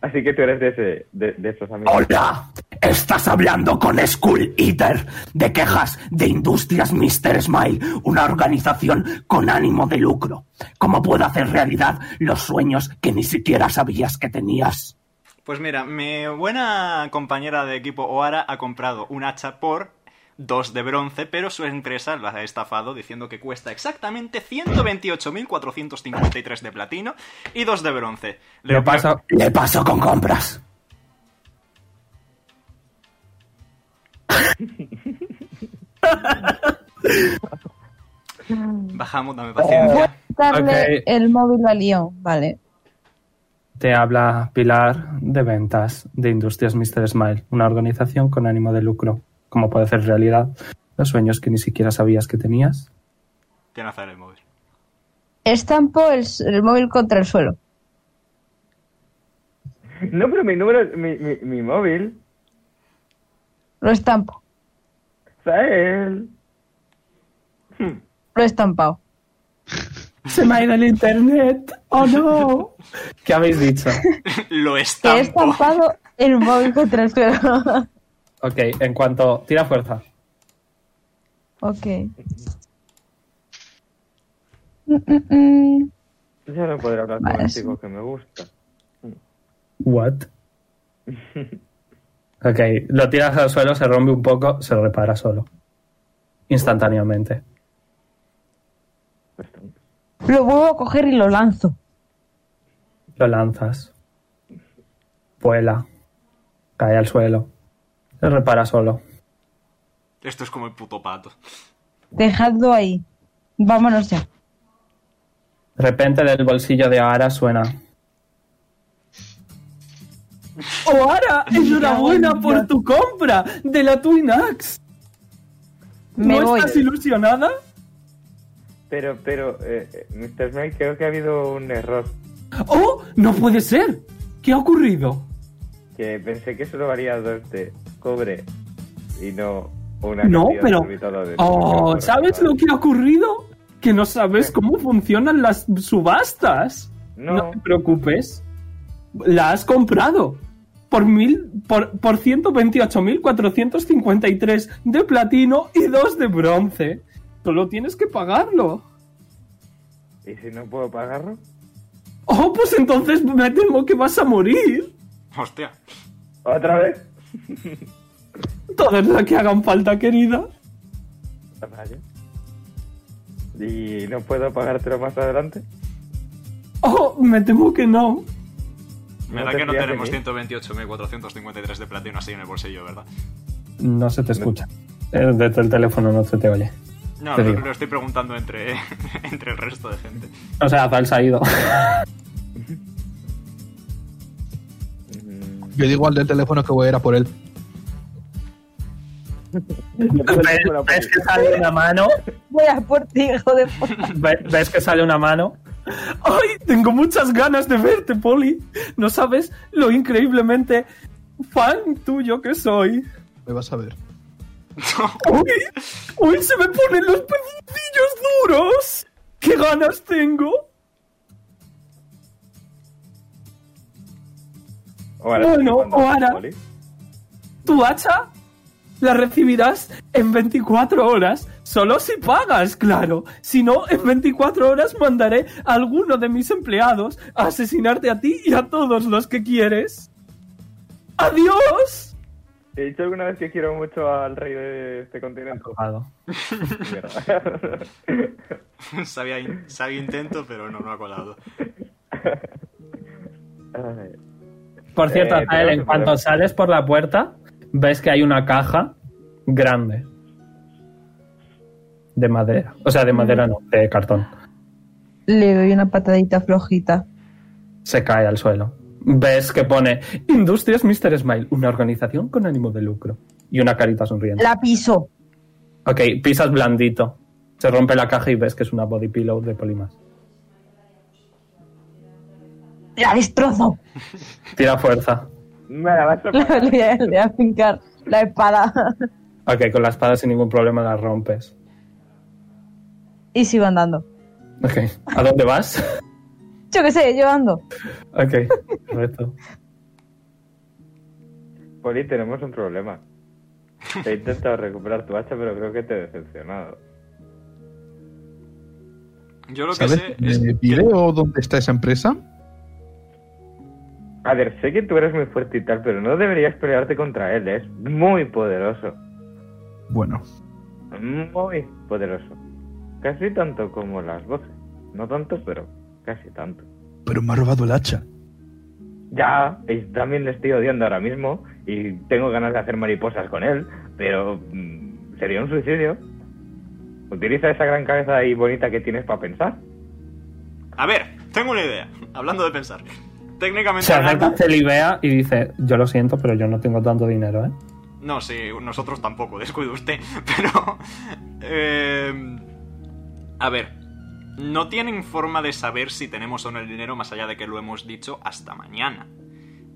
Así que tú eres de, ese, de, de esos amigos. Hola, estás hablando con Skull Eater de quejas de Industrias Mr. Smile, una organización con ánimo de lucro. ¿Cómo puedo hacer realidad los sueños que ni siquiera sabías que tenías? Pues mira, mi buena compañera de equipo Oara ha comprado un hacha por dos de bronce, pero su empresa la ha estafado diciendo que cuesta exactamente 128.453 de platino y dos de bronce. Le paso, Le paso con compras. Bajamos, dame paciencia. Darle Ok. el móvil a Leon, vale. Te habla Pilar de Ventas de Industrias Mr. Smile, una organización con ánimo de lucro. ¿Cómo puede hacer realidad los sueños que ni siquiera sabías que tenías? Tiene azar el móvil. Estampo el, el móvil contra el suelo. No, pero mi número, es- mi, mi, mi móvil. Lo estampo. Zael. Lo he estampado. Se me ha ido el internet. ¡Oh, no! ¿Qué habéis dicho? Lo Que he estampo. estampado el móvil trasero. Ok, en cuanto. Tira fuerza. ok. Mm, mm, mm. Ya no podré hablar con Vale, el sí. chico que me gusta. What? Ok, lo tiras al suelo, se rompe un poco, se repara solo. Instantáneamente. Lo vuelvo a coger y lo lanzo. Lo lanzas. Vuela. Cae al suelo. Se repara solo. Esto es como el puto pato. Dejadlo ahí. Vámonos ya. De repente del bolsillo de Ahara suena. ¡Ohara! ¡Enhorabuena por tu compra de la Twin Axe! Me ¿No voy. estás ilusionada? Pero, pero, eh, eh, Mr. Smile, creo que ha habido un error. ¡Oh! ¡No puede ser! ¿Qué ha ocurrido? Que pensé que solo valía dos de cobre y no una No, cantidad pero. desorbitada de- Oh, de- ¿Sabes lo que ha ocurrido? Que no sabes cómo funcionan las subastas. No. te preocupes. La has comprado. Por, mil, por, por 128.453 de platino y 2 de bronce. Solo tienes que pagarlo. ¿Y si no puedo pagarlo? Oh, pues entonces me temo que vas a morir. Hostia. ¿Otra vez? Todas las que hagan falta, querida. Vale. ¿Y no puedo pagártelo más adelante? Oh, me temo que no. Me No da te que no fías de tenemos mí. 128.453 de platino así en el bolsillo, ¿verdad? No se te escucha. Desde Eh, el teléfono no se te oye. No, Te lo, digo. lo estoy preguntando entre, entre el resto de gente. O sea, Zal se ha ido. Mm, Yo digo al del teléfono que voy a ir a por él. ¿Ves, ves que sale una mano? Voy a por ti, hijo de puta. ¿Ve- ¿Ves que sale una mano? ¡Ay! Tengo muchas ganas de verte, Poli. No sabes lo increíblemente fan tuyo que soy. Me vas a ver. ¡Uy! ¡Uy! ¡Se me ponen los pezucillos duros! ¡Qué ganas tengo! Ojalá Bueno, esté jugando Oara. con Oli. Tu hacha la recibirás en 24 horas. Solo si pagas, claro. Si no, en 24 horas mandaré a alguno de mis empleados a asesinarte a ti y a todos los que quieres. ¡Adiós! He dicho alguna vez que quiero mucho al rey de este continente. Mierda. sabía, in- sabía intento, pero no, no ha colado. Ay. Por cierto, Eh, Azael, tenemos en un cuanto problema. sales por la puerta, ves que hay una caja grande. De madera. O sea, de madera no, de cartón. Le doy una patadita flojita. se cae al suelo. Ves que pone Industrias Mr. Smile, una organización con ánimo de lucro. Y una carita sonriente. La piso. Ok, pisas blandito. Se rompe la caja y ves que es una body pillow de polimas. La destrozo. Tira fuerza. Me la vas a Le pagar. voy a- le voy a fincar la espada. Ok, con la espada sin ningún problema la rompes. Y sigo andando. Ok, ¿a dónde vas? Yo qué sé, yo ando. ok, correcto. Poli, tenemos un problema. Te he intentado recuperar tu hacha, pero creo que te he decepcionado. Yo lo que sé ¿Sabes? es. ¿De que- video dónde está esa empresa? A ver, sé que tú eres muy fuerte y tal, pero no deberías pelearte contra él. Es muy poderoso. Bueno, Muy poderoso. Casi tanto como las voces. No tanto, pero casi tanto. pero me ha robado el hacha. Ya, y también le estoy odiando ahora mismo y tengo ganas de hacer mariposas con él, pero mm, sería un suicidio. Utiliza esa gran cabeza ahí bonita que tienes para pensar. A ver, tengo una idea. Hablando de pensar. Técnicamente. Se acerca hablando- Celibea y dice, yo lo siento, pero yo no tengo tanto dinero, ¿eh? No, sí, nosotros tampoco, descuido usted. Pero. eh, a ver. No tienen forma de saber si tenemos o no el dinero más allá de que lo hemos dicho hasta mañana.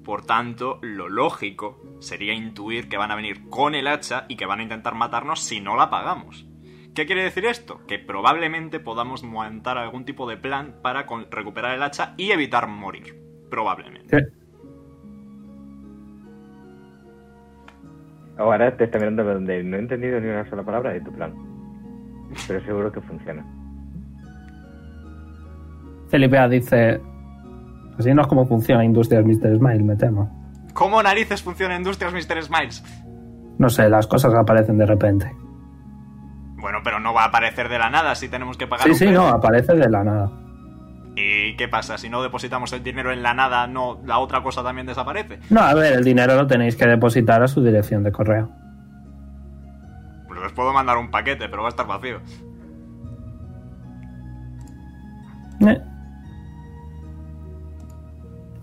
Por tanto, lo lógico sería intuir que van a venir con el hacha y que van a intentar matarnos si no la pagamos. ¿Qué quiere decir esto? Que probablemente podamos montar algún tipo de plan para con- recuperar el hacha y evitar morir. Probablemente. Ahora te está mirando donde no he entendido ni una sola palabra de tu plan. Pero seguro que funciona. Felipea dice: Así no es como funciona Industrias Mr. Smile, me temo. ¿Cómo narices funciona Industrias Mr. Smiles? No sé, las cosas aparecen de repente. Bueno, pero no va a aparecer de la nada si tenemos que pagar Sí, un sí, precio. no, aparece de la nada. ¿Y qué pasa? Si no depositamos el dinero en la nada, no, la otra cosa también desaparece. No, a ver, el dinero lo tenéis que depositar a su dirección de correo. Pues Les puedo mandar un paquete, pero va a estar vacío. Eh.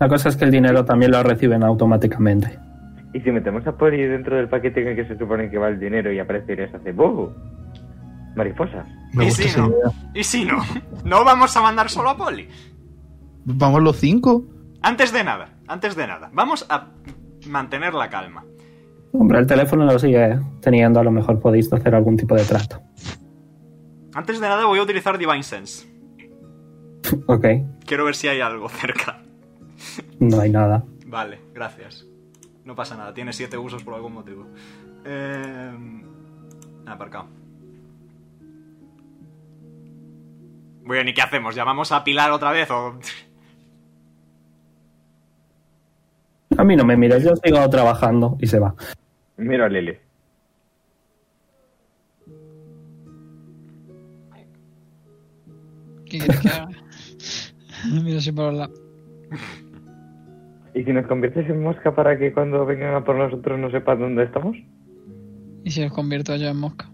La cosa es que el dinero también lo reciben automáticamente. ¿Y si metemos a Pori dentro del paquete en el que se supone que va el dinero y aparece Inés hace bobo? Mariposas. Me ¿Y gusta si esa no? idea. ¿Y si no? No vamos a mandar solo a Polly. Vamos los cinco. Antes de nada, antes de nada, vamos a mantener la calma. Hombre, el teléfono lo sigue teniendo, a lo mejor podéis hacer algún tipo de trato. Antes de nada voy a utilizar Divine Sense. Ok, Quiero ver si hay algo cerca. no hay nada. Vale, gracias. No pasa nada, tiene siete usos por algún motivo. Eh, aparcado. Bueno, ¿y qué hacemos? ¿Llamamos a Pilar otra vez o...? A mí no me mires, yo sigo trabajando y se va. Miro a Lele. ¿Qué quieres que haga? Mira así por la... ¿Y si nos conviertes en mosca para que cuando vengan a por nosotros no sepan dónde estamos? ¿Y si os convierto yo en mosca?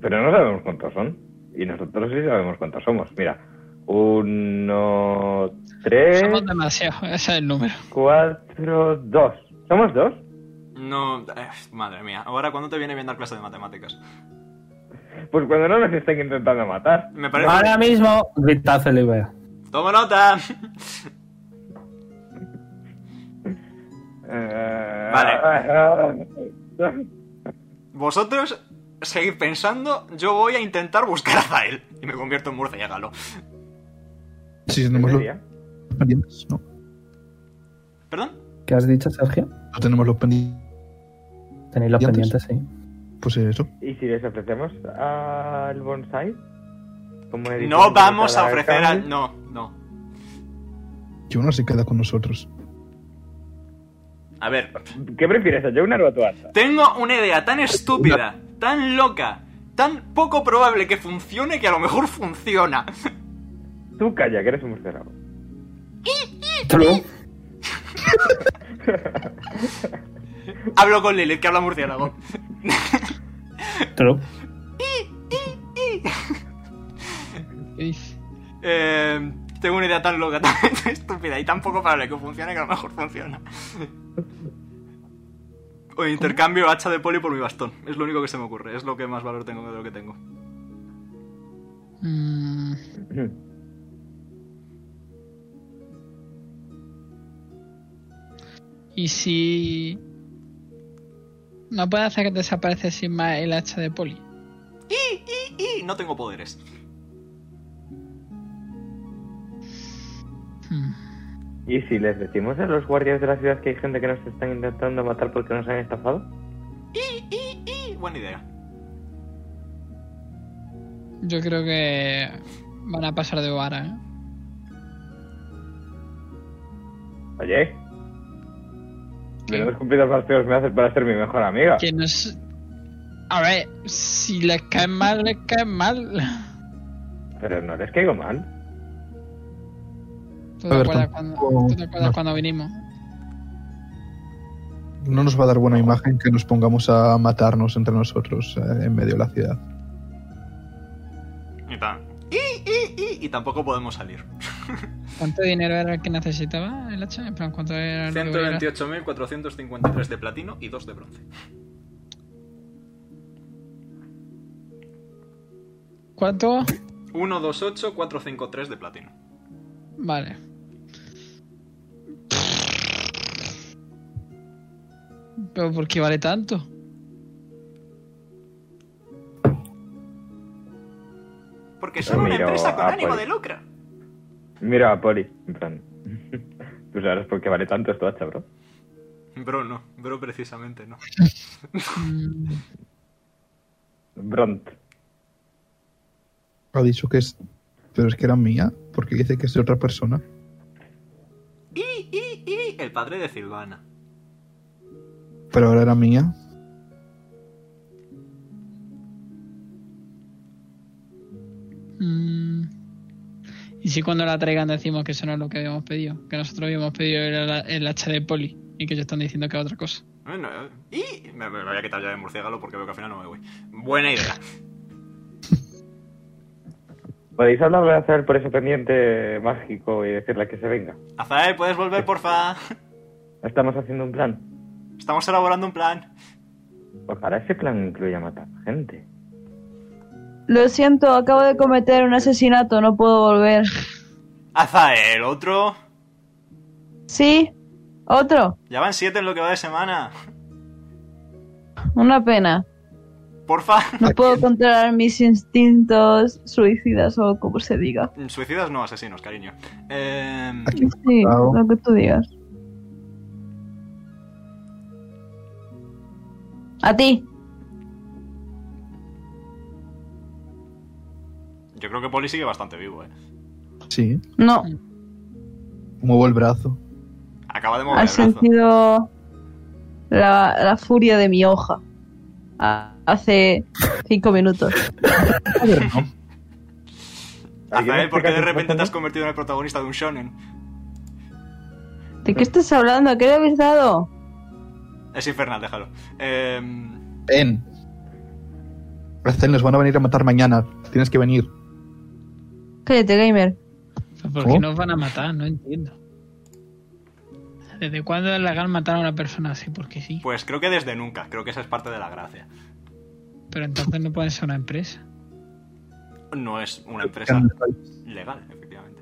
Pero no sabemos cuántos son. Y nosotros sí sabemos cuántos somos. Mira. Uno, Eh. tres, Somos demasiado, ese es el número. cuatro, dos. ¿Somos dos? No... eh, madre mía, ahora ¿cuándo te viene bien dar clase de matemáticas? Pues cuando no nos estén intentando matar. Me parece... Ahora mismo, grita Celibea. ¡Toma nota! Vale. Vosotros seguid pensando, yo voy a intentar buscar a Zael. Y me convierto en murciélago. Si tenemos los pendientes, no. ¿Perdón? ¿Qué has dicho, Sergio? No tenemos los pendientes. Tenéis los ¿Y antes? pendientes, sí. Pues eso. ¿Y si les ofrecemos al bonsai? Como he dicho, No vamos a cada ofrecer al... cambio. No, no. Que uno se queda con nosotros. A ver, ¿Qué prefieres, a Jonar o a tu alta? Tengo una idea tan estúpida, tan loca, tan poco probable que funcione que a lo mejor funciona. Tú calla, que eres un murciélago. True. Hablo con Lilith, que habla murciélago. True. ¿Qué dices? Eh, tengo una idea tan loca, tan estúpida y tan poco probable que funcione que a lo mejor funciona. O intercambio hacha de poli por mi bastón. Es lo único que se me ocurre. Es lo que más valor tengo de lo que tengo. Mm, ¿Y si... No puede hacer que desaparece sin más el hacha de poli? Y no tengo poderes. Hmm. ¿Y si les decimos a los guardias de la ciudad que hay gente que nos están intentando matar porque nos han estafado? Y buena idea. Yo creo que van a pasar de vara, ¿eh? Oye. Menos cumplidos más feos me haces para ser mi mejor amiga. Que no es... A ver, si les cae mal, les cae mal. Pero no les caigo mal. ¿Tú A te ver, acuerdas, cuando, tampoco- tú te acuerdas no. cuando vinimos? No nos va a dar buena imagen que nos pongamos a matarnos entre nosotros eh, en medio de la ciudad. Y tan. Y, y, y, y tampoco podemos salir. ¿Cuánto dinero era el que necesitaba el hacha? En plan, ¿cuánto era el 128.453 de platino y 2 de bronce. ¿Cuánto? 128453 de platino. Vale. ¿Pero por qué vale tanto? Porque son una Miro empresa con a ánimo Poli. de lucro. Miro a Poli, en plan. Tú sabes por qué vale tanto esto, hacha, bro. Bro, no. Bro, precisamente, no. Mm, Bront. Ha dicho que es. Pero es que era mía, porque dice que es de otra persona. Y, y, y, el padre de Silvana. Pero ahora era mía. Mm. ¿Y si cuando la traigan decimos que eso no es lo que habíamos pedido? Que nosotros habíamos pedido el, el hacha de poli y que ellos están diciendo que es otra cosa. Bueno, eh, y... Me, me lo voy a quitar ya de murciélago porque veo que al final no me voy. Buena idea. ¿Podéis hablarle a hacer por ese pendiente mágico y decirle que se venga? Azael, ¿puedes volver, porfa? Estamos haciendo un plan. Estamos elaborando un plan. Ojalá Pues ese plan incluya matar gente. Lo siento, acabo de cometer un asesinato, no puedo volver. Azael, otro... ¿Sí? ¿Otro? Ya van siete en lo que va de semana. Una pena. Porfa. No puedo controlar mis instintos suicidas o como se diga. Suicidas no, asesinos, cariño. Eh, Sí, lo que tú digas. A ti. yo creo que Poli sigue bastante vivo, eh. Sí. No, Muevo el brazo. Acaba de mover el has brazo. sentido la, la furia de mi hoja a- hace cinco minutos. Azael, ¿por qué de explica qué repente está te has convertido en el protagonista de un shonen? ¿De qué estás hablando? ¿Qué le habéis dado? Es infernal, déjalo. Eh, Ven. Racel, nos van a venir a matar mañana. Tienes que venir. Cállate, gamer. Pero ¿Por ¿Cómo? qué nos van a matar? No entiendo. ¿Desde cuándo es legal matar a una persona así? Porque sí. Pues creo que desde nunca, creo que esa es parte de la gracia. Pero entonces no puede ser una empresa. No es una empresa legal, efectivamente.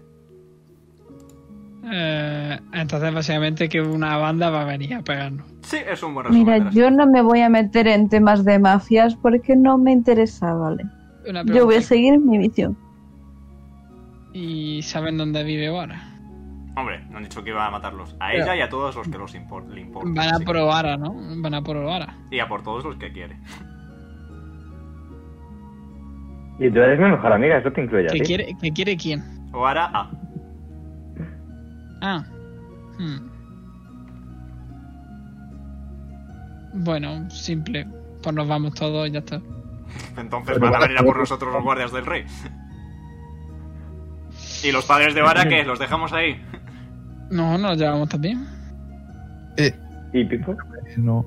Eh, entonces básicamente que una banda va a venir a pegarnos. Sí, es un buen resumen. de Mira, las- yo no me voy a meter en temas de mafias porque no me interesa, ¿vale? Una Yo voy a pregunta, seguir mi misión. ¿Y saben dónde vive ahora? Hombre, no han dicho que iban a matarlos. A ella y a todos los que los impor- le importan. Van a Oh, sí. por Oara, ¿no? Van a por Oara. Y a por todos los que quiere. Y tú eres mi mejor amiga, eso te incluye a ¿Que ti. quiere, que quiere quién? O ahora a. Ah. Hmm. Bueno, simple. Pues nos vamos todos y ya está. Entonces van a venir a por nosotros los guardias del rey. ¿Y los padres de Vara qué? ¿Los dejamos ahí? No, nos llevamos también. Eh, ¿Y Pipo? no.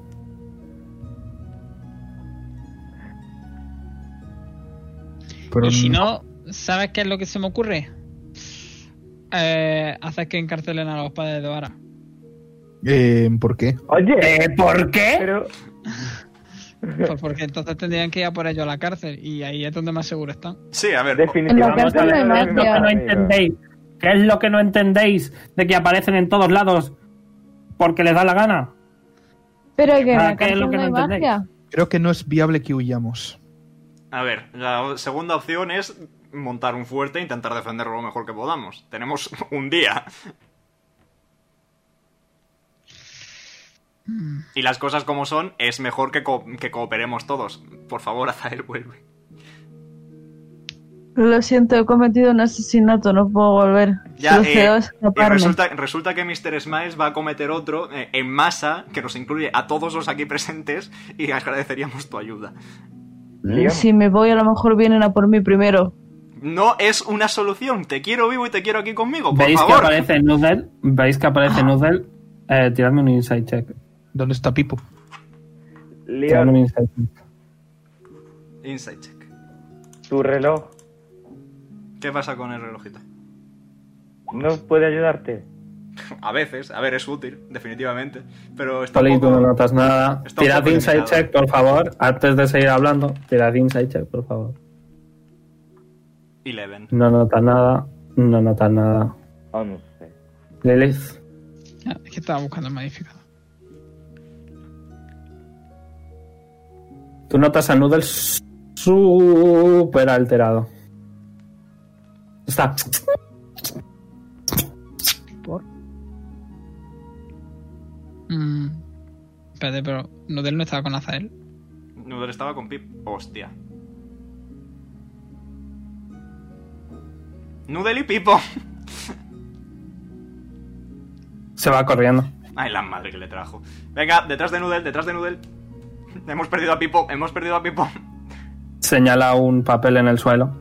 Pero y si no, ¿sabes qué es lo que se me ocurre? Eh, hacer que encarcelen a los padres de Oara. Eh, ¿Por qué? Oye, Eh, ¿Por qué? pero Pues porque entonces tendrían que ir a por ellos a la cárcel y ahí es donde más seguro están. Sí, a ver. definitivamente Vamos a ver, eres mi Mario. mejor Yo amigo. no no entendéis? ¿Qué es lo que no entendéis de que aparecen en todos lados porque les da la gana? Pero que Ah, me ¿qué es lo que no de entendéis? magia. Creo que no es viable que huyamos. A ver, la segunda opción es montar un fuerte e intentar defenderlo lo mejor que podamos. Tenemos un día. Mm. Y las cosas como son, es mejor que, co- que cooperemos todos. Por favor, Azael, vuelve. Lo siento, he cometido un asesinato, no puedo volver. Solo eh, quiero y escaparme. resulta, resulta que Mr. Smiles va a cometer otro eh, en masa que nos incluye a todos los aquí presentes y agradeceríamos tu ayuda. Si me voy, a lo mejor vienen a por mí primero. No es una solución. Te quiero vivo y te quiero aquí conmigo, por ¿Veis que favor. Ah. aparece Noodle? ¿Veis que aparece Noodle? Eh, tiradme un insight check. ¿Dónde está Pipo? Leon, Tiradme un insight check. Insight check. tu reloj ¿Qué pasa con el relojito? no puede ayudarte. A veces, a ver, es útil, definitivamente. Pero está Poli, un tú poco- no notas nada. Está un Tirad poco Insight limitado. ¿eh? Check, por favor. Antes de seguir hablando, tirad Insight Check, por favor. 11. No notas nada. No notas nada. Oh, no sé. Lilith, Ah, Es que estaba buscando el modificador. Tú notas a Noodle súper alterado. Está. Mm. Espérate, pero Nudel no estaba con Azael. Noodle estaba con Pip. Hostia. Noodle y Pipo. Se va corriendo. Ay, la madre que le trajo. Venga, detrás de Noodle, detrás de Noodle. Hemos perdido a Pipo, hemos perdido a Pipo. Señala un papel en el suelo.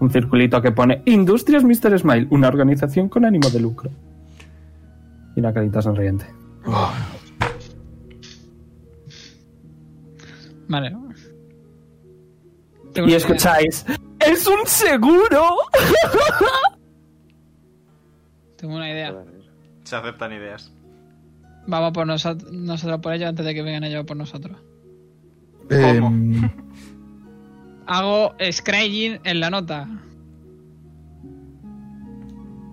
Un circulito que pone Industrias Mr. Smile, una organización con ánimo de lucro. Y una carita sonriente. Vale. Y escucháis. ¡Es un seguro! Tengo una idea. Se aceptan ideas. Vamos por nosotros, nosotros por ellos antes de que vengan ellos por nosotros. Em, Hago scrying en la nota.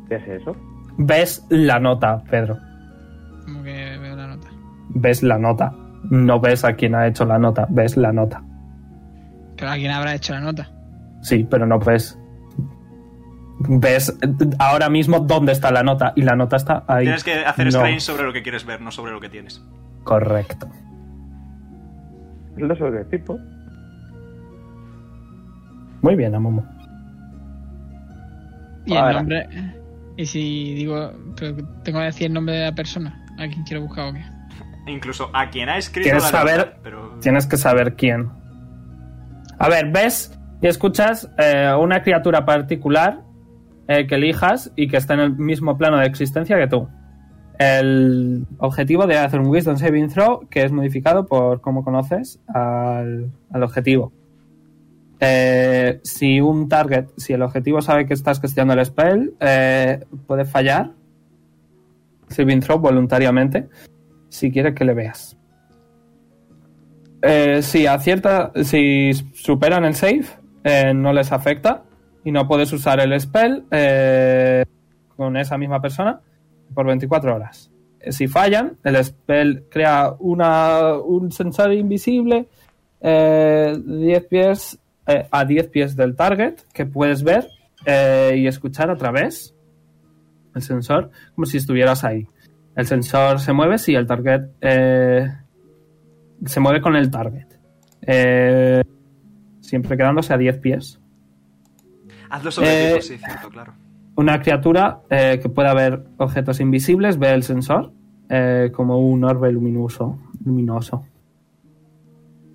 ¿Qué es eso? Ves la nota, Pedro. Como que veo la nota. Ves la nota. No ves a quién ha hecho la nota, ves la nota. Pero alguien habrá hecho la nota. Sí, pero no ves. Ves eh, ahora mismo dónde está la nota y la nota está ahí. Tienes que hacer No. screen sobre lo que quieres ver, no sobre lo que tienes. Correcto. No sé qué tipo. Muy bien, Amomo. Y el Ahora. nombre. Y si digo. pero tengo que decir el nombre de la persona. A quien quiero buscar o qué. Incluso a quien ha escrito Quieres la saber- nota, pero Tienes que saber quién. A ver, ves y escuchas eh, una criatura particular eh, que elijas y que está en el mismo plano de existencia que tú. El objetivo de hacer un Wisdom Saving Throw que es modificado por cómo conoces al, al objetivo. Eh, si un target, si el objetivo sabe que estás gestionando el spell, eh, puede fallar Saving Throw voluntariamente si quiere que le veas. Eh, si acierta, si superan el save, eh, no les afecta y no puedes usar el spell eh, con esa misma persona por 24 horas. Eh, Si fallan, el spell crea una, un sensor invisible eh, 10 pies, eh, a 10 pies del target que puedes ver eh, y escuchar a través el sensor como si estuvieras ahí. El sensor se mueve si el target eh, se mueve con el target. Eh, siempre quedándose a 10 pies. hazlo sobre Eh, Pipo, sí, cierto, claro. Una criatura eh, que pueda ver objetos invisibles ve el sensor eh, como un orbe luminoso. luminoso.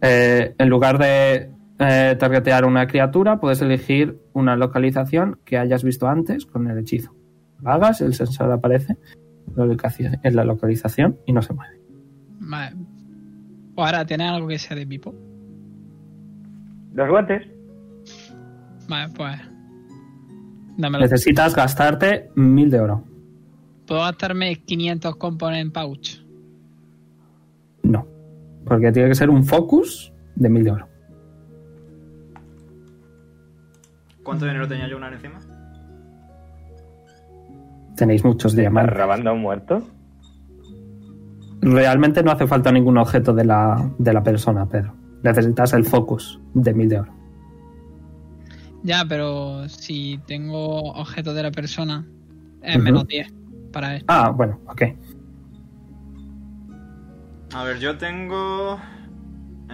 Eh, en lugar de eh, targetear una criatura, puedes elegir una localización que hayas visto antes con el hechizo. Lo hagas, el sensor aparece en la localización- en la localización y no se mueve. Vale. O ahora, ¿tienes algo que sea de Pipo? Los guantes. Vale, pues. Dámelo. Necesitas gastarte mil de oro. ¿Puedo gastarme 500 component pouch? No. Porque tiene que ser un focus de 1000 de oro. ¿Cuánto dinero tenía yo una encima? Tenéis muchos diamantes. Rabando a un muerto. Realmente no hace falta ningún objeto de la, de la persona, Pedro. Necesitas el focus de 1000 de oro. Ya, pero si tengo objetos de la persona, es Ujú. menos 10 para esto. Ah, bueno, ok. A ver, yo tengo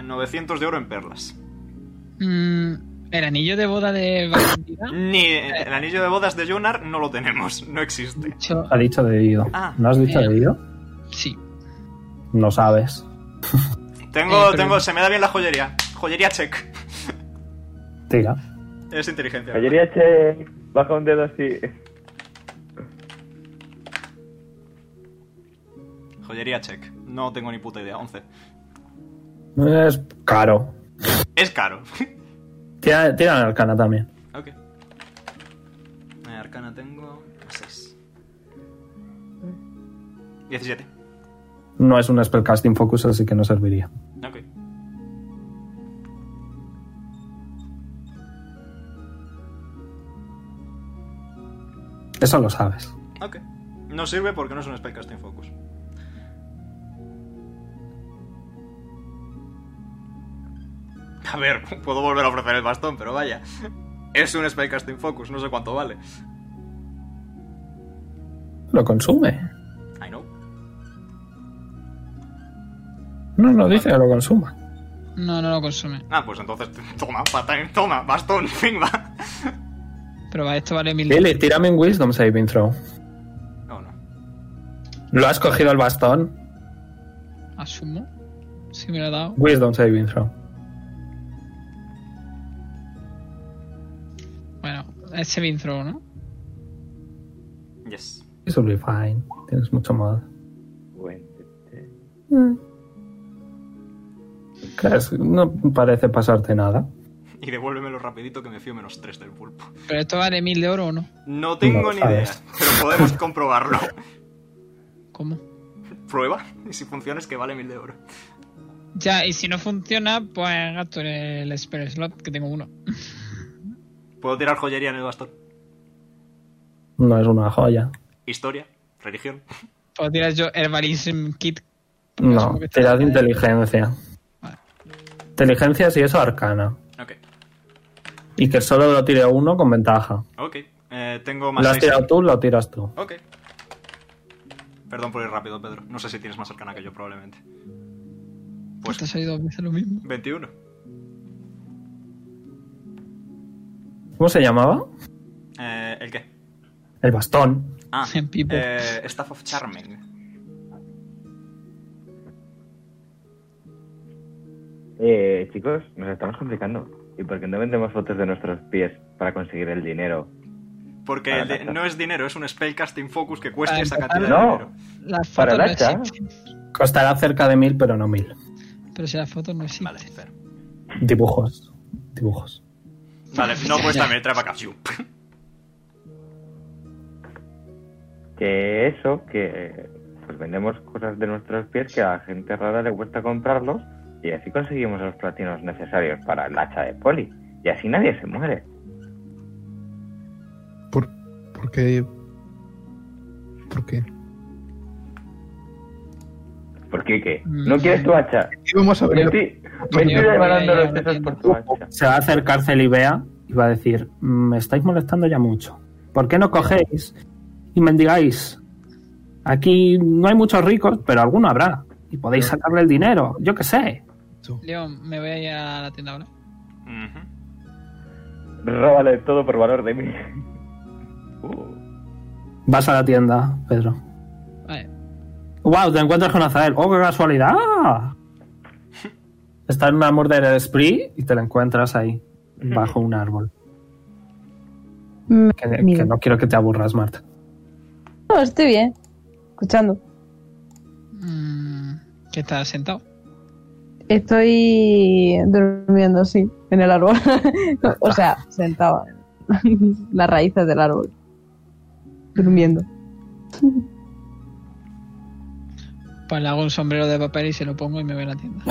900 de oro en perlas. Mm, el anillo de boda de Valentina. Ni el anillo de bodas de Jonar no lo tenemos, no existe. Yo- Ha dicho de oído. Ah, ¿No has dicho eh. de oído? sí. No sabes. Tengo, Eh, pero- tengo, se me da bien la joyería. Joyería check. Tira. Es inteligencia. ¿verdad? Cayería che. Baja un dedo así. Joyería check. No tengo ni puta idea, 11. Es caro. Es caro. Tira, tira en arcana también. ok. Eh, Arcana tengo 6. 17. No es un spellcasting focus, así que no serviría. Ok. Eso lo sabes. Ok. No sirve porque no es un spellcasting focus. A ver, puedo volver a ofrecer el bastón, pero vaya. Es un Spellcasting Focus, no sé cuánto vale. Lo consume. I know. No, no dice que lo consuma. No, no lo consume. Ah, pues entonces, toma, bata- toma, bastón, fin, va. Pero va, esto vale mil. Billy, tírame un Wisdom Saving Throw. No, no. ¿Lo has cogido el bastón? Asumo. Si me lo ha dado. Wisdom Saving Throw. Bueno, es saving throw, ¿no? Yes. Eso will be fine. Tienes mucho más. Bueno, Mm. Claro, es- no parece pasarte nada. Y devuélvemelo rapidito que me fío menos 3 del pulpo. Pero esto vale mil de oro o no. No tengo No ni sabes. idea, pero podemos comprobarlo. ¿Cómo? Prueba, y si funciona es que vale mil de oro. Ya, y si no funciona, pues gasto el spell slot, que tengo uno. Puedo tirar joyería en el bastón. No es una joya. Historia, religión. Puedo tirar Pues yo Herbalism Kit. porque No, asumo que está tirad en- inteligencia. Vale. Inteligencia si es arcana. Ok, Y que solo lo tire uno con ventaja. ok. Eh, tengo más Lo has 6. tirado tú, lo tiras tú. Ok. Perdón por ir rápido, Pedro. No sé si tienes más arcana que yo, probablemente. Pues Te ha salido dos veces lo mismo. 21. ¿Cómo se llamaba? Eh, ¿El qué? El bastón. Ah, Pipo. eh, Staff of Charming. Eh, chicos, nos estamos complicando. ¿Y por qué no vendemos fotos de nuestros pies para conseguir el dinero? Porque Para el de- lanzar. no es dinero, es un spellcasting focus que cuesta Ah, Para esa empezar, cantidad de no. dinero. Las Para fotos no Lacha. existen. Costará cerca de mil, pero no mil. Pero si las fotos no existen. ¿eh? Vale, espera. Dibujos. Dibujos. Vale, no cuesta me trae para acá. Yup. Que eso, que eh, pues vendemos cosas de nuestros pies que a la gente rara le cuesta comprarlos y así conseguimos los platinos necesarios para el hacha de poli. Y así nadie se muere. ¿Por, por qué? ¿Por qué? ¿Por qué qué? Mm. ¿No quieres tu hacha? Íbamos a Me ver. estoy, me estoy Yo- rebanando yo- los yo- sesos por tu hacha. Se va a acercar Celibea y va a decir: "Mm, Me estáis molestando ya mucho. ¿Por qué no cogéis y mendigáis? Aquí no hay muchos ricos, pero alguno habrá. Y podéis sacarle el dinero. Yo qué sé. León, me voy a ir a la tienda ahora. Ujú. Róbale todo por valor de mí. Uh. Vas a la tienda, Pedro. Vale. ¡Wow! Te encuentras con Azael. ¡Oh, qué casualidad! Está en una murder spree y te la encuentras ahí, bajo un árbol. Mm, Que, que mira. no quiero que te aburras, Marta. No, estoy bien. Escuchando. Mm, que está sentado. Estoy durmiendo, sí, en el árbol. o sea, sentado en las raíces del árbol. Durmiendo. Pues le hago un sombrero de papel y se lo pongo y me voy a la tienda.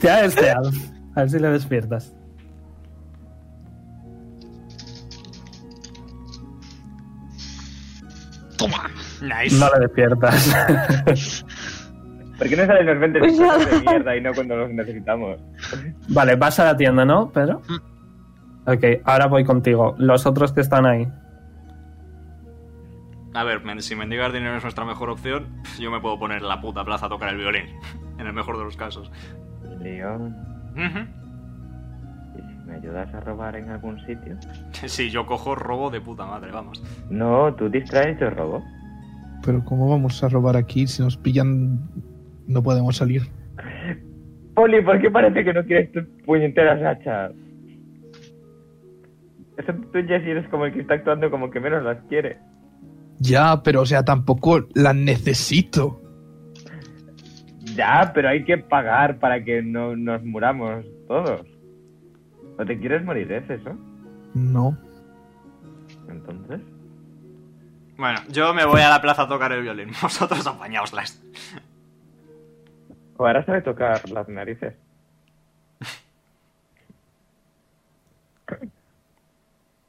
ya este A ver si le despiertas. Nice. No le despiertas. ¿Por qué no salen los ventes Pues nada. de mierda y no cuando los necesitamos? vale, vas a la tienda, ¿no, Pedro? Ok, ahora voy contigo. Los otros que están ahí. A ver, men- si mendigar dinero es nuestra mejor opción, yo me puedo poner en la puta plaza a tocar el violín. En el mejor de los casos. León, Ujú. ¿y si me ayudas a robar en algún sitio? Sí, yo cojo robo de puta madre, vamos. No, tú distraes, yo robo. Pero ¿cómo vamos a robar aquí? Si nos pillan, no podemos salir. Poli, ¿por qué parece que no quieres tus puñeteras hachas? Eso tú ya sí eres como el que está actuando como que menos las quiere. Ya, pero o sea, tampoco la necesito. Ya, pero hay que pagar para que no nos muramos todos. ¿O te quieres morir, es eso? No. Entonces... Bueno, yo me voy a la plaza a tocar el violín. Vosotros apañaoslas. O ahora sabe tocar las narices.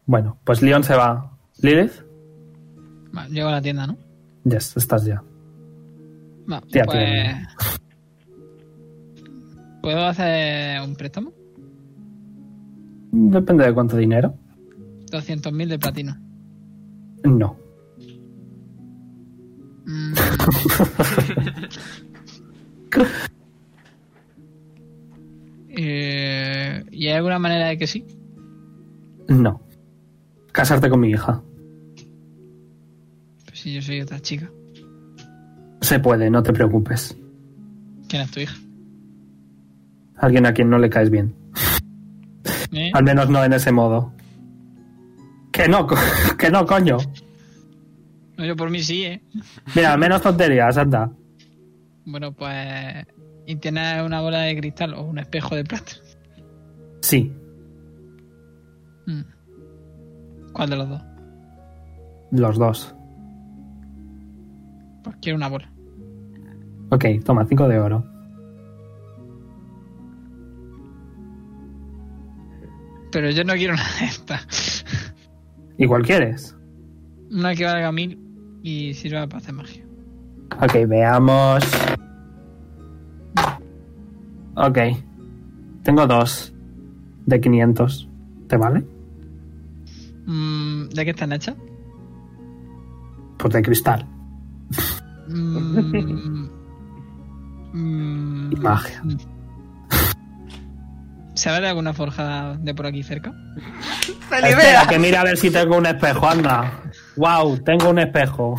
Bueno, pues Leon se va. ¿Lilith? Vale, llego a la tienda, ¿no? Yes, estás ya. pues, Va, Tía, pues. ¿Puedo hacer un préstamo? Depende de cuánto dinero. 200.000 de platino. No. Mm, eh, ¿Y hay alguna manera de que sí? No. Casarte con mi hija. Pues si yo soy otra chica. Se puede, no te preocupes. ¿Quién es tu hija? Alguien a quien no le caes bien. ¿Eh? Al menos no en ese modo. Que no, co- que no, coño. No, yo por mí sí, ¿eh? Mira, menos tonterías, anda. Bueno, pues... ¿Y tienes una bola de cristal o un espejo de plata? Sí, Mm. ¿Cuál de los dos? los dos. Pues quiero una bola. Ok, toma, cinco de oro. Pero yo no quiero una de estas. Igual quieres. Una que valga mil y sirva para hacer magia. Ok, veamos. Ok. Tengo dos de 500. ¿Te vale? Mm, ¿De qué están hechas? Pues de cristal. Mm, mm, Y magia. ¿Sabes de alguna forja de por aquí cerca? Espera, que mira a ver si tengo un espejo, anda. Wow, tengo un espejo.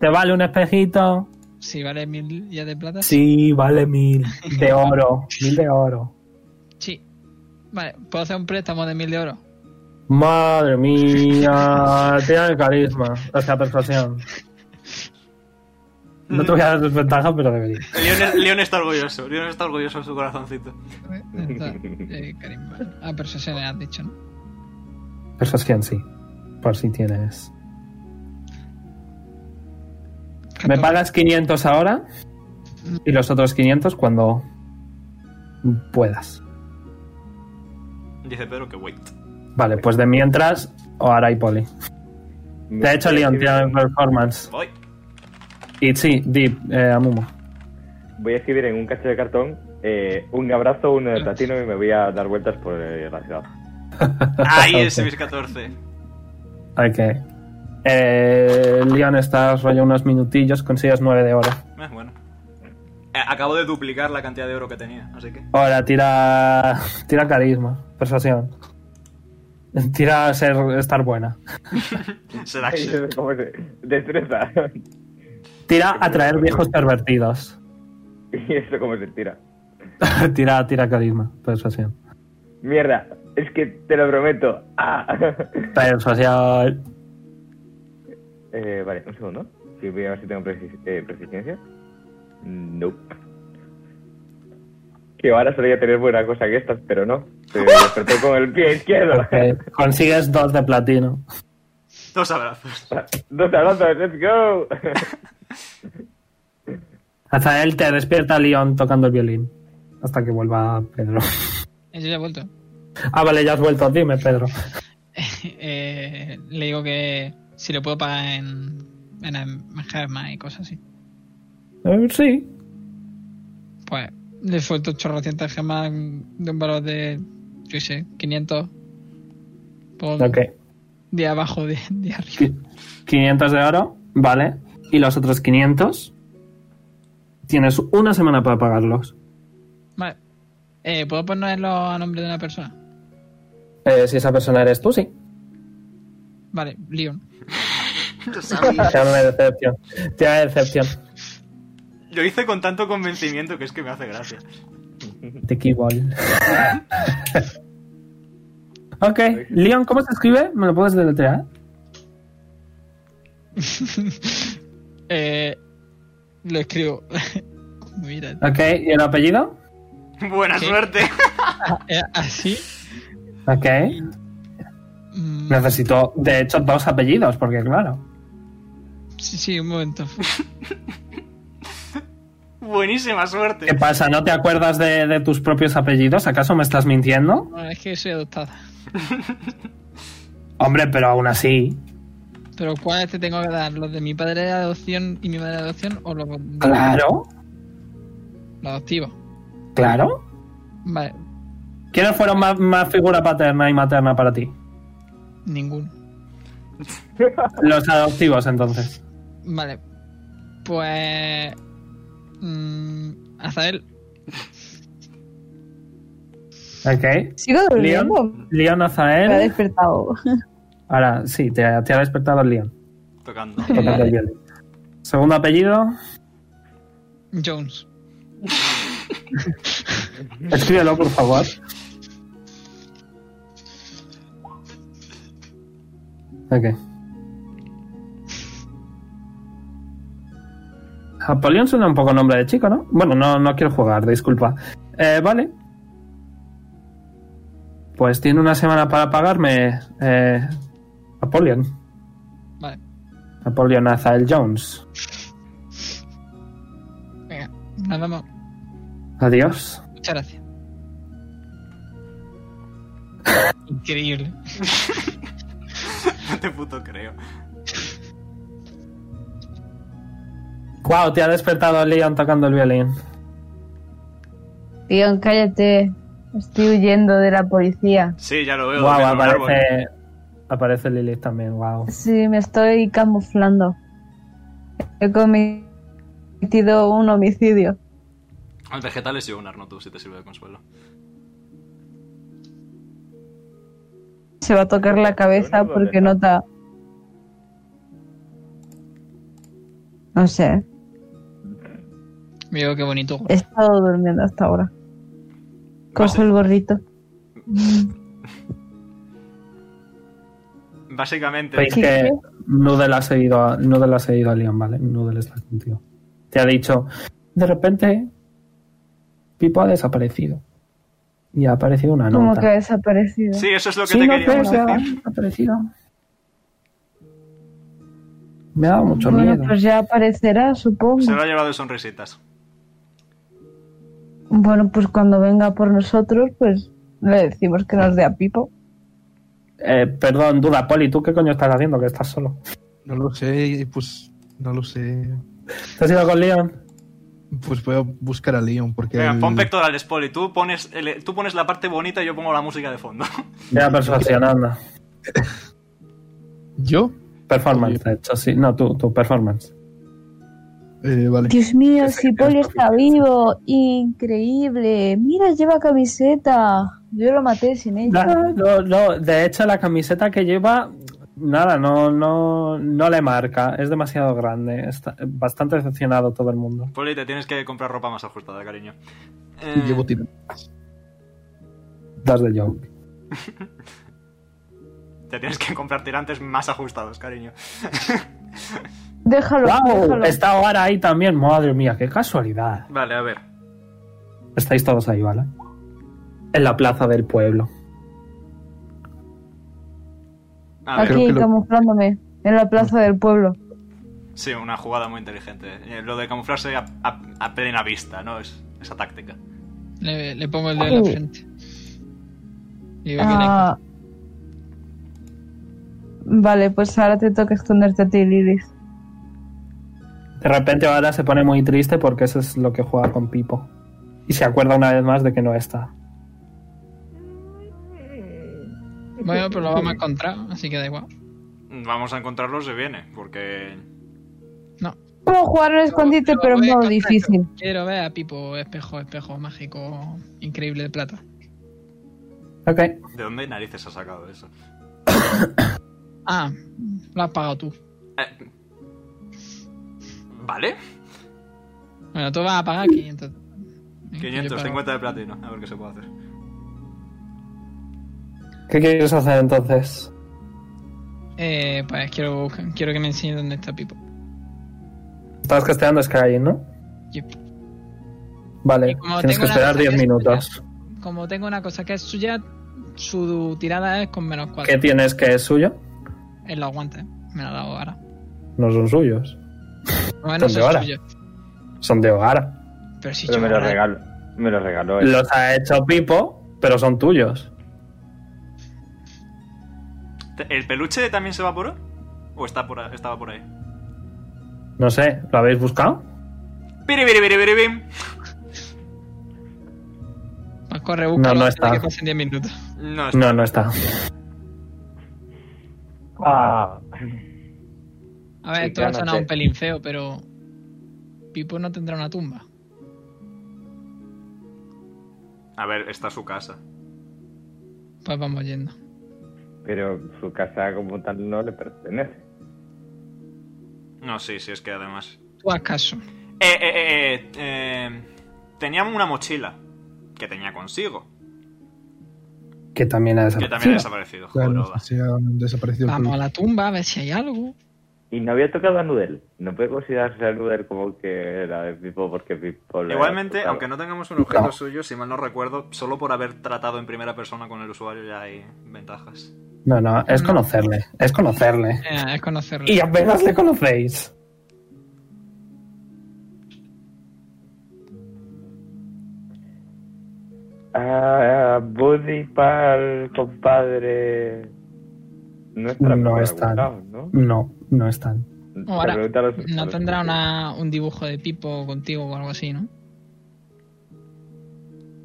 ¿Te vale un espejito? Si vale mil ya de plata. Sí, vale mil de oro. Mil de oro. Sí. Vale, ¿puedo hacer un préstamo de mil de oro? Madre mía, tiene carisma, o sea, persuasión. No te voy a dar desventaja, pero debería. Leon, Leon está orgulloso, Leon está orgulloso en su corazoncito. Está, eh, carisma. Ah, persuasión has dicho, ¿no? Persuasión sí, por si tienes. Me Catorce. pagas 500 ahora y los otros 500 cuando puedas. Dice Pedro que wait. Vale, pues de mientras, ahora y poli. De hecho, Leon, tiene performance. Voy. Y sí, Deep, eh, Amumu. Voy a escribir en un cacho de cartón eh, un abrazo, uno de platino y me voy a dar vueltas por eh, la ciudad. Ahí Ok. es mis Eh, 14. Ok. Eh, Leon, estás rollo unos minutillos, consigues 9 de oro. Eh, bueno. Eh, acabo de duplicar la cantidad de oro que tenía, así que. Ahora tira. Tira carisma, persuasión. Tira ser, estar buena. Seduction. ¿Cómo se- Destreza. Tira atraer viejos pervertidos. ¿Y eso cómo se tira? tira, tira carisma, persuasión. Mierda, es que te lo prometo. Ah. Persuasión. Eh, vale, un segundo. Si voy a ver si tengo precis- eh, proficiencia. No. Que ahora solía tener buena cosa que estas, pero no. Se despertó con el pie izquierdo. Ok, Consigues 2 de platino. Dos abrazos. Dos abrazos, let's go. Azael te despierta Leon tocando el violín. Hasta que vuelva Pedro. Eh, Yo ya he vuelto. Ah, vale, ya has vuelto. Dime, Pedro. Eh, le digo que si lo puedo pagar en, en, más y cosas así. Eh, sí. Pues le suelto chorrocientas gemas de un valor de, yo qué sé, 500. Por Ok. De abajo, de, de arriba. Qui- 500 de oro, vale. Y los otros 500. Tienes una semana para pagarlos. Vale. Eh, ¿Puedo ponerlo a nombre de una persona? Eh, si esa persona eres tú, sí. Vale, Leon. Llame decepción. Llame decepción. Lo hice con tanto convencimiento que es que me hace gracia. Te keyball. ok. Leon, ¿cómo se escribe? ¿Me lo puedes deletrear? Eh, lo escribo. Mira, Ok. ¿Y el apellido? Buena Sí. suerte. eh, así. Ok. Mm, Necesito, de hecho, dos apellidos, porque claro. sí, sí, un momento. Buenísima suerte. ¿Qué pasa? ¿No te acuerdas de, de tus propios apellidos? ¿Acaso me estás mintiendo? No, es que soy adoptada. Hombre, pero aún así. Pero ¿cuáles te tengo que dar? ¿Los de mi padre de adopción y mi madre de adopción o los de- Claro. Los adoptivos. Claro. Vale, ¿Quiénes fueron más, más figura paterna y materna para ti? ninguno. Los adoptivos, entonces. Vale. Pues. mm, Azael. Ok. Sigo durmiendo. Leon, Leon Me ha Azael. despertado. Ahora, sí, te, te ha despertado el Leon. Tocando. Tocando el violín. Segundo apellido. Jones. Escríbelo, por favor. Ok. Apolión suena un poco nombre de chico, ¿no? Bueno, no, no quiero jugar, disculpa. Eh, vale. Pues tiene una semana para pagarme. Eh, Apolion. Vale. Apolion Azael Jones. Venga, nos vemos. Adiós. Muchas gracias. Increíble. Te puto creo. Wow, te ha despertado Leon tocando el violín. Leon, cállate. Estoy huyendo de la policía. Sí, ya lo veo. Wow, durmiendo en un árbol. aparece, aparece Lilith también, wow. Sí, me estoy camuflando. He cometido un homicidio. El vegetal es Jonar, no tú, si te sirve de consuelo. Se va a tocar la cabeza Bueno, vale. porque nota. No sé. Mira qué bonito. He estado durmiendo hasta ahora. Basi- Cojo el gorrito. Básicamente, Veis Sí. que Noodle ha seguido a, Noodle ha seguido a Leon, ¿vale? Noodle está contigo. Te ha dicho, de repente, Pipo ha desaparecido. Y ha aparecido una Como nota. que ha desaparecido. Sí, eso es lo que Sí, te no sé, queríamos se ha decir. desaparecido. Me ha dado mucho bueno, miedo. pues ya aparecerá, supongo. Mm. Se lo ha llevado de sonrisitas. Bueno, pues cuando venga por nosotros, pues le decimos que nos dé a Pipo. Eh, perdón, duda, Poli, ¿tú qué coño estás haciendo? Que estás solo. No lo sé, pues no lo sé. ¿Te has ido con Leon? Pues voy a buscar a Leon porque... Venga, el- pon pectorales, Poli. Tú pones, el- tú pones la parte bonita y yo pongo la música de fondo. Era persuasionando. ¿Yo? Performance, de hecho, sí. No, tú, tu performance. Eh, vale. Dios mío, Es que si Poli tienes está vivo, increíble. Mira, lleva camiseta. Yo lo maté sin ella. No, no, no, de hecho la camiseta que lleva, nada, no, no, no le marca, es demasiado grande, está bastante decepcionado todo el mundo. Poli, te tienes que comprar ropa más ajustada, cariño. Eh, Y Llevo tirando. Das de joke. te tienes que comprar tirantes más ajustados, cariño. Déjalo, ¡Wow! déjalo. Está ahora ahí también, madre mía, qué casualidad. Vale, a ver. Estáis todos ahí, ¿vale? En la plaza del pueblo. Ah, A ver. creo Aquí que lo- camuflándome en la plaza del pueblo. Sí, una jugada muy inteligente. Eh, Lo de camuflarse a, a- a plena vista, ¿no? Es esa táctica. Le, le pongo el dedo en la Ay. frente. Y veo que Ah, Vale, pues ahora te toca esconderte a ti, Lilith. De repente ahora se pone muy triste porque eso es lo que juega con Pipo. Y se acuerda una vez más de que no está. no hay- Bueno, pues lo vamos a encontrar, así que da igual. Vamos a encontrarlo si viene, porque Puedo jugar al escondite, pero voy es a modo encontrar, difícil. Quiero ver a Pipo, espejo, espejo mágico, increíble de plata. Ok. ¿de dónde narices ha sacado eso? Ah, lo has pagado tú. Eh, ¿Vale? Bueno, tú vas a pagar 500. Yo 550 de platino, a ver qué se puede hacer. ¿Qué quieres hacer entonces? pago. Eh, pues quiero, buscar- quiero que me enseñe dónde está Pipo. Estás casteando Sky, ¿no? Yep. Vale, Y como tienes que tengo la pues esperar nota, 10 voy a minutos. Como tengo una cosa que es suya, su tirada es con menos ¿Qué 4. tienes que es suyo? Él lo aguanta, eh. me la ha dado ahora. No son suyos. Bueno, ¿Dónde eso ahora? es suyo. Son de hogar. Pero si Pero yo me lo ahora- regaló. Me lo regaló. él. Los ha hecho Pipo, pero son tuyos. Te- ¿El peluche también se evaporó? ¿O está por ahí- estaba por ahí? No sé, ¿lo habéis buscado? ¡Piribiribiribiribim! pues Corre, busca No, no antes de está. que pasen 10 minutos. No, está- No, no está. Ah, A ver, Sí, esto ha ya no sonado sé. un pelín feo, pero. Pipo no tendrá una tumba. A ver, está su casa. Pues vamos yendo. pero su casa como tal no le pertenece. No, sí, sí, es que además. Tú haz caso. Eh, eh, eh, eh, eh, tenía una mochila que tenía consigo, Que también ha que desaparecido. también ha desaparecido. Claro, no joroba. sé si han desaparecido. Vamos a la tumba a ver si hay algo. Y no había tocado a Nudel. No puede considerarse a Nudel como que era de Pipo porque Pipo le Igualmente, tocaba. aunque no tengamos un objeto suyo, si mal no recuerdo, solo por haber tratado en primera persona con el usuario ya hay ventajas. No, no, es No. conocerle. Es conocerle. Eh, es conocerlo. Y apenas le conocéis. Ah, Buddy pal compadre. No está. No pero está. guardado, ¿no? No, no están. Te Ahora, pregunta a los- a No los- tendrá una, un dibujo de Pipo contigo o algo así, ¿no?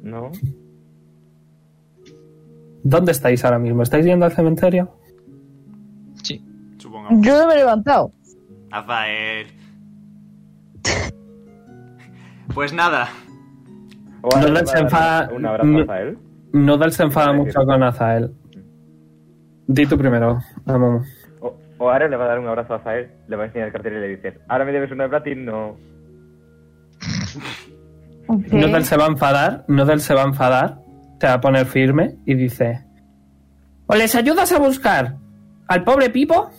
No. ¿Dónde estáis ahora mismo? ¿Estáis yendo al cementerio? Sí. Supongamos. Yo no me he levantado. Azael. Pues nada, O ahora No le le va a dar enfada- Un abrazo a él. Nodal se enfada Vale, mucho que- con Azael. Di tú primero, Amomo. O, o ahora le va a dar un abrazo a Zael, le va a enseñar el cartel y le dice, ahora me debes una de platino. Ok. Nodal se va a enfadar, Nodal se va a enfadar, se va a poner firme y dice: O les ayudas a buscar al pobre Pipo,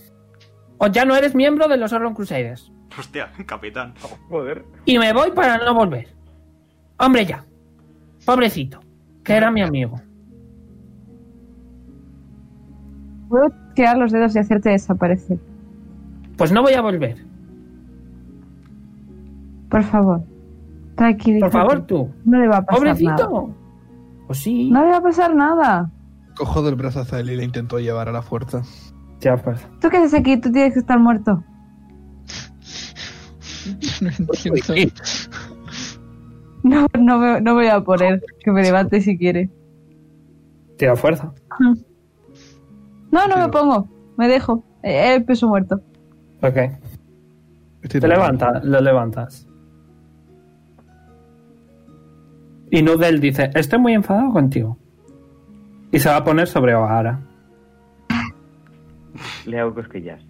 o ya no eres miembro de los Orlon Crusaders. hostia, capitán. Joder. Y me voy para no volver. Hombre, ya. Pobrecito, que era mi amigo. Puedo quedar los dedos y hacerte desaparecer. Pues no voy a volver. Por favor. Tranquilízate. Por favor, tú. No le va a pasar nada. Pobrecito. Pues sí. No le va a pasar nada. Cojo del brazo a Zael y le intento llevar a la fuerza. Ya, pues. ¿Tú qué haces aquí? Tú tienes que estar muerto. No entiendo. No, no, me, no voy a poner que me levante si quiere. Tira fuerza. No, no me pongo. Me dejo. Eh, El peso muerto. Ok. Estoy Te levanta, lo levantas. Y Nudel dice, estoy muy enfadado contigo. Y se va a poner sobre O'Hara. Le hago cosquillas.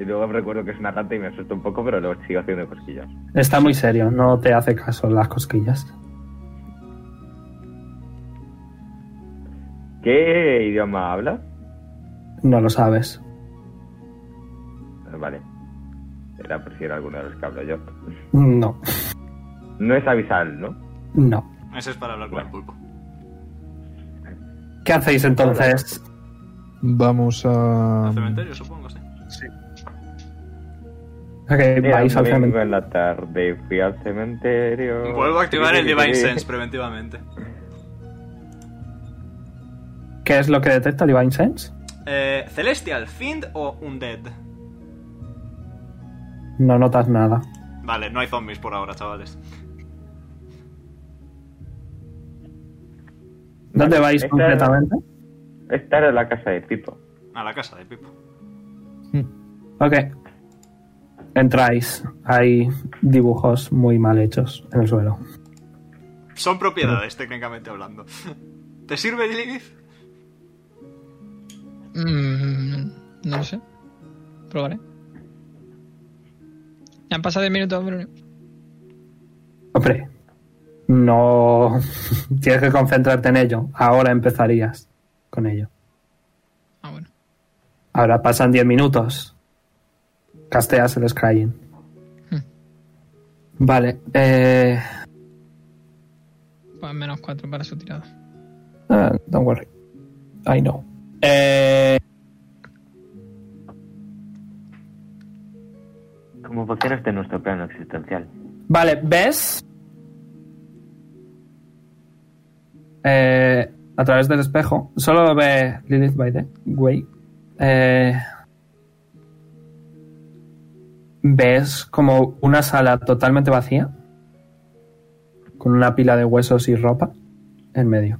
Y luego me recuerdo que es una rata y me asusto un poco, pero luego sigo haciendo cosquillas. Está muy serio, no te hace caso las cosquillas. ¿Qué idioma habla? No lo sabes. Eh, Vale. Era por si era alguno de los que hablo yo. No, No es avisal, ¿no? no. Ese es para hablar con el pulpo. ¿Qué hacéis entonces? Vamos a. Al cementerio, supongo, sí. Ok, Era vais al domingo cementerio. en la tarde y fui al cementerio. Vuelvo a activar el Divine Sense preventivamente. ¿Qué es lo que detecta Divine Sense? Eh, Celestial, Fiend o Undead. No notas nada. Vale, no hay zombies por ahora, chavales. ¿Dónde Vale, vais esta- concretamente? Esta era la casa de Pipo. A la casa de Pipo. Ok. Entráis. Hay dibujos muy mal hechos en el suelo. Son propiedades, técnicamente hablando. ¿Te sirve, Lilith? Mm, no lo sé. Probaré. Ya han pasado 10 minutos, Bruno. Hombre, no tienes que concentrarte en ello. Ahora empezarías con ello. Ah, bueno. Ahora pasan 10 minutos. Casteas el Scrying. Vale, eh, Pues menos 4 para su tirada. ah, don't worry. I know. Eh, Como vaqueros de nuestro plano existencial. vale, ¿ves? Eh, a través del espejo. Solo ve Lilith by the way. Eh, ves como una sala totalmente vacía. Con una pila de huesos y ropa. en medio.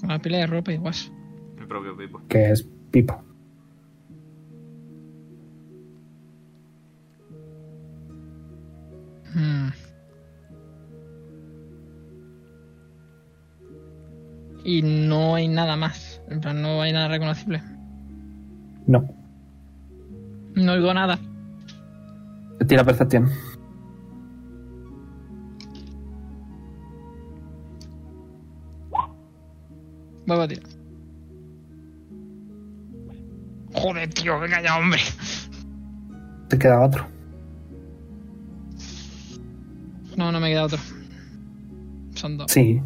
Con la pila de ropa y guas. El propio Pipo. que es pipa. Hmm. Y no hay nada más. En plan, no hay nada reconocible. No. No oigo nada. Tira percepción. Vuelvo a tirar. Joder, tío, venga ya, hombre. Te queda otro. No, no me queda otro. Son dos. Sí.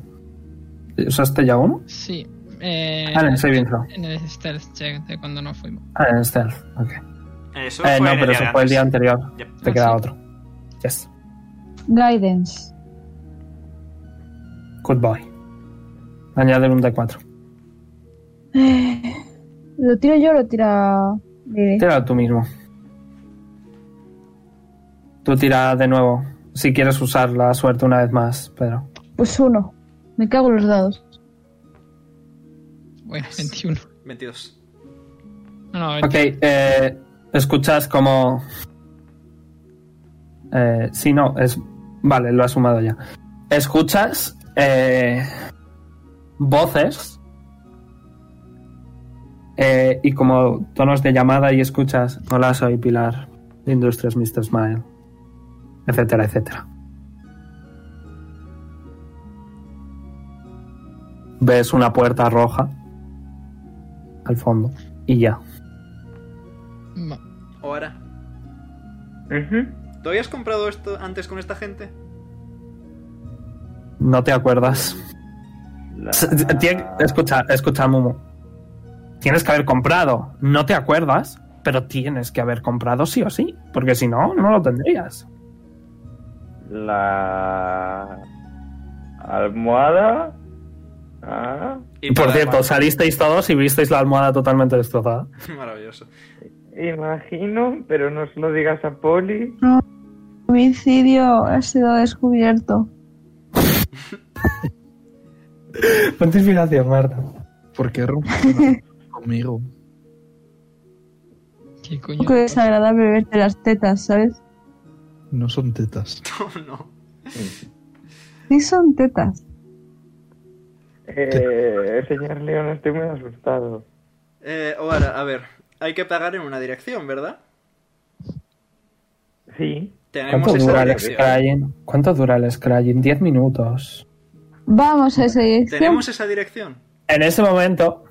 ¿Usaste ya uno? Sí. Eh, Ah, en el saving throw. en el stealth check de cuando no fuimos. Ah, en stealth. Ok. Eso Eh, fue no, el pero día eso de fue el día antes. anterior. Yep. Te Ah, queda sí. otro. Yes. Guidance. Good boy. Añade un D4. ¿Lo tiro yo o lo tira Lily? Tira tú mismo. Tú tira de nuevo. Si quieres usar la suerte una vez más, pero. Pues uno. Me cago en los dados. Bueno, 21. 22. No, no, Ok, eh, escuchas como. Eh, sí, no, es. Vale, lo has sumado ya. Escuchas. eh, voces. eh, y como tonos de llamada y escuchas. Hola, soy Pilar de Industrias Mr. Smile. Etcétera, etcétera. Ves una puerta roja al fondo y ya. Va- Ahora. ¿Tú habías comprado esto antes con esta gente? No te acuerdas. Tien- escucha, escucha, Mumu. Tienes que haber comprado. No te acuerdas, pero tienes que haber comprado sí o sí. Porque si no, no lo tendrías. La almohada. Ah, Y por para- cierto, salisteis todos y visteis la almohada totalmente destrozada. Maravilloso. imagino, pero no se lo digas a Poli. El homicidio ha sido descubierto. Ponte inspiración, Marta. ¿Por qué rompieron conmigo? ¿Qué Un coño? poco desagradable verte las tetas, ¿sabes? No son tetas. Oh, no. Sí son tetas. Eh, señor León, estoy muy asustado. Eh, ahora, a ver. Hay que pagar en una dirección, ¿verdad? Sí, Tenemos ¿Cuánto esa dura el dirección. Scrying? ¿Cuánto dura el Scrying? Diez minutos. Vamos a esa dirección. Tenemos esa dirección. En ese momento,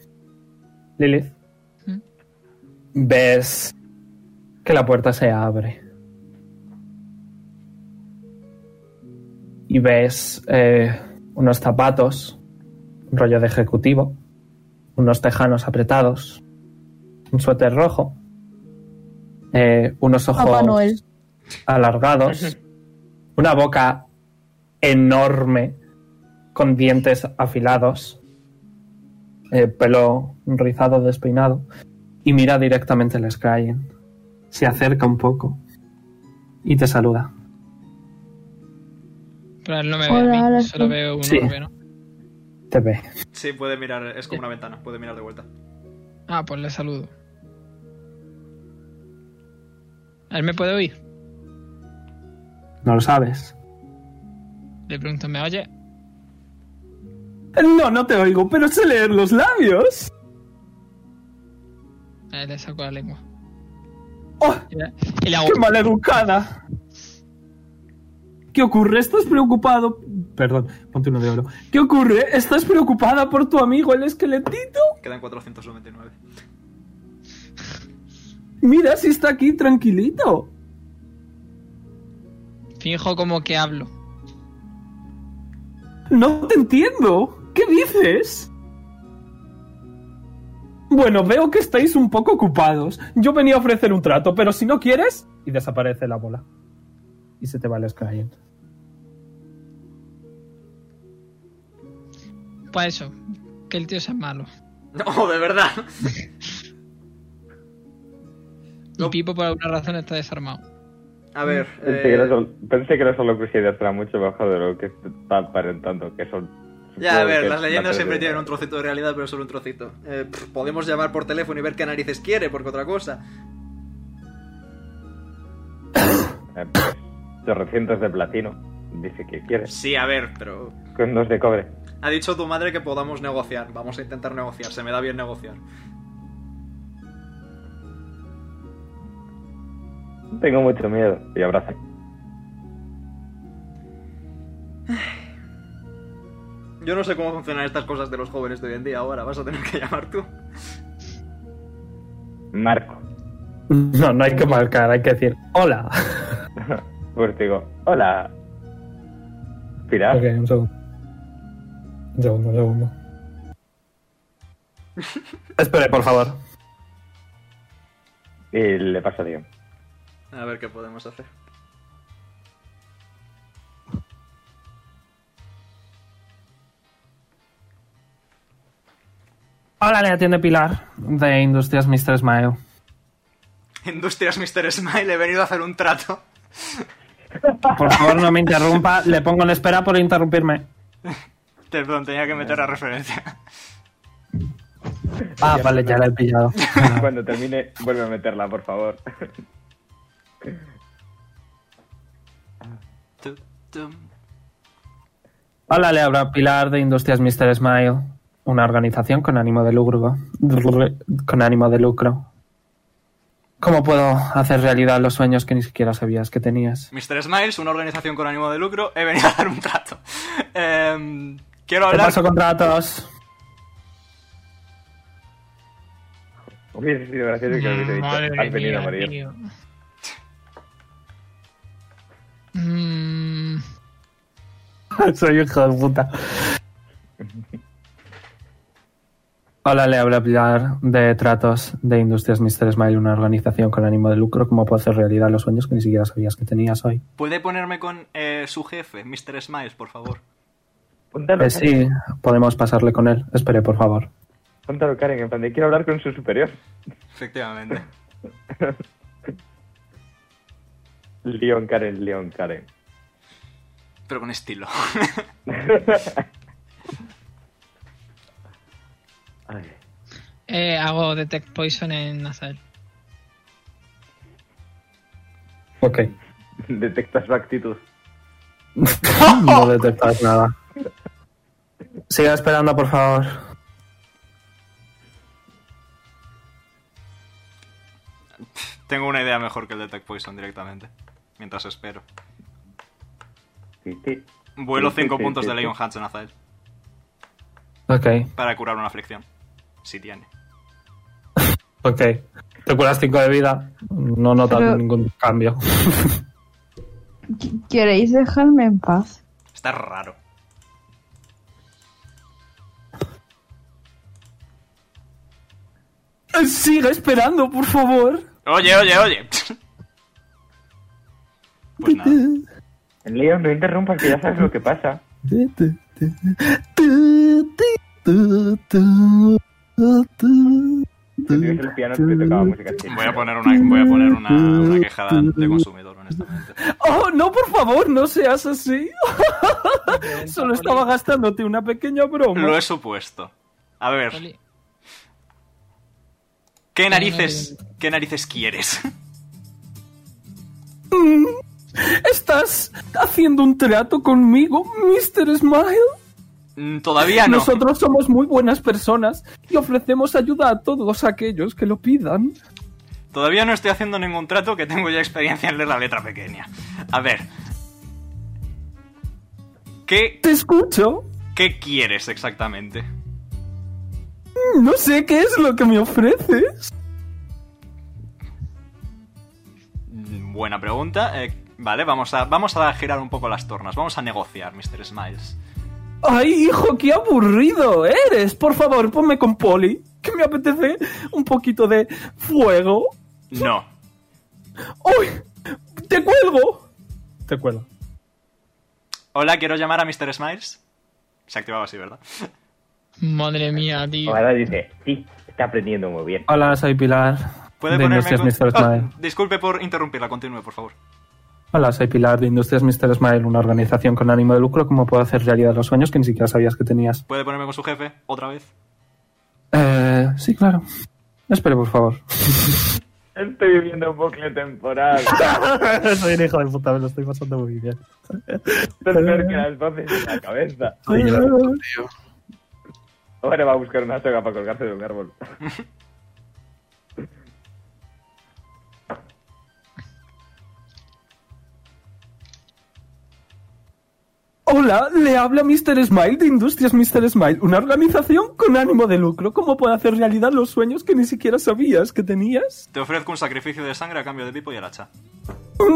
Lilith, ¿Mm? ves que la puerta se abre. Y ves eh, unos zapatos, un rollo de ejecutivo, unos tejanos apretados, un suéter rojo, eh, unos ojos Papá Noel. alargados, una boca enorme con dientes afilados, eh, pelo rizado, despeinado, y mira directamente al Skyrim. Se acerca un poco y te saluda. Pero él no me ve a Hola, mí, hola, solo sí. veo un Sí. orbe, ¿no? Te ve. Sí, puede mirar, es como una ventana, puede mirar de vuelta. Ah, pues le saludo. ¿Él me puede oír? ¿No lo sabes? Le pregunto, ¿me oye? No, no te oigo, pero sé leer los labios. A él le saco la lengua. ¡Oh, Y le, y le hago... qué maleducada! ¿Qué ocurre? ¿Estás preocupado? Perdón, ponte uno de oro. ¿Qué ocurre? ¿Estás preocupada por tu amigo el esqueletito? Quedan 499. Mira si está aquí tranquilito. Finjo como que hablo. No te entiendo. ¿Qué dices? Bueno, veo que estáis un poco ocupados. Yo venía a ofrecer un trato, pero si no quieres... Y desaparece la bola. Y se te va el Skyrim. Pues eso, que el tío sea malo. No, de verdad. Y Pipo por alguna razón está desarmado. A ver. Pensé, eh, que los, pensé que los Solo Crusaders eran mucho mejor de lo que está aparentando, que son... Ya, a supongo ver, que las leyendas es bastante- siempre tienen un trocito de realidad, pero solo un trocito. Eh, pff, podemos llamar por teléfono y ver qué narices quiere, porque otra cosa. eh, pues, 200 de platino, dice que quieres, Sí, a ver, pero. con dos de cobre. Ha dicho tu madre que podamos negociar. Vamos a intentar negociar, se me da bien negociar. Tengo mucho miedo. Y abraza. Yo no sé cómo funcionan estas cosas de los jóvenes de hoy en día ahora, vas a tener que llamar tú. Marco. No, no hay que marcar, hay que decir hola. Pues digo, hola. Pilar. Ok, un segundo. Un segundo, un segundo. Espere, por favor. Y le paso Dion. A ver qué podemos hacer. Hola, le atiende Pilar, de Industrias Mr. Smile. Industrias Mr. Smile, he venido a hacer un trato. Por favor, no me interrumpa. Le pongo en espera por interrumpirme. Te perdón, tenía que meter la referencia. Ah, vale, ya la he pillado. Cuando termine, vuelve a meterla, por favor. Tu, tum. Hola, le habla Pilar de Industrias Mr. Smile, una organización con ánimo de lucro. Con ánimo de lucro. ¿Cómo puedo hacer realidad los sueños que ni siquiera sabías que tenías? Mr. Smiles, una organización con ánimo de lucro, he venido a hacer un trato. Em, quiero ¿Qué hablar. paso contratos? Hubiese sido gracioso que lo hubiese dicho. Madre Has venido a mía, morir. tío. Mm, Soy hijo de puta. Hola, le habla Pilar de Tratos de Industrias Mr. Smile, una organización con ánimo de lucro. ¿Cómo puedo hacer realidad los sueños que ni siquiera sabías que tenías hoy? ¿Puede ponerme con eh, su jefe, Mr. Smiles, por favor? Póntalo, Eh, sí, podemos pasarle con él. Espere, por favor. póntalo, Karen, en plan de quiero hablar con su superior. Efectivamente. León, Karen, León, Karen. Pero con estilo. Ay. eh, hago Detect Poison en Nazael. Ok. Detectas su actitud. No detectas nada. Siga esperando, por favor. Tengo una idea mejor que el Detect Poison directamente. Mientras espero. Sí, sí. Vuelo Sí, sí, 5 sí, puntos sí, de sí. Leon Hansen a Zael Ok, para curar una aflicción. Si tiene. ok. Te curas 5 de vida. No notas Pero- ningún cambio. ¿Qu- ¿Queréis dejarme en paz? Está raro. Siga Eh, esperando, por favor. Oye, oye, oye. Pues nada. León, no interrumpas, que ya sabes lo que pasa. Si tuvieses el piano, te tocaba música así. Voy a poner una, voy a poner una, una quejada de consumidor, honestamente. Oh, no, por favor, no seas así. Solo estaba gastándote una pequeña broma. Lo he supuesto. A ver, Poli, ¿qué narices, qué narices quieres? ¿Estás haciendo un trato conmigo, Mr. Smile? Mm, Todavía no. Nosotros somos muy buenas personas y ofrecemos ayuda a todos aquellos que lo pidan. Todavía no estoy haciendo ningún trato que tengo ya experiencia en leer la letra pequeña. A ver. ¿Qué, Te escucho. qué quieres exactamente? No sé qué es lo que me ofreces. Mm, Buena pregunta. Eh, vale, vamos a, vamos a girar un poco las tornas. Vamos a negociar, Mr. Smiles. Ay, hijo, qué aburrido eres. Por favor, ponme con Polly, que me apetece un poquito de fuego. No. ¡Uy! ¡Te cuelgo! Te cuelgo. Hola, quiero llamar a Mr. Smiles. Se activaba así, ¿verdad? Madre mía, tío. Ahora dice, sí, está aprendiendo muy bien. Hola, soy Pilar. Puede de ponerme Industrias con- Mr. Oh, Smile. disculpe por interrumpirla, continúe, por favor. Hola, soy Pilar de Industrias Mr. Smile, una organización con ánimo de lucro. ¿Cómo puedo hacer realidad los sueños que ni siquiera sabías que tenías? ¿Puede ponerme con su jefe otra vez? Eh, sí, claro. Espere, por favor. Estoy viviendo un bucle temporal. soy un hijo de puta, me lo estoy pasando muy bien. Esto es peor que las voces en la cabeza. Ahora va a buscar una soga para colgarse de un árbol. Hola, le habla Mr. Smile de Industrias Mr. Smile, una organización con ánimo de lucro. ¿Cómo puedo hacer realidad los sueños que ni siquiera sabías que tenías? Te ofrezco un sacrificio de sangre a cambio de pipo y el hacha.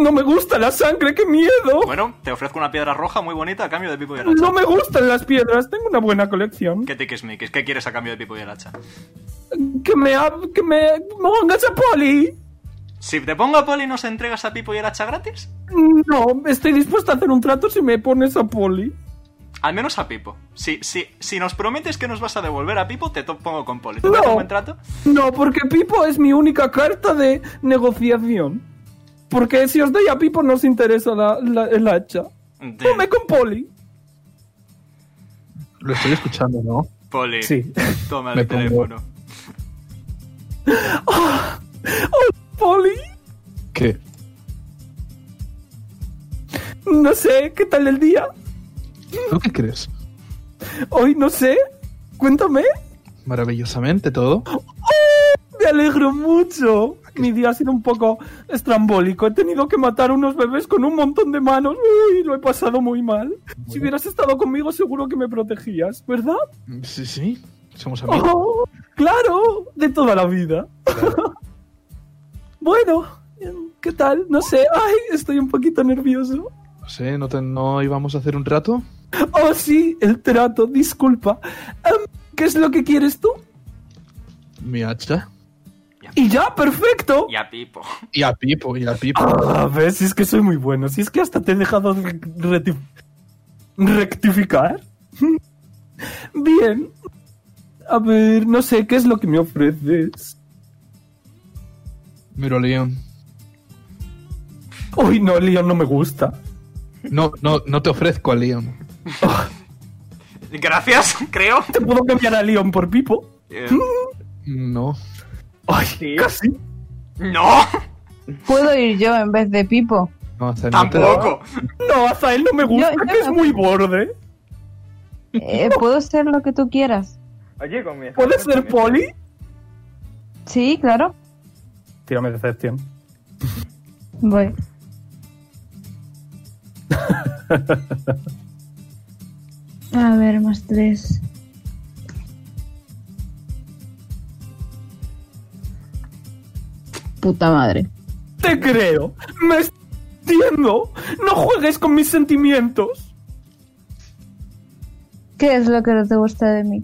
No me gusta la sangre, qué miedo. Bueno, te ofrezco una piedra roja muy bonita a cambio de pipo y el hacha. No me gustan las piedras, tengo una buena colección. ¿Qué tiquismiquis? ¿Qué quieres a cambio de pipo y el hacha? Que me hab- que me pongas a poli. Si te pongo a poli, ¿nos entregas a pipo y el hacha gratis? No, estoy dispuesto a hacer un trato si me pones a poli. Al menos a Pipo. Si, si, si nos prometes que nos vas a devolver a Pipo, te to- pongo con Poli. ¿Te parece No. un buen trato? No, porque Pipo es mi única carta de negociación. Porque si os doy a Pipo no os interesa la, la- el hacha. De- Come con poli. Lo estoy escuchando, ¿no? Poli, Sí. toma Me el pongo. teléfono. Poli. ¿Qué? No sé, ¿qué tal el día? ¿Tú qué crees? Hoy no sé. Cuéntame. Maravillosamente todo. Me alegro mucho. Mi día ha sido un poco estrambólico. He tenido que matar unos bebés con un montón de manos. Uy, lo he pasado muy mal. Si hubieras estado conmigo seguro que me protegías, ¿verdad? Sí, sí. Somos amigos. Oh, claro, de toda la vida. bueno, ¿qué tal? No sé. Ay, estoy un poquito nervioso. No sé, ¿no, te- no íbamos a hacer un trato? Oh, sí, el trato, disculpa. Em, ¿Qué es lo que quieres tú? Mi hacha. Y ya, perfecto. Y a Pipo. Y a Pipo, y a Pipo. A ver, si es que soy muy bueno. Si es que hasta te he dejado re- reti- rectificar. Bien. A ver, no sé, ¿qué es lo que me ofreces? Miro a León. Uy, no, Leon, no me gusta. No, no, no te ofrezco a León. Gracias, creo. Oh, ¿Te puedo cambiar a Leon por Pipo? Eh, No. Ay, Sí. casi. ¡No! ¿Puedo ir yo en vez de Pipo? No hace no te- ¡Tampoco! No, hasta él no me gusta, Yo- yo que es no. muy borde. Eh, ¿Puedo ser lo que tú quieras? Oye, con mi ¿Puedes ser poli? Sí, claro. Tírame decepción. Voy. A ver, más tres. Puta madre. Te creo. Me entiendo. No juegues con mis sentimientos. ¿Qué es lo que no te gusta de mí?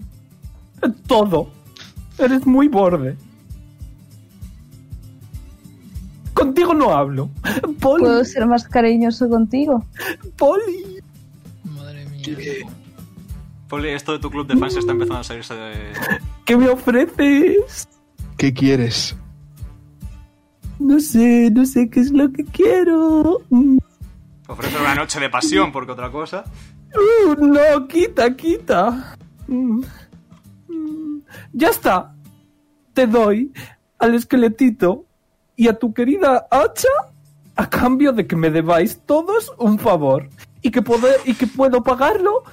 Eh, Todo. Eres muy borde. Contigo no hablo. Poli. ¿Puedo ser más cariñoso contigo? Poli. Madre mía. Poli, esto de tu club de fans está empezando a salirse de... ¿Qué me ofreces? ¿Qué quieres? No sé, no sé qué es lo que quiero. Mm, Ofrecer una noche de pasión, porque otra cosa... uh, no, quita, quita. Mm, mm, Ya está. Te doy al esqueletito y a tu querida hacha a cambio de que me debáis todos un favor y que, pode- y que puedo pagarlo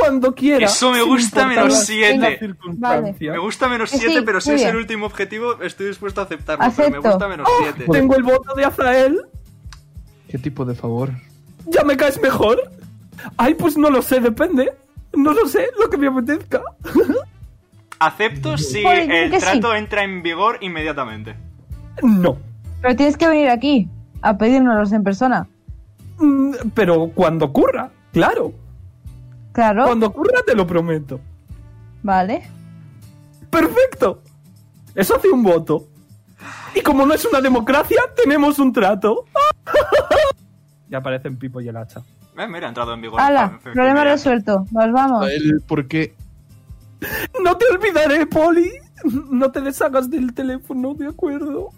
cuando quiera. Eso me sin gusta importar menos las- siete. las circunstancias. Me gusta menos Sí, 7, pero si muy es bien. el último objetivo, estoy dispuesto a aceptarlo. Pero me Acepto. Oh. Pues gusta menos 7. ¡Ah! Tengo el voto de Azael. ¿Qué tipo de favor? ¿Ya me caes mejor? Ay, pues no lo sé, depende. No lo sé, lo que me apetezca. Acepto si Poli, di el que sí. trato entra en vigor inmediatamente. No. Pero tienes que venir aquí a pedírnoslos en persona. Mm, Pero cuando ocurra, claro. Claro. Cuando ocurra te lo prometo. Vale. Perfecto. Eso hace un voto. Y como no es una democracia, tenemos un trato. Ya aparecen Pipo y el hacha. Eh, mira, ha entrado en vigor. Hala, Ah, problema mira. resuelto. Nos vamos. Él, ¿por qué? No te olvidaré, Poli. No te deshagas del teléfono, ¿de acuerdo?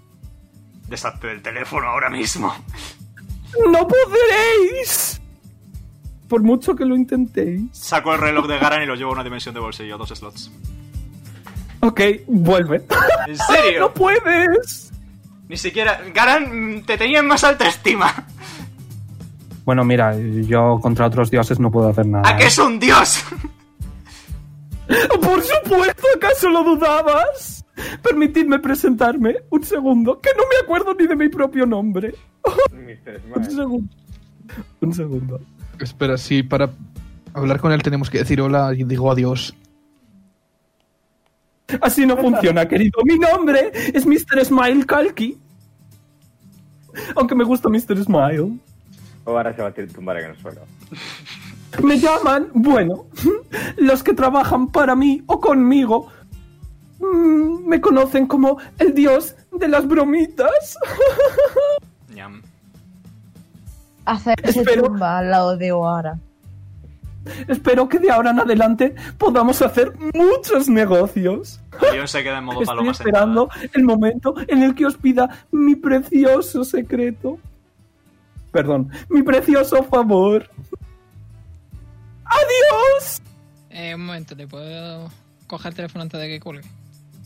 Deshazte del teléfono ahora mismo. ¡No podréis! Por mucho que lo intentéis. Saco el reloj de Garan y lo llevo a una dimensión de bolsillo, dos slots. Ok, vuelve. ¿En Ah, serio? ¡No puedes! Ni siquiera. Garan, mm, te tenía en más alta estima. Bueno, mira, yo contra otros dioses no puedo hacer nada. ¿eh? ¿A que es un dios? ¡Por supuesto! ¿Acaso lo dudabas? Permitidme presentarme un segundo, que no me acuerdo ni de mi propio nombre. Mr. Un Smile. segundo. Un segundo. Espera, sí, para hablar con él tenemos que decir hola y digo adiós. Así no funciona, querido. Mi nombre es Mr. Smile Kalki. Aunque me gusta Mr. Smile. O ahora se va a tir- tumbar en el suelo. Me llaman, bueno, los que trabajan para mí o conmigo mm, me conocen como el dios de las bromitas. Ñam. Hacerse Espero- tumba al lado de Oara. Espero que de ahora en adelante podamos hacer muchos negocios. Leon se queda en modo Estoy paloma esperando el momento en el que os pida mi precioso secreto. Perdón, mi precioso favor. ¡Adiós! Eh, un momento, ¿te puedo coger el teléfono antes de que cuelgue?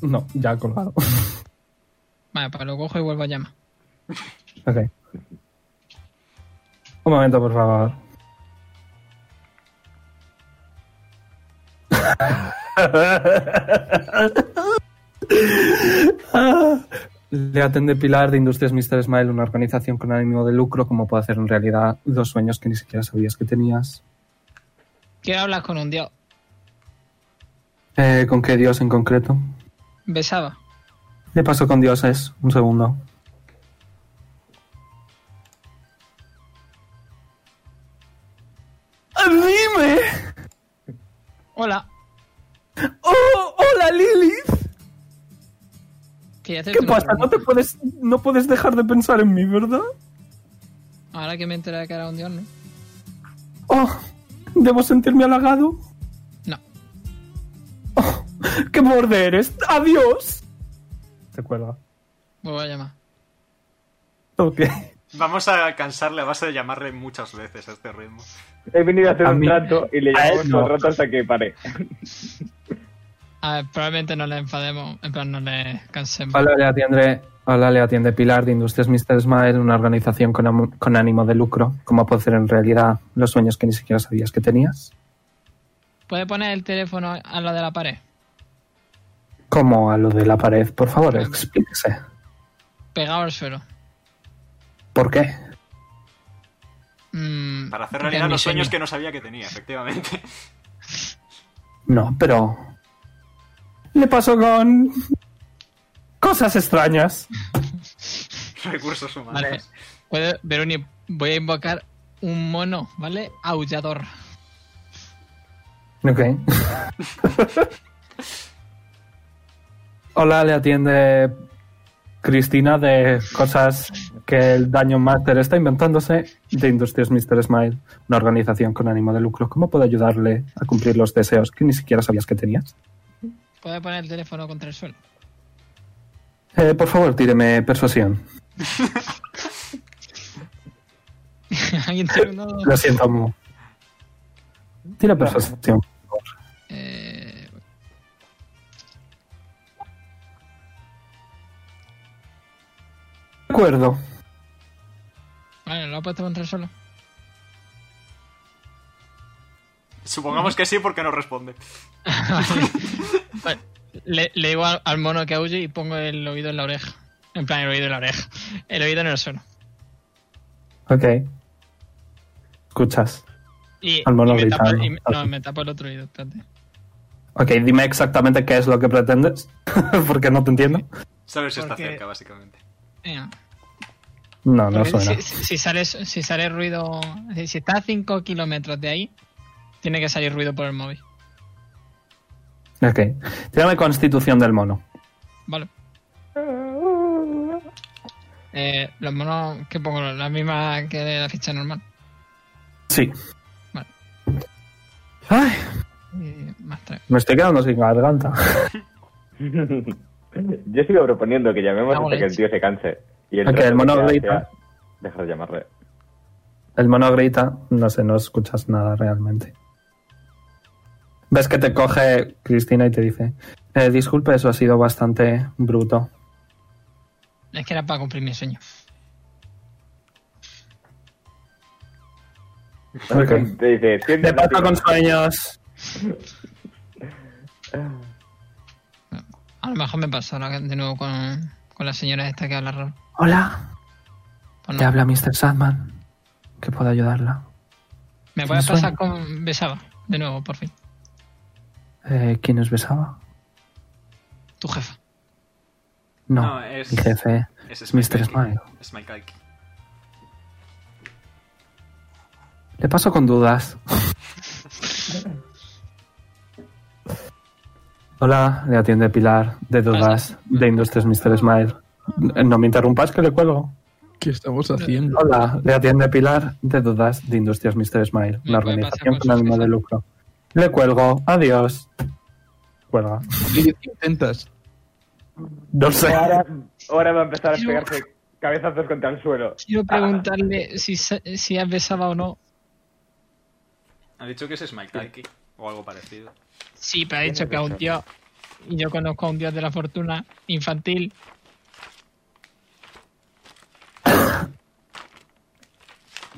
No, ya he colgado. Vale, pues lo cojo y vuelvo a llamar. Ok. Un momento, por favor. Le atende Pilar de Industrias Mr. Smile, una organización con ánimo de lucro, como puede hacer en realidad los sueños que ni siquiera sabías que tenías. Quiero hablar con un dios. Eh, ¿Con qué dios en concreto? Besaba. Le paso con dioses. Un segundo. Ah, ¡Dime! Hola. ¡Oh, hola Lilith! Quería hacerte ¿Qué una pasa? No pregunta. te puedes, no puedes dejar de pensar en mí, ¿verdad? Ahora que me enteré de que era un dios, ¿no? Oh, ¿debo sentirme halagado? Oh, No. ¡Qué borde eres! ¡Adiós! Te cuelga. Vuelvo a llamar. Ok. Vamos a alcanzarle a base de llamarle muchas veces a este ritmo. He venido a hacer A un mí- trato y le a llamamos él todo el no. rato hasta que pare. A ver, probablemente no le enfademos. En plan, no le cansemos. Hola, le atiende, hola, le atiende Pilar de Industrias Mr. Smile, una organización con, am- con ánimo de lucro, como puede ser en realidad los sueños que ni siquiera sabías que tenías. ¿Puede poner el teléfono a lo de la pared? Como a lo de la pared, por favor, explíquese. Pegado al suelo. ¿Por qué? Mm, Para hacer porque realidad es mi los sueños que sueño. no sabía que tenía, efectivamente. No, pero Le paso con. Cosas extrañas. Recursos humanos. Vale. Puede- Veroni, voy a invocar un mono, ¿vale? Aullador. Ok. Hola, le atiende Cristina de cosas que el Daño Master está inventándose de Industrias Mr. Smile, una organización con ánimo de lucro. ¿Cómo puedo ayudarle a cumplir los deseos que ni siquiera sabías que tenías? Puede poner el teléfono contra el suelo. Eh, por favor, tíreme persuasión. Alguien tiene un dado? Lo siento, Mu. Tira persuasión. Eh, De acuerdo. Vale, lo ha puesto contra el suelo. Supongamos que sí porque no responde. Vale. Le, le digo al, al mono que huye y pongo el oído en la oreja. En plan, el oído en la oreja. El oído en el suelo. Ok. Escuchas. Y, Al mono y me tapo, gritando. y me- no, me tapo el otro oído, espérate. Ok, dime exactamente qué es lo que pretendes, porque no te entiendo. Saber si está Porque- cerca, básicamente. Venga. No, no Porque suena. Si, si- si sale, si sale ruido. es decir, Si está a 5 kilómetros de ahí, tiene que salir ruido por el móvil. Ok. Tírame constitución del mono. Vale. Eh, los monos que pongo, la misma que de la ficha normal. Sí. Vale. Ay, Eh, más tres. me estoy quedando sin garganta. Yo sigo proponiendo que llamemos Ah, hasta bueno, que el tío se canse. Y el Ok, trato el mono que sea, grita. sea, Dejar de llamarle. El mono grita, no sé, no escuchas nada realmente. Ves que te coge Cristina y te dice, "Eh, disculpe, eso ha sido bastante bruto. Es que era para cumplir mi sueño. Ok. Te dice, Te "Tienda pasa con latina". sueños. A lo mejor me pasó ahora de nuevo con, con la señora esta que habla raro. Hola, Pues te no. habla Mr. Sandman. ¿Qué puedo ayudarla? Me puedes sueño. pasar con Besaba, de nuevo, por fin. Eh, ¿Quién os besaba? Tu jefa. No, No, es- mi jefe. Ese Es Mr. Smile. Smile Cake. Le paso con dudas. Hola, le atiende Pilar de dudas de Industrias Mr. Smile. N- No me interrumpas que le cuelgo. ¿Qué estamos haciendo? Hola, le atiende Pilar de dudas de Industrias Mr. Smile, Me una puede organización pasar con con su ánimo de jefa. lucro. Le cuelgo, adiós. Cuelga. ¿Y qué intentas? No sé. Ahora, ahora va a empezar a pegarse cabezazos contra el suelo. Quiero preguntarle si, sa- si has besado o no. Ha dicho que es Smile Cake o algo parecido. Sí, pero ha dicho que a un dios. Y yo conozco a un dios de la fortuna infantil.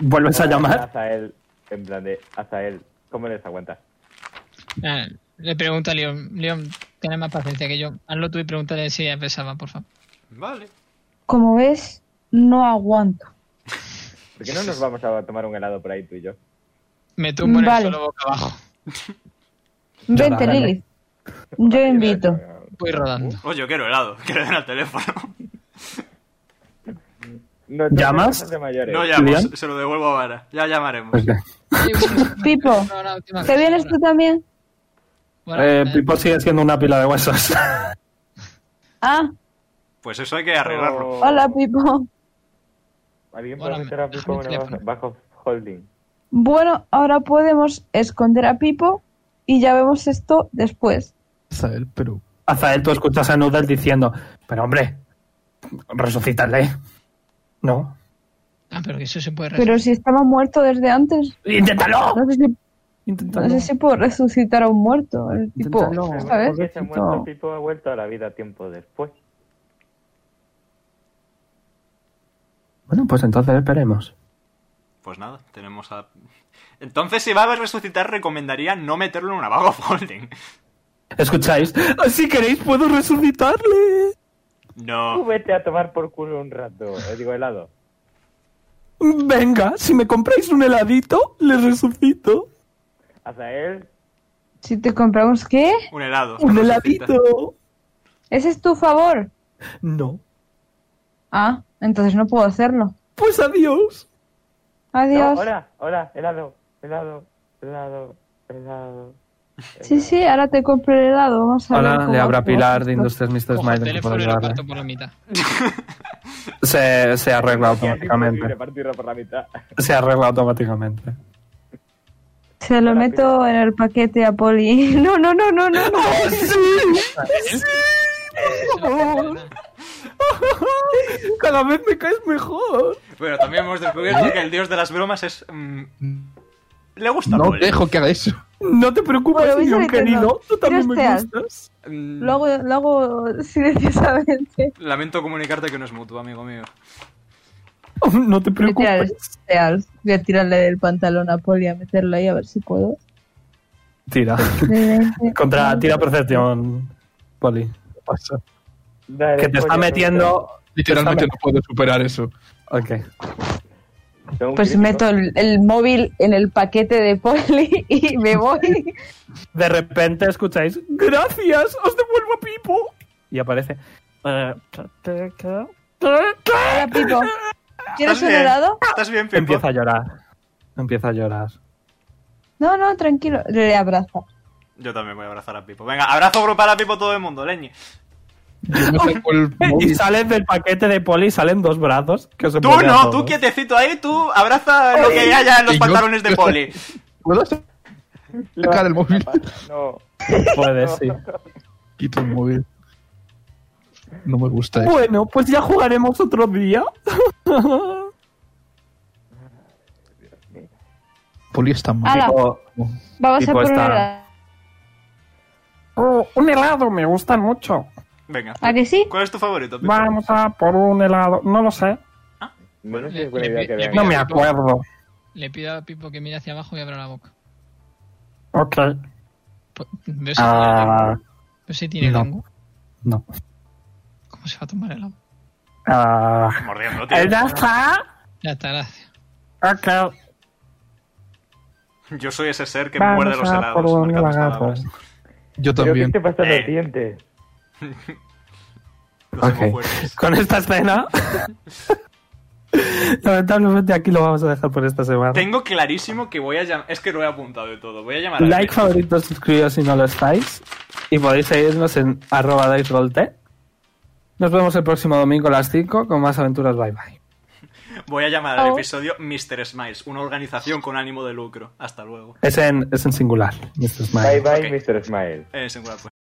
¿Vuelves a llamar? Hasta él, en plan de, hasta él, ¿cómo les aguantas? Ah, le pregunto a León. León, tienes más paciencia que yo. Hazlo tú y pregúntale si has besado, por favor. Vale. Como ves, no aguanto. ¿Por qué no nos vamos a tomar un helado por ahí tú y yo? Me tumbo en el Vale. suelo boca abajo. Vente, nada, Lilith. Yo invito. Voy rodando. Oye, yo quiero helado. Que le den al teléfono. No, no, ¿Llamas? cosas de mayores. No llamo, ¿Julián? Pues se, se lo devuelvo a Vara. Ya llamaremos. Ok. Pipo, No, no, última ¿te cosa, vienes tú ahora. también? Bueno, Eh, eh, Pipo sigue siendo una pila de huesos. Ah, Pues eso hay que arreglarlo. O- hola, Pipo. ¿Alguien Hola, puede meter a déjame Pipo el en teléfono. bajo, bajo holding? Bueno, ahora podemos esconder a Pipo y ya vemos esto después. Zael, pero Azael, tú escuchas a Nudel diciendo, pero hombre, resucítale. No. Ah, pero que eso se puede resolver. Pero si estaba muerto desde antes, ¡Inténtalo! no sé si, Inténtalo. no sé si puedo resucitar a un muerto. El tipo, Inténtalo. ¿sabes? Ese muerto Pipo ha vuelto a la vida tiempo después. Bueno, pues entonces esperemos. Pues nada, tenemos a. Entonces, si va a resucitar, recomendaría no meterlo en una vaga folding. ¿Escucháis? "Ah, Si queréis, puedo resucitarle. Ah. Tú No. vete a tomar por culo un rato. eh, digo, helado. Venga, si me compráis un heladito, le resucito. Hasta él, Si te compramos, ¿qué? Un helado. Un Resucita. heladito. Ese es tu favor. No. Ah, entonces no puedo hacerlo. Pues adiós. Adiós. No, hola, hola, helado, helado, helado, helado. Sí, sí, ahora te compro el helado. Vamos a ver Hola, cómo le habla hacemos Pilar de esto. Industrias Mr. Cojo el Smile. teléfono y lo parto por la mitad. Se, se arregla Y automáticamente. repartirlo por la mitad. Se arregla automáticamente. Se lo Hola, meto en el paquete a Poli. No, no, no, no, no. no. Ah, Cada vez me caes mejor. Bueno, también hemos descubierto que el dios de las bromas es. mm, le gusta no Paul. dejo que haga eso. No te Bueno, preocupes, voy Leon diciendo, querido. Tú también me cresteas. gustas. Mm, Lo hago, lo hago silenciosamente. Lamento comunicarte que no es mutuo, amigo mío. Oh, No te Voy a tirar el preocupes. stealth. Voy a tirarle del pantalón a Poli a meterlo ahí a ver si puedo. Tira. De 20. Contra, tira percepción, Poli. Pasa. Dale, Que pues te está coño, metiendo. Pues Literalmente no puedo superar eso. Ok. Son Pues críticos. meto el, el móvil en el paquete de Poli y me voy. De repente escucháis: ¡Gracias! ¡Os devuelvo a Pipo! Y aparece. eh, ¿qué, qué, qué, qué? Hola, Pipo. ¿Quieres ¿Estás un bien? helado? ¿Estás bien, Pipo? Empieza a llorar. Empieza a llorar. No, no, tranquilo. Le abrazo. Yo también voy a abrazar a Pipo. Venga, abrazo grupal a Pipo todo el mundo, leñe. Yo me saco el Y móvil. sales del paquete de Poli y salen dos brazos. Que se Eh, Tú ponen a no, todos. tú quietecito ahí, tú abraza lo que haya en los Y yo- pantalones de yo- Poli. ¿Puedo sacar el móvil? No, Puedes, sí. Quito el móvil. No me gusta eh. eso. Bueno, pues ya jugaremos otro día. Poli está mal. Ala. Tipo- Vamos a Tipo por un esta- helado. Oh, un helado, me gustan mucho. Venga. ¿A que sí? ¿Cuál es tu favorito? Pipo? Vamos a por un helado. No lo sé, Bueno, sí, Le- es buena le idea pi- que le vean. no me acuerdo. Le pido a Pipo que mire hacia abajo y abra la boca. Ok. Pues, ¿Ves si Ah, tiene no. lengua? no. ¿Cómo se va a tomar el agua? Ah, Mordiendo, tío. ¿Ella está? Ya está, gracias. Ok. Yo soy ese ser que Vamos muerde los a por helados. un marca tus helado. palabras. Yo ¿Pero qué también. te pasa en Eh. los dientes? Los Ok. hemofuertes. Con esta escena. Lamentablemente aquí lo vamos a dejar por esta semana. Tengo clarísimo que voy a llamar. Es que lo he apuntado de todo. Voy a llamar a. Like, favorito, suscribiros si no lo estáis. Y podéis seguirnos en arroba dicerollt. Nos vemos el próximo domingo a las 5 con más aventuras. Bye bye. Voy a llamar al Oh. episodio Mr. Smiles, una organización con ánimo de lucro. Hasta luego. Es en, es en singular. Mr. Smile. Bye bye, Ok. Mr. Smile. Eh, singular, pues.